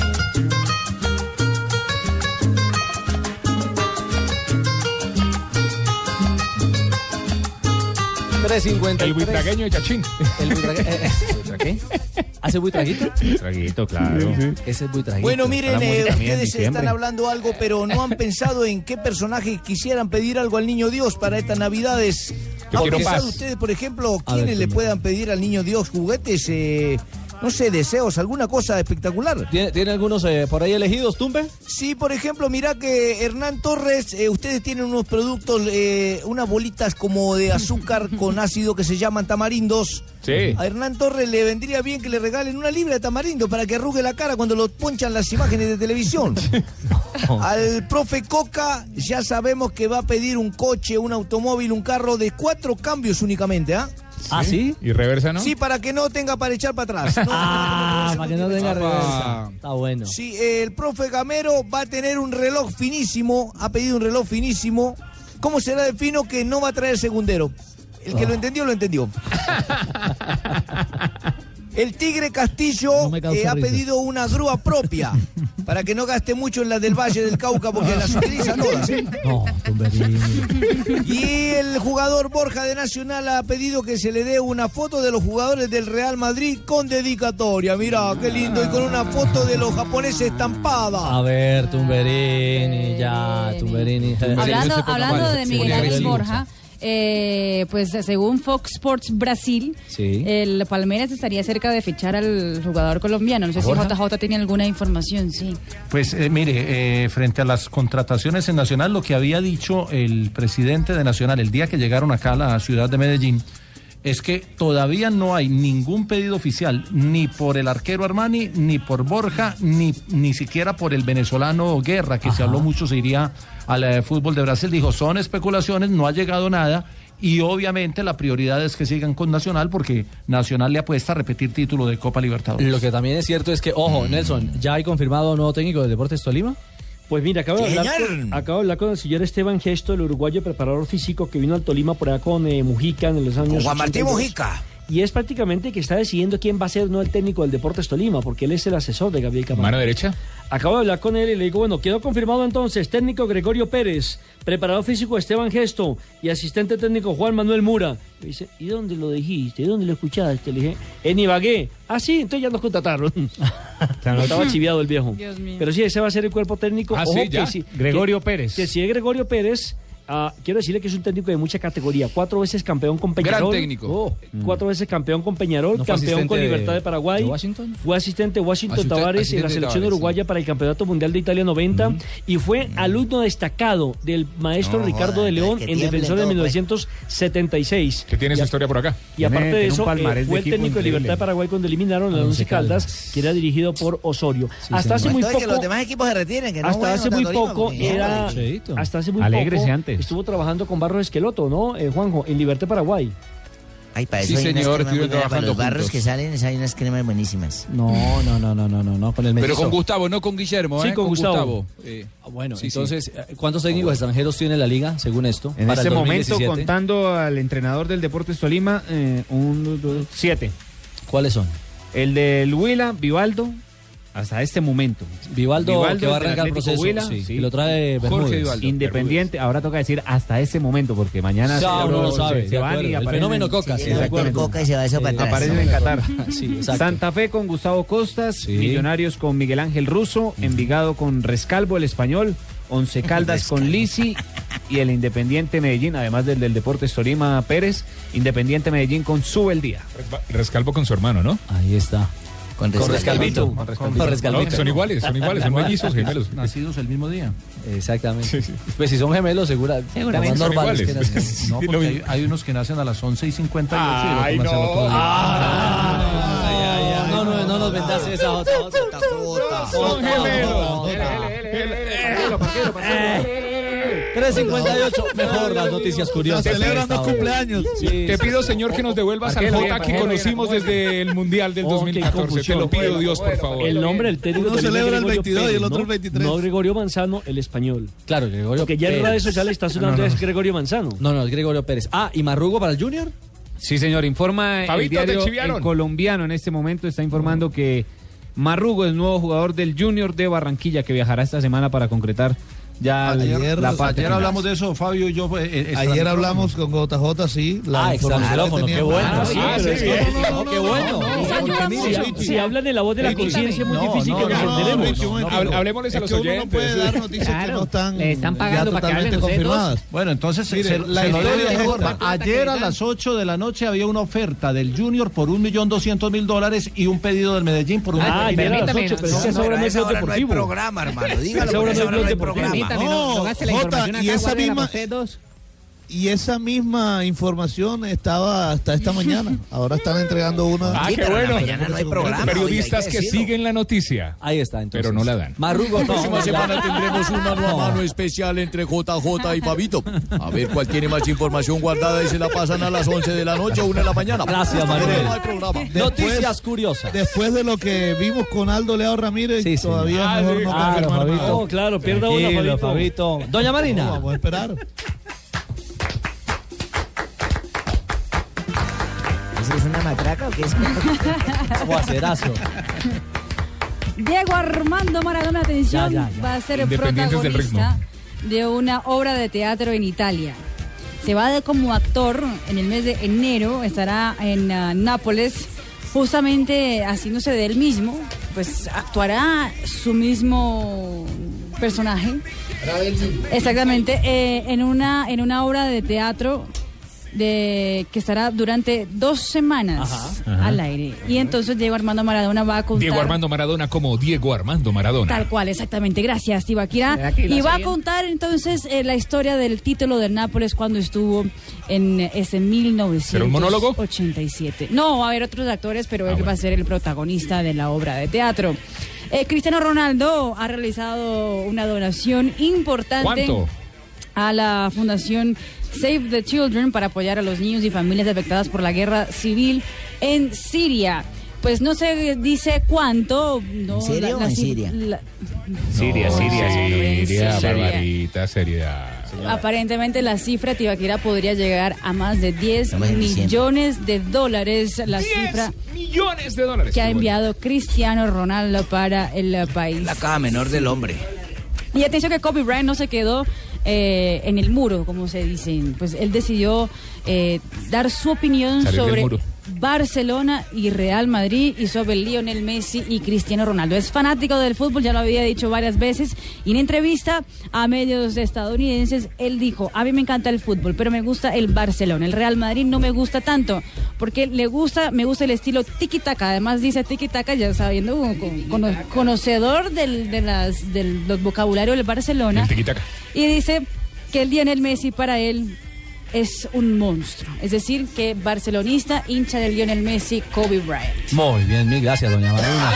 [SPEAKER 20] El
[SPEAKER 3] 353.
[SPEAKER 20] buitragueño de Chachín. ¿Pues
[SPEAKER 3] El buitrague- eh, ¿Qué? ¿Hace buitraguito?
[SPEAKER 20] Buitraguito, claro.
[SPEAKER 3] Ese es buitraguito.
[SPEAKER 11] Bueno, miren, eh, ustedes están
[SPEAKER 3] hablando
[SPEAKER 11] hablando algo, pero no han pensado en qué personaje quisieran pedir algo al niño Dios para estas Navidades.
[SPEAKER 7] Yo
[SPEAKER 11] ¿Han
[SPEAKER 7] quiero
[SPEAKER 11] pensado
[SPEAKER 7] paz.
[SPEAKER 11] ustedes, por ejemplo,
[SPEAKER 7] A ver,
[SPEAKER 11] quiénes le
[SPEAKER 7] Tino.
[SPEAKER 11] puedan pedir al niño Dios juguetes, eh, no sé, deseos, alguna cosa espectacular?
[SPEAKER 3] ¿Tiene, algunos eh, por ahí elegidos, Tumbe?
[SPEAKER 11] Sí, por ejemplo, mirá que Hernán Torres, eh, ustedes tienen unos productos, eh, unas bolitas como de azúcar con ácido que se llaman tamarindos.
[SPEAKER 17] Sí.
[SPEAKER 11] A Hernán Torres le vendría bien que le regalen una libra de tamarindo para que arrugue la cara cuando lo ponchan las imágenes de televisión. Al profe Coca ya sabemos que va a pedir un coche, un automóvil, un carro de cuatro cambios únicamente, ¿ah?
[SPEAKER 3] ¿Ah, sí?
[SPEAKER 20] ¿Y reversa no?
[SPEAKER 11] Sí, para que no tenga para echar para atrás. No,
[SPEAKER 3] Ah, para que no tenga reversa. Está bueno.
[SPEAKER 11] Sí, eh, el profe Gamero va a tener un reloj finísimo, ha pedido un reloj finísimo. ¿Cómo será de fino que no va a traer segundero? El
[SPEAKER 3] Ah.
[SPEAKER 11] que lo entendió, lo entendió. El Tigre Castillo
[SPEAKER 17] causa
[SPEAKER 11] eh, ha
[SPEAKER 17] risa.
[SPEAKER 11] pedido una grúa propia para que no gaste mucho en las del Valle del Cauca porque las utiliza todas.
[SPEAKER 3] No,
[SPEAKER 11] Y el jugador Borja de Nacional ha pedido que se le dé una foto de los jugadores del Real Madrid con dedicatoria. Mira, qué lindo. Y con una foto de los japoneses estampada.
[SPEAKER 3] A ver, Tumberini, ya, Tumberini.
[SPEAKER 6] Hablando, hablando de Miguel Ángel Borja, eh, pues según Fox Sports Brasil,
[SPEAKER 3] Sí.
[SPEAKER 6] el Palmeiras estaría cerca de fichar al jugador colombiano. No sé si
[SPEAKER 8] ¿Borja?
[SPEAKER 6] JJ tiene alguna información, sí.
[SPEAKER 8] Pues eh, mire, eh, frente a las contrataciones en Nacional, lo que había dicho el presidente de Nacional el día que llegaron acá a la ciudad de Medellín es que todavía no hay ningún pedido oficial, ni por el arquero Armani, ni por Borja, ni, ni siquiera por el venezolano Guerra, que se habló mucho, se iría al eh, fútbol de Brasil. Dijo, son especulaciones, no ha llegado nada. Y obviamente la prioridad es que sigan con Nacional porque Nacional le apuesta a repetir título de Copa Libertadores. Mm.
[SPEAKER 3] Lo que también es cierto es que, ojo, Nelson, ¿ya hay confirmado nuevo técnico del Deportes Tolima?
[SPEAKER 4] Pues mira, acabo de, hablar con, acabo de hablar con el señor Esteban Gesto, el uruguayo preparador físico que vino al Tolima por allá con eh, Mujica en los años.
[SPEAKER 11] Juan Martín
[SPEAKER 4] 82.
[SPEAKER 11] Mujica.
[SPEAKER 4] Y es prácticamente que está decidiendo quién va a ser no el técnico del Deportes Tolima, porque él es el asesor de Gabriel Camargo.
[SPEAKER 20] Mano derecha.
[SPEAKER 4] Acabo de hablar con él y le digo, bueno, quedó confirmado entonces técnico Gregorio Pérez, preparador físico Esteban Gesto y asistente técnico Juan Manuel Mura. Me dice, ¿y dónde lo dijiste? ¿Y dónde lo escuchaste? Le dije, en Ibagué. Ah, sí, entonces ya nos contrataron. Estaba chiviado el viejo.
[SPEAKER 19] Dios mío.
[SPEAKER 4] Pero sí, ese va a ser el cuerpo técnico.
[SPEAKER 19] Ah,
[SPEAKER 4] Ojo
[SPEAKER 19] sí,
[SPEAKER 4] que
[SPEAKER 19] ya.
[SPEAKER 4] si-
[SPEAKER 19] Gregorio
[SPEAKER 4] que-
[SPEAKER 19] Pérez.
[SPEAKER 4] Que si es Gregorio Pérez, ah, quiero decirle que es un técnico de mucha categoría. Cuatro veces campeón con
[SPEAKER 12] Gran
[SPEAKER 4] Peñarol.
[SPEAKER 12] técnico.
[SPEAKER 4] Oh, cuatro veces campeón con Peñarol,
[SPEAKER 12] ¿No fue
[SPEAKER 4] campeón con
[SPEAKER 12] asistente
[SPEAKER 4] Libertad de,
[SPEAKER 12] de-
[SPEAKER 4] Paraguay.
[SPEAKER 12] de Washington?
[SPEAKER 4] Fue asistente de Washington
[SPEAKER 12] Asistente-
[SPEAKER 4] Tavares en
[SPEAKER 12] asistente
[SPEAKER 4] la
[SPEAKER 12] de
[SPEAKER 4] selección
[SPEAKER 12] Tavares,
[SPEAKER 4] uruguaya para el Campeonato Mundial de Italia 90 y fue alumno destacado del maestro
[SPEAKER 20] No,
[SPEAKER 4] Ricardo
[SPEAKER 20] joda,
[SPEAKER 4] de León
[SPEAKER 20] que
[SPEAKER 4] en
[SPEAKER 20] tiemble
[SPEAKER 4] Defensor de
[SPEAKER 20] todo, pues.
[SPEAKER 4] 1976.
[SPEAKER 20] Que tiene su
[SPEAKER 4] Y a-
[SPEAKER 20] historia por acá.
[SPEAKER 4] y aparte
[SPEAKER 20] Tiene-
[SPEAKER 4] de
[SPEAKER 20] tiene un
[SPEAKER 4] eso, eh,
[SPEAKER 20] palmarés
[SPEAKER 4] fue el
[SPEAKER 20] equipo
[SPEAKER 4] técnico de
[SPEAKER 20] increíble.
[SPEAKER 4] Libertad de Paraguay cuando eliminaron a
[SPEAKER 20] Once
[SPEAKER 4] Once Caldas, que era dirigido por Osorio. hasta hace muy
[SPEAKER 7] Entonces,
[SPEAKER 4] poco.
[SPEAKER 7] que los demás equipos se retiren, que no
[SPEAKER 4] hasta
[SPEAKER 7] jueguen
[SPEAKER 4] hace
[SPEAKER 7] contra
[SPEAKER 4] muy
[SPEAKER 7] Tolima,
[SPEAKER 4] poco eh,
[SPEAKER 7] porque-
[SPEAKER 4] era. Hasta hace muy
[SPEAKER 7] Alegres
[SPEAKER 4] poco
[SPEAKER 7] y antes.
[SPEAKER 4] estuvo trabajando con Barros Esqueloto, ¿no, eh, Juanjo? En Libertad de Paraguay.
[SPEAKER 7] Ay, para
[SPEAKER 4] Sí,
[SPEAKER 7] eso hay unas
[SPEAKER 4] señor,
[SPEAKER 7] cremas muy
[SPEAKER 4] estuvieron
[SPEAKER 7] buenas, Para los
[SPEAKER 4] trabajando
[SPEAKER 7] barros
[SPEAKER 4] juntos.
[SPEAKER 7] que salen hay unas cremas buenísimas.
[SPEAKER 3] No, no, no, no, no, no, no, con el
[SPEAKER 12] Pero
[SPEAKER 3] mellizo.
[SPEAKER 12] con Gustavo, no con Guillermo,
[SPEAKER 3] Sí,
[SPEAKER 12] ¿eh?
[SPEAKER 3] con Gustavo. Ah,
[SPEAKER 12] Eh,
[SPEAKER 3] Bueno,
[SPEAKER 12] sí, sí.
[SPEAKER 3] entonces, eh, ¿cuántos técnicos extranjeros tiene la liga, según esto?
[SPEAKER 9] En
[SPEAKER 3] para
[SPEAKER 9] este
[SPEAKER 3] el
[SPEAKER 9] momento,
[SPEAKER 3] 2017?
[SPEAKER 9] contando al entrenador del Deportes Tolima, eh, un, dos, dos, siete.
[SPEAKER 3] ¿Cuáles son?
[SPEAKER 9] El del Huila, Vivaldo, hasta este momento.
[SPEAKER 3] Vivaldo, que va a
[SPEAKER 9] del
[SPEAKER 3] arrancar el
[SPEAKER 9] Atlético
[SPEAKER 3] proceso,
[SPEAKER 9] Huila,
[SPEAKER 3] sí, que lo trae Jorge Bermúdez. Vivaldo.
[SPEAKER 19] Independiente, ahora toca decir hasta ese momento, porque mañana
[SPEAKER 3] Ya
[SPEAKER 19] se-
[SPEAKER 3] uno lo
[SPEAKER 19] se-
[SPEAKER 3] sabe,
[SPEAKER 19] se
[SPEAKER 3] de
[SPEAKER 19] van y
[SPEAKER 3] acuerdo. El
[SPEAKER 9] aparecen-
[SPEAKER 3] fenómeno Coca,
[SPEAKER 9] Sí,
[SPEAKER 3] sí, de acuerdo.
[SPEAKER 9] exactamente.
[SPEAKER 3] Coca y se va eso para atrás.
[SPEAKER 9] Eh, Aparecen en
[SPEAKER 3] Sí,
[SPEAKER 9] Qatar.
[SPEAKER 3] exacto.
[SPEAKER 9] Santa Fe con Gustavo Costas, Millonarios con Miguel Ángel Russo, Envigado con Rescalvo, el español, Once Caldas con Lisi y el Independiente Medellín, además del del Deportes Tolima Pérez, Independiente Medellín con Sube el Día.
[SPEAKER 20] Rescalvo con su hermano, ¿no?
[SPEAKER 3] Ahí está.
[SPEAKER 7] Con Rescalvito.
[SPEAKER 20] Con Rescalvito.
[SPEAKER 7] Con Rescalvito.
[SPEAKER 20] No, son iguales, son iguales, son mellizos, eh. gemelos.
[SPEAKER 8] Nacidos el mismo día.
[SPEAKER 3] Exactamente. Pues si son gemelos, segura,
[SPEAKER 8] Seguramente
[SPEAKER 3] lo
[SPEAKER 8] son
[SPEAKER 3] más normal es que
[SPEAKER 8] iguales.
[SPEAKER 3] nazcan.
[SPEAKER 8] No, porque hay, hay unos que nacen a las 11 y 58 y otros
[SPEAKER 3] Ay,
[SPEAKER 8] nacen al
[SPEAKER 3] no.
[SPEAKER 8] otro día.
[SPEAKER 3] No, no, no nos vendas esa otra. otra.
[SPEAKER 17] Son gemelos.
[SPEAKER 3] 3.58, mejor las noticias curiosas.
[SPEAKER 20] celebran los
[SPEAKER 3] cumpleaños.
[SPEAKER 20] Te pido, señor, que nos devuelvas al Jota que conocimos desde el Mundial del 2014. Te lo pido, Dios, por favor.
[SPEAKER 4] El nombre del técnico
[SPEAKER 20] Uno
[SPEAKER 4] también es
[SPEAKER 20] celebra el
[SPEAKER 4] Gregorio
[SPEAKER 20] 22 y el
[SPEAKER 4] Pérez,
[SPEAKER 20] otro
[SPEAKER 4] ¿no?
[SPEAKER 20] el 23.
[SPEAKER 4] No Gregorio Manzano, el español.
[SPEAKER 3] Claro, Gregorio
[SPEAKER 4] Porque ya en
[SPEAKER 3] Pérez.
[SPEAKER 4] redes sociales está sonando
[SPEAKER 3] No, no,
[SPEAKER 4] es Gregorio Manzano.
[SPEAKER 3] No, no, es Gregorio Pérez. Ah, ¿y Marrugo para el Junior?
[SPEAKER 9] Sí, señor, informa el
[SPEAKER 3] Fabito, te
[SPEAKER 9] diario
[SPEAKER 3] chiviaron.
[SPEAKER 9] El colombiano en este momento está informando que Marrugo es nuevo jugador del Junior de Barranquilla que viajará esta semana para concretar ya
[SPEAKER 10] Ayer,
[SPEAKER 9] la parte
[SPEAKER 10] ayer
[SPEAKER 9] final.
[SPEAKER 10] hablamos
[SPEAKER 8] de eso, Fabio y yo. pues, eh,
[SPEAKER 10] ayer hablamos con JJ, sí. La
[SPEAKER 4] Ah,
[SPEAKER 10] información
[SPEAKER 4] extra micrófono,
[SPEAKER 10] que
[SPEAKER 4] qué
[SPEAKER 10] teníamos.
[SPEAKER 4] bueno. Ah, sí, Ah, pero sí, es- bien.
[SPEAKER 10] No, no, no,
[SPEAKER 4] Qué
[SPEAKER 10] no,
[SPEAKER 4] bueno.
[SPEAKER 10] no, no,
[SPEAKER 4] Eso ayuda
[SPEAKER 10] porque mire,
[SPEAKER 4] mucho.
[SPEAKER 10] Richie,
[SPEAKER 4] Si hablan de la voz de la
[SPEAKER 10] Richie,
[SPEAKER 4] conciencia, es muy
[SPEAKER 10] no,
[SPEAKER 4] difícil que nos enteremos.
[SPEAKER 10] Richie, un momento.
[SPEAKER 20] Hable- hablemosles a
[SPEAKER 10] Es
[SPEAKER 20] los
[SPEAKER 10] que uno
[SPEAKER 20] oyentes.
[SPEAKER 10] No puede dar noticias que
[SPEAKER 20] Claro,
[SPEAKER 10] no están,
[SPEAKER 20] le están
[SPEAKER 10] ya
[SPEAKER 20] pagando para que
[SPEAKER 10] totalmente
[SPEAKER 20] hablen ustedes dos.
[SPEAKER 10] confirmadas.
[SPEAKER 8] Bueno, entonces se-
[SPEAKER 10] Mire,
[SPEAKER 8] se,
[SPEAKER 10] la
[SPEAKER 8] se lo
[SPEAKER 10] historia
[SPEAKER 8] doy de
[SPEAKER 10] es
[SPEAKER 8] Jorge.
[SPEAKER 10] otra.
[SPEAKER 8] Ayer a las 8 de la noche había una oferta del Junior por 1.200.000 dólares y un pedido del Medellín por un
[SPEAKER 4] Ah, ayer a las ocho, pero es que a esa hora no es Blog Deportivo.
[SPEAKER 8] hermano, dígalo,
[SPEAKER 4] A esa hora
[SPEAKER 8] porque a esa hora
[SPEAKER 4] Blog
[SPEAKER 8] no hay
[SPEAKER 4] Deportivo.
[SPEAKER 8] programa.
[SPEAKER 10] No, Jota, y esa misma
[SPEAKER 5] dos.
[SPEAKER 10] y esa misma información estaba hasta esta mañana. Ahora están entregando una.
[SPEAKER 20] Ah, qué bueno. Periodistas que siguen la noticia.
[SPEAKER 3] Ahí está, entonces.
[SPEAKER 20] Pero no la dan.
[SPEAKER 16] La próxima semana tendremos un mano a mano especial entre JJ y Fabito. A ver cuál tiene más información guardada y se la pasan a las 11 de la noche o 1 de la mañana.
[SPEAKER 3] Gracias, Manuel.
[SPEAKER 10] Después-
[SPEAKER 3] Noticias curiosas.
[SPEAKER 10] Después de lo que vimos con Aldo Leao Ramírez, todavía mejor no
[SPEAKER 3] Ah, Claro,
[SPEAKER 10] confirmar
[SPEAKER 3] Fabito.
[SPEAKER 10] nada.
[SPEAKER 3] No, claro, pierda una, Tranquilo, Fabito. Fabito. Doña Marina.
[SPEAKER 10] No, vamos a esperar.
[SPEAKER 7] ¿Eso es una matraca o qué es?
[SPEAKER 3] Guacerazo.
[SPEAKER 6] Diego Armando Maradona, atención,
[SPEAKER 7] Ya, ya, ya.
[SPEAKER 6] va a ser
[SPEAKER 7] Independientes del
[SPEAKER 6] protagonista de una obra de teatro en Italia. Se va de- como actor en el mes de enero, estará en ah, Nápoles, justamente haciéndose de él mismo, pues actuará su mismo personaje. Exactamente, eh, en, una, en una obra de teatro de, que estará durante dos semanas
[SPEAKER 20] Ajá. Ajá.
[SPEAKER 6] al aire. Y entonces Diego Armando Maradona va a contar...
[SPEAKER 20] Diego Armando Maradona como Diego Armando Maradona.
[SPEAKER 6] Tal cual, exactamente. Gracias, Tibaquira.
[SPEAKER 20] que la
[SPEAKER 6] Y va a
[SPEAKER 20] sabían.
[SPEAKER 6] contar entonces eh, la historia del título de Nápoles cuando estuvo en eh, ese 1987.
[SPEAKER 20] ¿Será un monólogo? Ah,
[SPEAKER 6] No, va a haber otros actores, pero él va a ser el protagonista de la obra de teatro. Eh, Cristiano Ronaldo ha realizado una donación importante
[SPEAKER 20] ¿Cuánto?
[SPEAKER 6] a la Fundación Save the Children para apoyar a los niños y familias afectadas por la guerra civil en Siria. Pues no se dice cuánto. No,
[SPEAKER 7] ¿En Siria o en
[SPEAKER 6] ci-
[SPEAKER 7] Siria?
[SPEAKER 6] la-
[SPEAKER 20] Siria, Siria, Siria,
[SPEAKER 6] Siria.
[SPEAKER 20] barbarita, seriedad.
[SPEAKER 6] aparentemente la cifra Tibaquira podría llegar a más de 10
[SPEAKER 20] Estamos en diciembre.
[SPEAKER 6] millones de dólares. La cifra
[SPEAKER 20] millones de dólares.
[SPEAKER 6] que ha enviado Cristiano Ronaldo para el eh, país.
[SPEAKER 7] La caja menor del hombre.
[SPEAKER 6] Y atención que Kobe Bryant no se quedó eh, en el muro, como se dice. Pues él decidió eh, dar su opinión
[SPEAKER 20] Salir del
[SPEAKER 6] sobre
[SPEAKER 20] muro.
[SPEAKER 6] Barcelona y Real Madrid y sobre Lionel Messi y Cristiano Ronaldo. Es fanático del fútbol, ya lo había dicho varias veces. Y en entrevista a medios estadounidenses, él dijo, a mí me encanta el fútbol, pero me gusta el Barcelona. El Real Madrid no me gusta tanto, porque le gusta, me gusta el estilo tiki-taka. Además dice tiki-taka, ya sabiendo, como con- cono- conocedor del, de las, del, del vocabulario del Barcelona. Y dice que el Lionel Messi para él es un monstruo. Es decir, que barcelonista, hincha del Lionel Messi, Kobe Bryant.
[SPEAKER 3] Muy bien, mil gracias, doña Marina.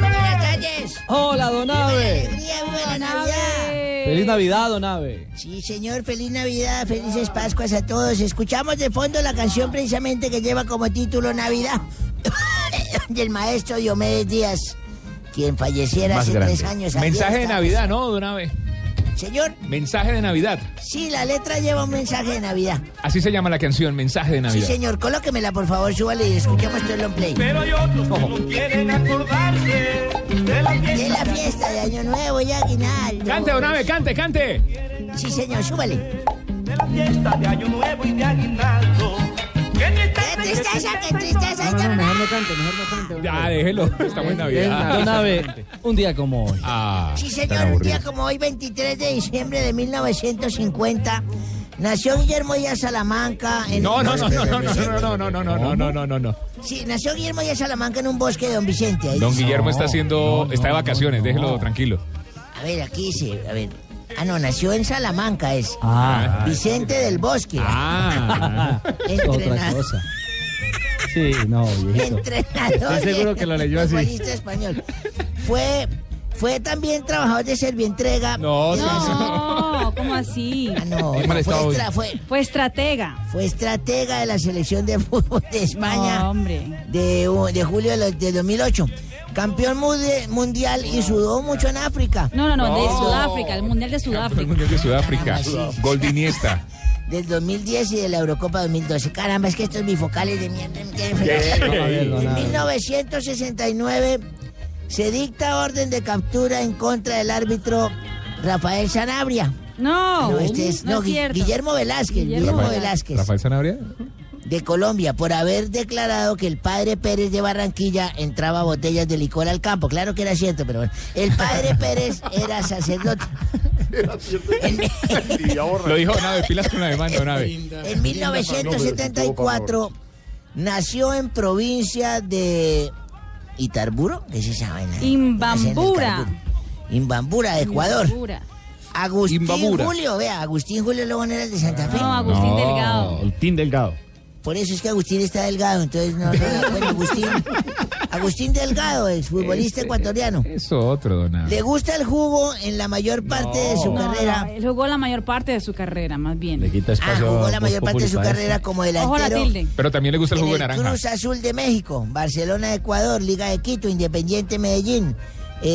[SPEAKER 7] Buenas calles.
[SPEAKER 3] Hola, don Abe.
[SPEAKER 7] Buena Navidad.
[SPEAKER 3] Feliz Navidad, don Abe.
[SPEAKER 7] Sí, señor, feliz Navidad, felices Pascuas a todos. Escuchamos de fondo la canción precisamente que lleva como título Navidad del maestro Diomedes Díaz, quien falleciera hace tres años. Ayer
[SPEAKER 20] Mensaje de
[SPEAKER 7] estaba-
[SPEAKER 20] Navidad, ¿no, don Abe?
[SPEAKER 7] Señor.
[SPEAKER 20] Mensaje de Navidad.
[SPEAKER 7] Sí, la letra lleva un mensaje de Navidad.
[SPEAKER 20] Así se llama la canción, mensaje de
[SPEAKER 7] Sí,
[SPEAKER 20] Navidad.
[SPEAKER 7] señor, colóquemela, por favor, súbale y escuchamos todo el on play. Pero hay otros que no quieren acordarse de la fiesta. De Año Nuevo y Aguinaldo.
[SPEAKER 20] Cante, don Abe, cante, cante.
[SPEAKER 7] Sí, señor, súbale.
[SPEAKER 17] Fiesta de Año Nuevo y de Aguinaldo.
[SPEAKER 7] ¡Qué tristeza, qué tristeza! ya no-
[SPEAKER 3] no cante, mejor no cante.
[SPEAKER 20] Ya, déjelo. Estamos en Navidad.
[SPEAKER 3] Don Abe, un día como hoy.
[SPEAKER 20] Ah,
[SPEAKER 7] Sí, señor, un día como hoy, 23 de diciembre de 1950, Nació Guillermo Díaz Salamanca. En
[SPEAKER 20] No, no, no, no, no, no, no, no, no, no, no, no, no, no, no.
[SPEAKER 7] Sí, nació Guillermo Díaz Salamanca en un bosque de Don Vicente. ahí
[SPEAKER 20] Don
[SPEAKER 7] dice.
[SPEAKER 20] Guillermo está haciendo, está de vacaciones, déjelo tranquilo.
[SPEAKER 7] A ver, aquí sí, a ver. Ah, no, nació en Salamanca, es.
[SPEAKER 20] Ah.
[SPEAKER 7] Vicente del Bosque.
[SPEAKER 20] Ah.
[SPEAKER 7] Entrenador.
[SPEAKER 3] cosa. Sí, no, viejito.
[SPEAKER 7] entrenador
[SPEAKER 3] Estoy seguro que lo leyó así.
[SPEAKER 7] futbolista español. Fue, fue también trabajador de Servientrega.
[SPEAKER 20] No,
[SPEAKER 6] No, ¿cómo así?
[SPEAKER 7] Ah, no,
[SPEAKER 6] no,
[SPEAKER 7] fue, estra- fue-
[SPEAKER 6] fue estratega.
[SPEAKER 7] fue estratega de la selección de fútbol de España
[SPEAKER 6] No, hombre.
[SPEAKER 7] de, u- de julio de, los- de 2008. Campeón mude- mundial y sudó mucho en África.
[SPEAKER 6] No, no, no, de
[SPEAKER 20] No.
[SPEAKER 6] Sudáfrica, el Mundial de
[SPEAKER 20] Campeón
[SPEAKER 6] Sudáfrica.
[SPEAKER 20] mundial de Sudáfrica. Gol de Iniesta.
[SPEAKER 7] Del 2010 y de la Eurocopa 2012. Caramba, es que estos bifocales de mierda. me tienen
[SPEAKER 20] ¿Qué?
[SPEAKER 7] En 1969 se dicta orden de captura en contra del árbitro Rafael Sanabria.
[SPEAKER 6] No,
[SPEAKER 7] este es,
[SPEAKER 6] no es
[SPEAKER 7] Gui-
[SPEAKER 6] cierto.
[SPEAKER 7] Guillermo Velázquez,
[SPEAKER 6] Guillermo
[SPEAKER 7] Guillermo
[SPEAKER 6] Velázquez.
[SPEAKER 7] Velázquez
[SPEAKER 20] Rafael Sanabria.
[SPEAKER 7] de Colombia por haber declarado que el padre Pérez de Barranquilla entraba botellas de licor al campo. Claro que era cierto, pero bueno. El padre Pérez era sacerdote.
[SPEAKER 20] Lo dijo Nave, pilas con la demanda, Nave.
[SPEAKER 7] En 1974 nació en provincia de Itarburo, ¿qué se llama?
[SPEAKER 6] Imbambura.
[SPEAKER 7] Imbambura, Ecuador.
[SPEAKER 6] Imbambura.
[SPEAKER 7] Agustín
[SPEAKER 6] Imbabura.
[SPEAKER 7] Julio, vea, Agustín Julio Lobón era el de Santa Fe.
[SPEAKER 6] No, Agustín Delgado.
[SPEAKER 20] Tin Delgado.
[SPEAKER 7] Por eso es que Agustín está delgado, entonces no, no, bueno, Agustín, Agustín Delgado,
[SPEAKER 6] Este,
[SPEAKER 7] exfutbolista ecuatoriano.
[SPEAKER 20] Eso otro, don Nave.
[SPEAKER 7] Le gusta el jugo en la mayor parte de su
[SPEAKER 6] No,
[SPEAKER 7] carrera.
[SPEAKER 6] no, él jugó la mayor parte de su carrera, más bien. Le
[SPEAKER 20] quita espacio
[SPEAKER 7] Ah, jugó
[SPEAKER 20] a
[SPEAKER 7] la
[SPEAKER 20] Voz
[SPEAKER 7] mayor parte de
[SPEAKER 20] Populi
[SPEAKER 7] su
[SPEAKER 20] para
[SPEAKER 7] carrera
[SPEAKER 20] esto.
[SPEAKER 7] como
[SPEAKER 6] Ojo a la
[SPEAKER 7] delantero.
[SPEAKER 6] tilde.
[SPEAKER 20] Pero también le gusta el
[SPEAKER 7] en
[SPEAKER 20] jugo de
[SPEAKER 7] el
[SPEAKER 20] naranja.
[SPEAKER 7] Cruz Azul de México, Barcelona de Ecuador, Liga de Quito, Independiente Medellín.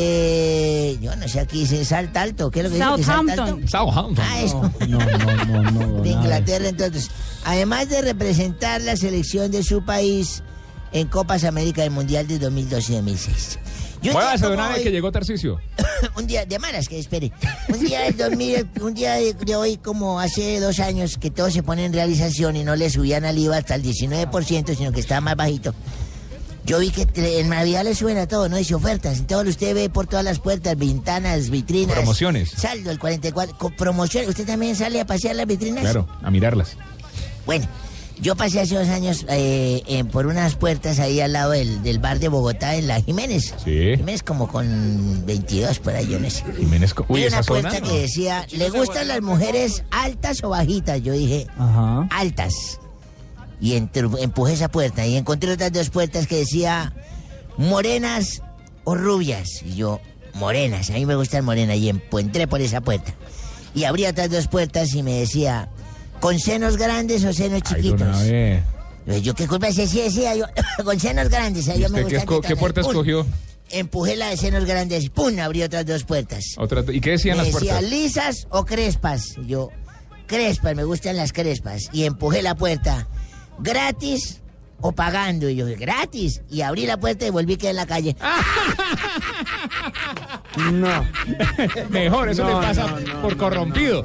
[SPEAKER 7] Eh, yo no sé aquí se salta alto, ¿qué es lo que dice que salta alto?
[SPEAKER 6] Southampton.
[SPEAKER 20] Southampton.
[SPEAKER 7] Ah, eso.
[SPEAKER 3] No, no, no, no.
[SPEAKER 7] de
[SPEAKER 20] eh.
[SPEAKER 7] Inglaterra entonces. Además de representar la selección de su país en Copas América del Mundial de 2012-2006. Y un día
[SPEAKER 20] Muévase, don
[SPEAKER 7] como
[SPEAKER 20] Nave,
[SPEAKER 7] hoy-
[SPEAKER 20] que llegó Tarcicio.
[SPEAKER 7] un día de malas que espere. Un día del 2000, un día de, de hoy como hace dos años que todo se pone en realización y no le subían al IVA hasta el 19%, sino que estaba más bajito. Yo vi que tre- en Navidad le suben a todo, ¿no? Dice ofertas. Entonces usted ve por todas las puertas, ventanas, vitrinas.
[SPEAKER 20] Promociones.
[SPEAKER 7] Saldo, el 44. Con promociones. ¿Usted también sale a pasear las vitrinas?
[SPEAKER 20] Claro, a mirarlas.
[SPEAKER 7] Bueno, yo pasé hace dos años eh, eh, por unas puertas ahí al lado del, del bar de Bogotá, en la Jiménez.
[SPEAKER 20] Sí.
[SPEAKER 7] Jiménez como con 22 por ahí, yo no sé.
[SPEAKER 20] Jiménez. Co- Uy,
[SPEAKER 7] Hay
[SPEAKER 20] esa
[SPEAKER 7] una
[SPEAKER 20] zona.
[SPEAKER 7] puerta que decía, ¿le gustan las mujeres altas o bajitas? Yo dije,
[SPEAKER 3] Ajá.
[SPEAKER 7] altas. Y entr- empujé esa puerta y encontré otras dos puertas que decía, morenas o rubias. Y yo, morenas, a mí me gustan morenas. Y empu- entré por esa puerta. Y abrí otras dos puertas y me decía, ¿con senos grandes o
[SPEAKER 20] Ay, don
[SPEAKER 7] senos chiquitos?
[SPEAKER 20] Nave.
[SPEAKER 7] Yo, yo, ¿qué culpa si sí decía yo? con senos grandes, a
[SPEAKER 20] ¿Y
[SPEAKER 7] yo me
[SPEAKER 20] usted qué,
[SPEAKER 7] gustan
[SPEAKER 20] esco- qué
[SPEAKER 7] tetonas.
[SPEAKER 20] puerta
[SPEAKER 7] Pum,
[SPEAKER 20] escogió?
[SPEAKER 7] Empujé la de senos grandes, ¡pum! Abrí otras dos puertas.
[SPEAKER 20] Otra- ¿Y qué decían
[SPEAKER 7] Me
[SPEAKER 20] las
[SPEAKER 7] decía,
[SPEAKER 20] puertas?
[SPEAKER 7] ¿lisas o crespas? Y Yo, crespas, me gustan las crespas. Y empujé la puerta, ¿gratis o pagando? Y yo, gratis. Y abrí la puerta y volví que en la calle.
[SPEAKER 20] No. Mejor, eso le pasa por corrompido.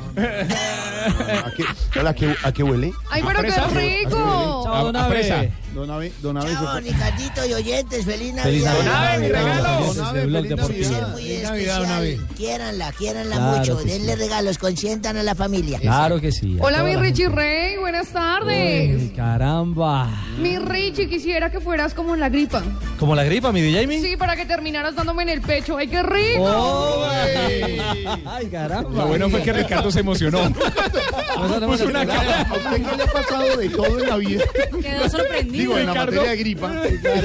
[SPEAKER 22] Hola, ¿a qué, a qué huele?
[SPEAKER 18] ¡Ay, pero qué rico!
[SPEAKER 22] A-
[SPEAKER 20] don
[SPEAKER 22] a
[SPEAKER 20] Abe.
[SPEAKER 22] fresa. Don Abe, don Abe, se
[SPEAKER 7] Chao,
[SPEAKER 22] fue.
[SPEAKER 7] Ricardito y oyentes, feliz
[SPEAKER 22] Feliz
[SPEAKER 7] Navidad.
[SPEAKER 22] Navidad, mi regalo.
[SPEAKER 7] Don Abe,
[SPEAKER 22] Blog
[SPEAKER 7] feliz
[SPEAKER 22] Deportivo.
[SPEAKER 7] Navidad. Muy
[SPEAKER 22] Feliz Navidad, Don
[SPEAKER 7] especial.
[SPEAKER 22] Abe.
[SPEAKER 7] Quiéranla, quiéranla
[SPEAKER 3] Claro
[SPEAKER 7] mucho.
[SPEAKER 3] que sí.
[SPEAKER 7] Denle regalos, consientan a la familia.
[SPEAKER 3] Claro que sí. a
[SPEAKER 18] Hola,
[SPEAKER 3] toda
[SPEAKER 18] mi
[SPEAKER 3] la gente.
[SPEAKER 18] Richie Rey, buenas tardes.
[SPEAKER 3] Uy, Caramba.
[SPEAKER 18] Mi Richie, quisiera que fueras como en la gripa.
[SPEAKER 3] ¿Como la gripa, mi DJ Jamie?
[SPEAKER 18] Sí, para que terminaras dándome en el pecho. ¡Ay, qué rico!
[SPEAKER 3] Oh, Ay, caramba.
[SPEAKER 20] Lo bueno fue que Ricardo se emocionó. Puso una cara.
[SPEAKER 22] ¿A usted no le ha pasado de todo en la vida?
[SPEAKER 6] Quedó sorprendido.
[SPEAKER 22] Digo, en la
[SPEAKER 6] Ricardo.
[SPEAKER 22] materia de gripa,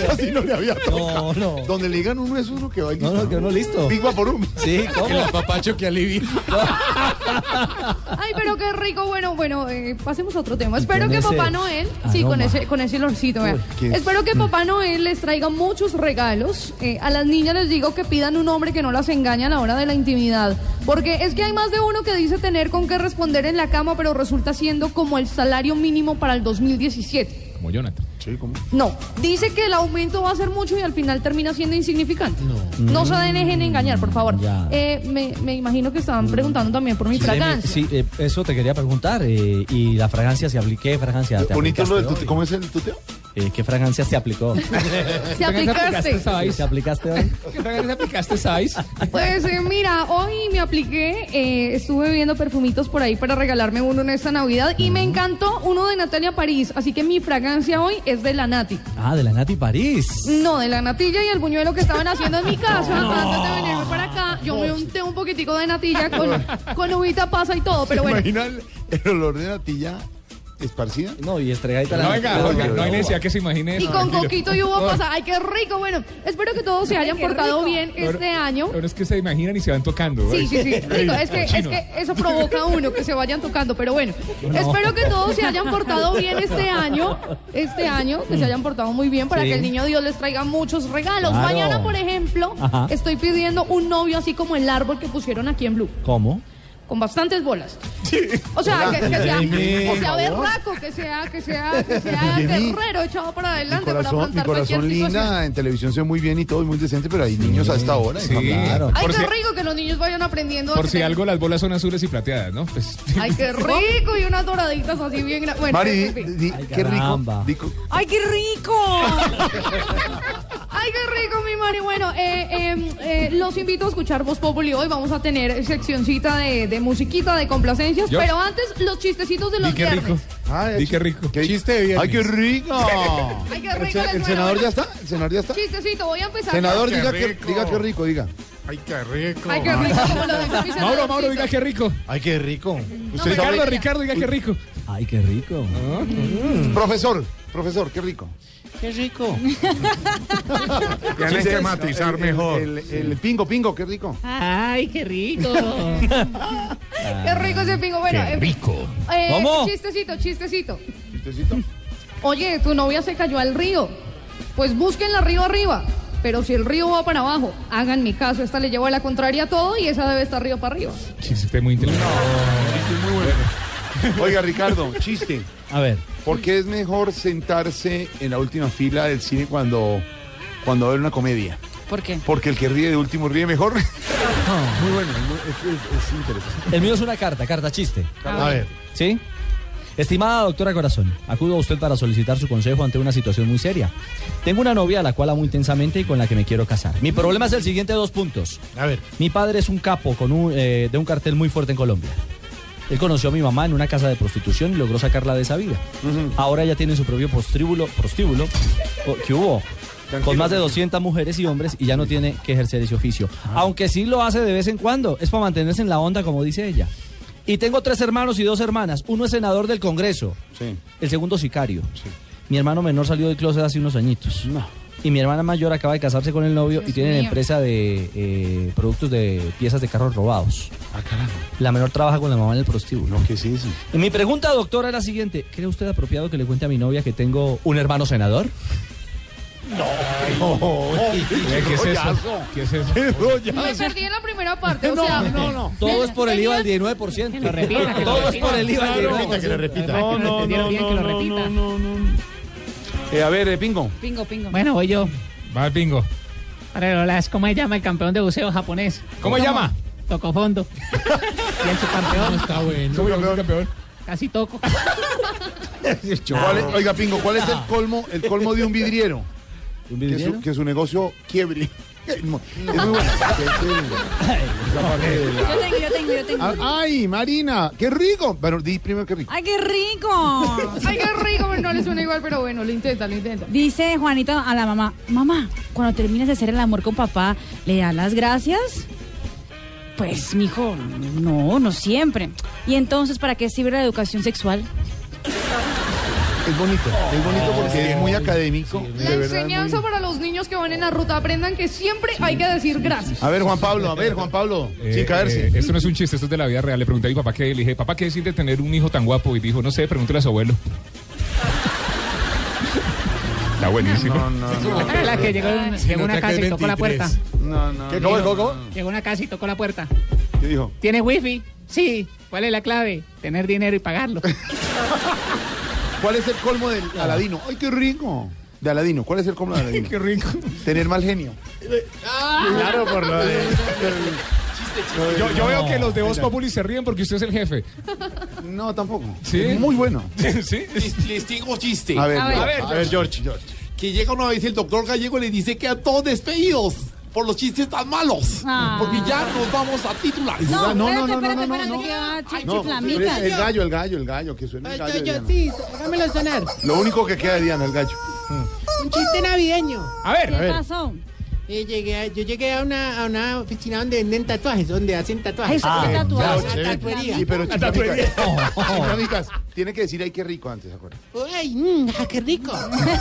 [SPEAKER 22] casi no le había tocado. Donde le digan uno es uno que va listo. No, no, que
[SPEAKER 3] uno listo.
[SPEAKER 22] Digo a por uno.
[SPEAKER 3] Sí,
[SPEAKER 22] El apapacho que alivia.
[SPEAKER 18] Ay, pero qué rico. Bueno, bueno, eh, pasemos a otro tema. Espero
[SPEAKER 22] con
[SPEAKER 18] que
[SPEAKER 22] ese
[SPEAKER 18] Papá Noel, sí,
[SPEAKER 22] aroma.
[SPEAKER 18] con ese, con ese olorcito, vea.
[SPEAKER 22] Uy, qué-
[SPEAKER 18] Espero que Papá Noel les traiga muchos regalos. Eh, a las niñas les digo que pidan un hombre que no las engañe a la hora de la intimidad. Porque es que hay más de uno que dice tener con qué responder en la cama, pero resulta siendo como el salario mínimo para el 2017.
[SPEAKER 20] Como Jonathan. Sí, como.
[SPEAKER 18] No, dice que el aumento va a ser mucho y al final termina siendo insignificante. No, se
[SPEAKER 22] Mm,
[SPEAKER 18] dejen engañar, por favor.
[SPEAKER 3] Ya.
[SPEAKER 18] Eh, me, me imagino que estaban preguntando también por mi
[SPEAKER 3] Sí, Jamie,
[SPEAKER 18] fragancia.
[SPEAKER 3] Sí, eh, eso te quería preguntar. eh, y la fragancia, si apliqué fragancia. ¿Te
[SPEAKER 22] Bonito
[SPEAKER 3] aplicaste
[SPEAKER 22] lo del
[SPEAKER 3] hoy?
[SPEAKER 22] tuteo. ¿Cómo es el tuteo?
[SPEAKER 3] Eh, ¿Qué fragancia se aplicó?
[SPEAKER 24] ¿Se aplicaste?
[SPEAKER 3] ¿Se aplicaste hoy?
[SPEAKER 17] ¿Qué fragancia aplicaste, Sais?
[SPEAKER 24] Pues eh, mira, hoy me apliqué, eh, estuve viendo perfumitos por ahí para regalarme uno en esta Navidad y me encantó uno de Natalia París, así que mi fragancia hoy es de la Nati.
[SPEAKER 3] Ah, de la Nati París.
[SPEAKER 24] No, de la natilla y el buñuelo que estaban haciendo en mi casa antes de venirme para acá. Yo me unté un poquitico de natilla con, con uvita pasa y todo, pero bueno.
[SPEAKER 22] ¿Imagina el, el olor de natilla esparcida?
[SPEAKER 3] No, y estregadita
[SPEAKER 20] No, venga, Olga, no hay necesidad que se imagine eso.
[SPEAKER 24] Y con
[SPEAKER 20] tranquilo.
[SPEAKER 24] coquito y uva pasa. ¡Ay, qué rico! Bueno, espero que todos se hayan qué portado rico. bien
[SPEAKER 20] Ahora-
[SPEAKER 24] este año.
[SPEAKER 20] Ahora es que se imaginan y se van tocando.
[SPEAKER 24] Sí,
[SPEAKER 20] ¿eh?
[SPEAKER 24] sí, sí. Rico, Es que, es
[SPEAKER 20] Cochino.
[SPEAKER 24] que eso provoca a uno que se vayan tocando, pero bueno.
[SPEAKER 20] No.
[SPEAKER 24] Espero que todos se hayan portado bien este año. Este año, que se hayan portado muy bien para
[SPEAKER 25] Sí.
[SPEAKER 24] que el niño Dios les traiga muchos regalos.
[SPEAKER 3] Claro.
[SPEAKER 24] Mañana, por ejemplo,
[SPEAKER 3] Ajá.
[SPEAKER 24] estoy pidiendo un novio así como el árbol que pusieron aquí en Blue,
[SPEAKER 3] ¿Cómo?
[SPEAKER 24] con bastantes bolas. O sea, que, que sea,
[SPEAKER 3] Ay, mi-
[SPEAKER 24] que sea
[SPEAKER 3] por favor.
[SPEAKER 24] berraco, que sea, que sea, que sea
[SPEAKER 22] Jenny,
[SPEAKER 24] guerrero echado para adelante para
[SPEAKER 22] corazón, mi
[SPEAKER 24] afrontar
[SPEAKER 22] corazón
[SPEAKER 24] cualquier situación.
[SPEAKER 22] linda, en televisión se ve muy bien y todo, y muy decente, pero hay niños a esta hora.
[SPEAKER 20] Sí,
[SPEAKER 22] imagínate.
[SPEAKER 20] claro.
[SPEAKER 24] Ay,
[SPEAKER 20] Por
[SPEAKER 24] qué
[SPEAKER 20] si-
[SPEAKER 24] rico que los niños vayan aprendiendo.
[SPEAKER 20] Por
[SPEAKER 24] que
[SPEAKER 20] si
[SPEAKER 24] tengan-
[SPEAKER 20] algo las bolas son azules y plateadas, ¿no? Pues,
[SPEAKER 24] Ay, qué rico y unas doraditas así bien. gra- Bueno,
[SPEAKER 20] Mari,
[SPEAKER 24] en fin.
[SPEAKER 20] di- qué rico, caramba.
[SPEAKER 24] ¡Ay, qué rico! ¡Ay, qué rico, mi Mari! Bueno, eh, eh, eh, los invito a escuchar Voz Populi. Hoy vamos a tener seccioncita de, de musiquita, de complacencias.
[SPEAKER 20] Yo-
[SPEAKER 24] Pero antes, los chistecitos de los
[SPEAKER 20] di qué
[SPEAKER 24] viernes.
[SPEAKER 20] rico. Di qué rico. Chiste de viernes.
[SPEAKER 22] ¡Ay, Ah, qué rico!
[SPEAKER 24] ¡Ay, qué rico!
[SPEAKER 22] El, se-
[SPEAKER 24] les
[SPEAKER 22] el
[SPEAKER 24] suena,
[SPEAKER 22] senador
[SPEAKER 24] bueno.
[SPEAKER 22] ya está, el senador ya está.
[SPEAKER 24] Chistecito, voy a empezar.
[SPEAKER 22] Senador,
[SPEAKER 24] Qué
[SPEAKER 22] diga que,
[SPEAKER 24] rico.
[SPEAKER 22] diga qué rico, diga. Ay, qué rico.
[SPEAKER 24] Ay, qué rico, como lo dijo mi senador.
[SPEAKER 20] Mauro, Mauro, diga qué rico.
[SPEAKER 22] Ay, qué rico.
[SPEAKER 20] Ricardo, Ricardo, diga qué rico. Ah,
[SPEAKER 3] Ay, qué rico.
[SPEAKER 22] Mm. Profesor, profesor, qué rico.
[SPEAKER 17] Qué rico.
[SPEAKER 22] Sí,
[SPEAKER 14] Tienes que
[SPEAKER 22] es-
[SPEAKER 14] matizar
[SPEAKER 22] el-
[SPEAKER 14] mejor.
[SPEAKER 22] El, el- el pingo, pingo, qué rico.
[SPEAKER 24] ¡Ay, qué rico! ¡Qué rico ese pingo! Bueno,
[SPEAKER 22] Ah, Qué
[SPEAKER 24] en-
[SPEAKER 22] rico.
[SPEAKER 24] Eh,
[SPEAKER 22] ¿Cómo?
[SPEAKER 24] Chistecito, chistecito. Oye, tu novia se cayó al río. Pues búsquenla río arriba. Pero si el río va para abajo, hagan mi caso. Esta le lleva la contraria a todo y esa debe estar río para arriba.
[SPEAKER 20] Chiste muy inteligente.
[SPEAKER 22] Oiga, Ricardo, chiste.
[SPEAKER 3] A ver.
[SPEAKER 22] ¿Por qué es mejor sentarse en la última fila del cine cuando, cuando va a haber una comedia?
[SPEAKER 24] ¿Por qué?
[SPEAKER 22] Porque el que ríe de último ríe mejor.
[SPEAKER 3] muy
[SPEAKER 22] bueno, es, es- es interesante.
[SPEAKER 3] El mío es una carta, carta chiste.
[SPEAKER 22] A ver.
[SPEAKER 3] ¿Sí? Estimada doctora Corazón, acudo a usted para solicitar su consejo ante una situación muy seria. Tengo una novia a la cual amo intensamente y con la que me quiero casar. Mi problema es el siguiente dos puntos.
[SPEAKER 14] Mm. A ver.
[SPEAKER 3] Mi padre es un capo con un, eh, de un cartel muy fuerte en Colombia. Él conoció a mi mamá en una casa de prostitución y logró sacarla de esa vida. Ahora ella tiene su propio prostíbulo, prostíbulo o- que hubo con más de 200 mujeres y hombres y ya no tiene que ejercer ese oficio.
[SPEAKER 14] Ah.
[SPEAKER 3] Aunque sí lo hace de vez en cuando, es para mantenerse en la onda, como dice ella. Y tengo tres hermanos y dos hermanas. Uno es senador del Congreso,
[SPEAKER 22] Sí.
[SPEAKER 3] el segundo sicario. Mi hermano menor salió del closet hace unos añitos. Y mi hermana mayor acaba de casarse con el novio y
[SPEAKER 17] Dios
[SPEAKER 3] tiene
[SPEAKER 17] mío.
[SPEAKER 3] empresa de eh, productos de piezas de carros robados. La menor trabaja con la mamá en el prostíbulo.
[SPEAKER 22] Ah, ¿Qué es eso?
[SPEAKER 3] Y mi pregunta, doctora, es la siguiente. ¿Cree usted apropiado que le cuente a mi novia que tengo un hermano senador?
[SPEAKER 22] No.
[SPEAKER 20] ¿Qué es eso? ¿Qué es eso?
[SPEAKER 24] Me perdí en la primera parte. o sea,
[SPEAKER 3] Todo es por el IVA del 19%. Todo es por el IVA del 19%.
[SPEAKER 20] No, no, no, no, no,
[SPEAKER 24] repita.
[SPEAKER 22] Eh, a ver, eh, Pingo.
[SPEAKER 24] Pingo, pingo.
[SPEAKER 9] Bueno, voy yo.
[SPEAKER 20] Va, bingo.
[SPEAKER 9] Para Lolas, ¿cómo se llama el campeón de buceo japonés?
[SPEAKER 20] ¿Cómo se llama?
[SPEAKER 9] Toco fondo. y el subcampeón. Está bueno.
[SPEAKER 20] Subcampeón.
[SPEAKER 9] Casi toco.
[SPEAKER 22] ¿Cuál es- oiga, Pingo, ¿cuál es el
[SPEAKER 20] Ah.
[SPEAKER 22] colmo, el colmo de un vidriero? Que,
[SPEAKER 3] vidriero?
[SPEAKER 22] su, que su negocio quiebre. Es muy es muy bueno. Que- que- la parte de la-
[SPEAKER 24] Yo tengo, yo tengo, yo tengo.
[SPEAKER 22] Ah, Ay, Marina, qué rico. Bueno, di primero qué rico.
[SPEAKER 24] ¡Ay, qué rico! ¡Ay, qué rico! Bueno, no le suena igual, pero bueno, lo intenta, lo intenta.
[SPEAKER 6] Dice Juanito a la mamá, mamá, cuando termines de hacer el amor con papá, ¿le das las gracias? Pues, mijo, no, no siempre. Y entonces, ¿para qué sirve la educación sexual?
[SPEAKER 22] Es bonito. Es bonito
[SPEAKER 20] Oh,
[SPEAKER 22] porque es muy académico. de
[SPEAKER 24] La
[SPEAKER 22] verdad, es muy-
[SPEAKER 24] enseñanza para los niños que van en la ruta aprendan que siempre hay que decir gracias.
[SPEAKER 22] A ver, Juan Pablo, a ver, Juan Pablo.
[SPEAKER 20] Eh,
[SPEAKER 22] sin caerse.
[SPEAKER 20] esto no es un chiste, esto es de la vida real. Le pregunté a mi papá qué, le dije, papá, ¿qué decir de tener un hijo tan guapo? Y dijo, no sé, pregúntale a su abuelo. Está buenísimo.
[SPEAKER 9] la que llegó, en-
[SPEAKER 20] Sí,
[SPEAKER 9] llegó a
[SPEAKER 20] no,
[SPEAKER 9] una
[SPEAKER 20] te
[SPEAKER 9] casa y
[SPEAKER 20] cae
[SPEAKER 9] tocó la
[SPEAKER 20] 23.
[SPEAKER 9] puerta.
[SPEAKER 22] No, no.
[SPEAKER 9] Dijo, Llegó a una casa y tocó la puerta.
[SPEAKER 22] ¿Qué dijo?
[SPEAKER 9] ¿Tiene wifi? Sí. ¿Cuál es la clave? Tener dinero y pagarlo.
[SPEAKER 22] ¿Cuál es el colmo del Aladino? ¡Ay, qué rico! De Aladino, ¿cuál es el colmo de Aladino?
[SPEAKER 20] ¡Qué rico!
[SPEAKER 2] Ah.
[SPEAKER 22] Tener mal genio. Claro, por lo de.
[SPEAKER 20] Yo, yo veo que los de Voz Populi se ríen porque usted es el jefe.
[SPEAKER 22] No, tampoco.
[SPEAKER 20] ¿Sí?
[SPEAKER 22] Muy bueno.
[SPEAKER 20] ¿Sí?
[SPEAKER 21] Les, les tengo chiste.
[SPEAKER 22] A ver, A ver. a ver,
[SPEAKER 21] George. Que llega una vez el doctor Gallego y le dice que a todos despedidos por los chistes tan malos.
[SPEAKER 6] Ah.
[SPEAKER 21] Porque ya nos vamos a titulares.
[SPEAKER 22] "Ah,
[SPEAKER 6] No, no, no, no,
[SPEAKER 21] no,
[SPEAKER 6] no, no,
[SPEAKER 22] No,
[SPEAKER 6] Chiflamita.
[SPEAKER 22] el gallo, el gallo, el gallo, que suena el gallo. de Diana.
[SPEAKER 14] sí, hágamelo sonar.
[SPEAKER 22] Lo único que queda de Diana, el gallo.
[SPEAKER 14] Un chiste navideño.
[SPEAKER 22] A ver, ¿Qué a ver.
[SPEAKER 14] pasó? Eh, llegué a- yo llegué a una, a una oficina donde venden tatuajes, donde hacen tatuajes.
[SPEAKER 22] claro,
[SPEAKER 14] Una
[SPEAKER 22] Ah, chévere.
[SPEAKER 14] tatuería.
[SPEAKER 22] Sí, pero
[SPEAKER 14] Una tatuería.
[SPEAKER 22] chiflamicas. Chiflamicas, tiene que decir ay qué rico antes, ¿de acuerdo?
[SPEAKER 14] ¡Ay, mm, ah, qué rico!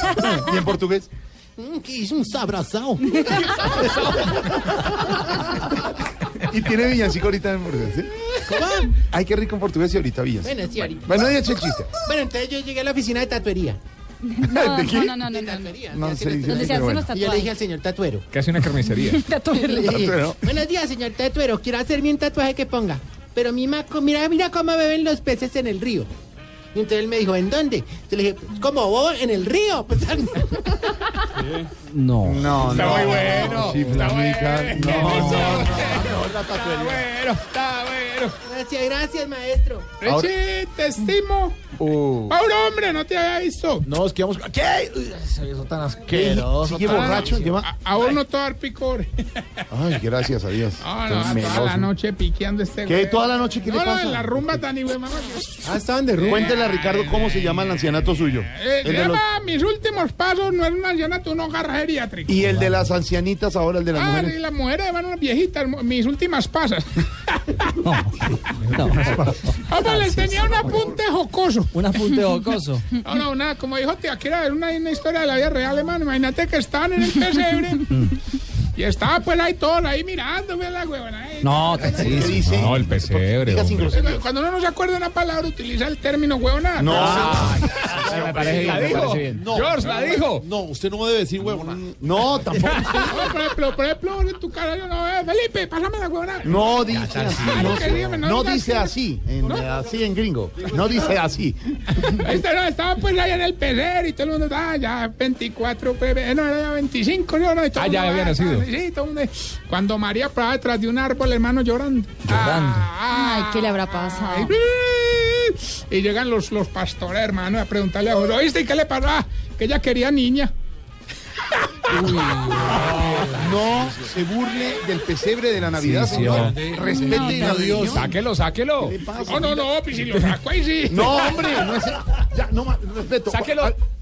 [SPEAKER 22] ¿Y en portugués?
[SPEAKER 14] Mm, que es un sabrazao.
[SPEAKER 22] Y tiene villancico ahorita en portugués, ¿sí?
[SPEAKER 14] ¿Cómo?
[SPEAKER 22] Ay, qué rico en portugués y ahorita villancico.
[SPEAKER 14] Bueno, sí, ahorita.
[SPEAKER 22] Bueno, ya he hecho el chiste.
[SPEAKER 14] Bueno, entonces yo llegué a la oficina de tatuería.
[SPEAKER 22] No, ¿De qué? no,
[SPEAKER 14] no,
[SPEAKER 22] No se dice así, pero bueno.
[SPEAKER 14] Y yo le dije al señor tatuero.
[SPEAKER 20] Que hace una carnicería.
[SPEAKER 14] Le dije,
[SPEAKER 22] Tatuero.
[SPEAKER 14] Buenos días, señor tatuero. Quiero hacerme un tatuaje que ponga. Pero mi maco, mira, mira cómo beben los peces en el río. Y entonces él me dijo, ¿en dónde? Entonces le dije, "Pues, ¿cómo vos? En el río. Pues,
[SPEAKER 3] No.
[SPEAKER 22] No,
[SPEAKER 14] Está
[SPEAKER 22] no.
[SPEAKER 14] muy bueno,
[SPEAKER 22] Chiflamicas, no.
[SPEAKER 14] bueno, está bueno. Gracias, gracias, maestro.
[SPEAKER 22] Ahora-
[SPEAKER 14] te estimo.
[SPEAKER 22] Uh.
[SPEAKER 14] Ahora, hombre, no te había visto.
[SPEAKER 22] No, es que vamos. ¿Qué? Uy, Eso tan asqueroso. Sigue
[SPEAKER 14] tan
[SPEAKER 22] borracho,
[SPEAKER 14] delicioso.
[SPEAKER 22] lleva.
[SPEAKER 14] Aún no te dar picor.
[SPEAKER 22] Ay, gracias a Dios.
[SPEAKER 14] Ah,
[SPEAKER 22] Qué
[SPEAKER 14] no, toda la
[SPEAKER 22] meloso.
[SPEAKER 14] noche piqueando este
[SPEAKER 22] ¿Qué?
[SPEAKER 14] güey.
[SPEAKER 22] ¿Toda la noche? ¿Qué le
[SPEAKER 14] No, no,
[SPEAKER 22] pasa?
[SPEAKER 14] en la rumba tan igual, mamá.
[SPEAKER 22] Ah, estaban de rumbo. Cuéntele a Ricardo cómo se llama el ancianato suyo.
[SPEAKER 14] Eh,
[SPEAKER 22] El de los-
[SPEAKER 14] llama mis últimos pasos, no es una ancianato, un hogar geriátrico.
[SPEAKER 22] Y el de las ancianitas ahora, el de las
[SPEAKER 14] Ah,
[SPEAKER 22] mujeres.
[SPEAKER 14] y las mujeres van unas viejitas, mu- mis últimas pasas. Hombre,
[SPEAKER 3] Ah,
[SPEAKER 14] les Ah, tenía un apunte jocoso.
[SPEAKER 3] Un apunte jocoso.
[SPEAKER 14] No, no, una, como dijo tía, quiero ver una, una historia de la vida real, hermano. Imagínate que estaban en el pesebre. y estaba pues ahí todos ahí mirando, ve la huevona. eh.
[SPEAKER 20] No, No, el pesebre. hombre.
[SPEAKER 14] Cuando uno no se acuerda una palabra, utiliza el término huevona.
[SPEAKER 20] No.
[SPEAKER 21] Me
[SPEAKER 20] parece bien,
[SPEAKER 21] ¿La
[SPEAKER 20] me
[SPEAKER 21] dijo?
[SPEAKER 20] parece bien.
[SPEAKER 21] No,
[SPEAKER 20] George,
[SPEAKER 21] no,
[SPEAKER 20] ¿la dijo?
[SPEAKER 21] No, usted no debe decir huevona.
[SPEAKER 22] No, tampoco.
[SPEAKER 14] No, por ejemplo, por ejemplo, en tu cara yo no veo. Felipe, pásame la huevona.
[SPEAKER 22] No dice así.
[SPEAKER 14] Ah,
[SPEAKER 22] No,
[SPEAKER 14] que dígame, no
[SPEAKER 22] no
[SPEAKER 14] digas
[SPEAKER 22] dice así. en- Así en gringo. No dice así.
[SPEAKER 14] Este no, estaba pues allá en el pecer y todo el mundo estaba ya 24, pues, eh, no, era ya 25, yo no. y todo
[SPEAKER 20] Ah,
[SPEAKER 14] el
[SPEAKER 20] ya
[SPEAKER 14] mundo,
[SPEAKER 20] había
[SPEAKER 14] ah,
[SPEAKER 20] nacido.
[SPEAKER 14] Sí, todo el mundo. Cuando María paraba detrás de un árbol, hermano, llorando. Ah, Ay, ¿qué le habrá pasado? Y llegan los, los pastores, hermano, a preguntarle a José, ¿oíste? ¿Y qué le pasó? Ah, que ella quería niña.
[SPEAKER 22] No se burle del pesebre de la Navidad,
[SPEAKER 20] Sí, sí,
[SPEAKER 22] señor.
[SPEAKER 20] hombre.
[SPEAKER 22] Respete a Dios.
[SPEAKER 20] Sáquelo, sáquelo.
[SPEAKER 22] pasa?
[SPEAKER 14] No, no, no, pues si lo saco ahí sí.
[SPEAKER 22] No, hombre, no es. Ya, no más, respeto.
[SPEAKER 20] Sáquelo.
[SPEAKER 22] Al-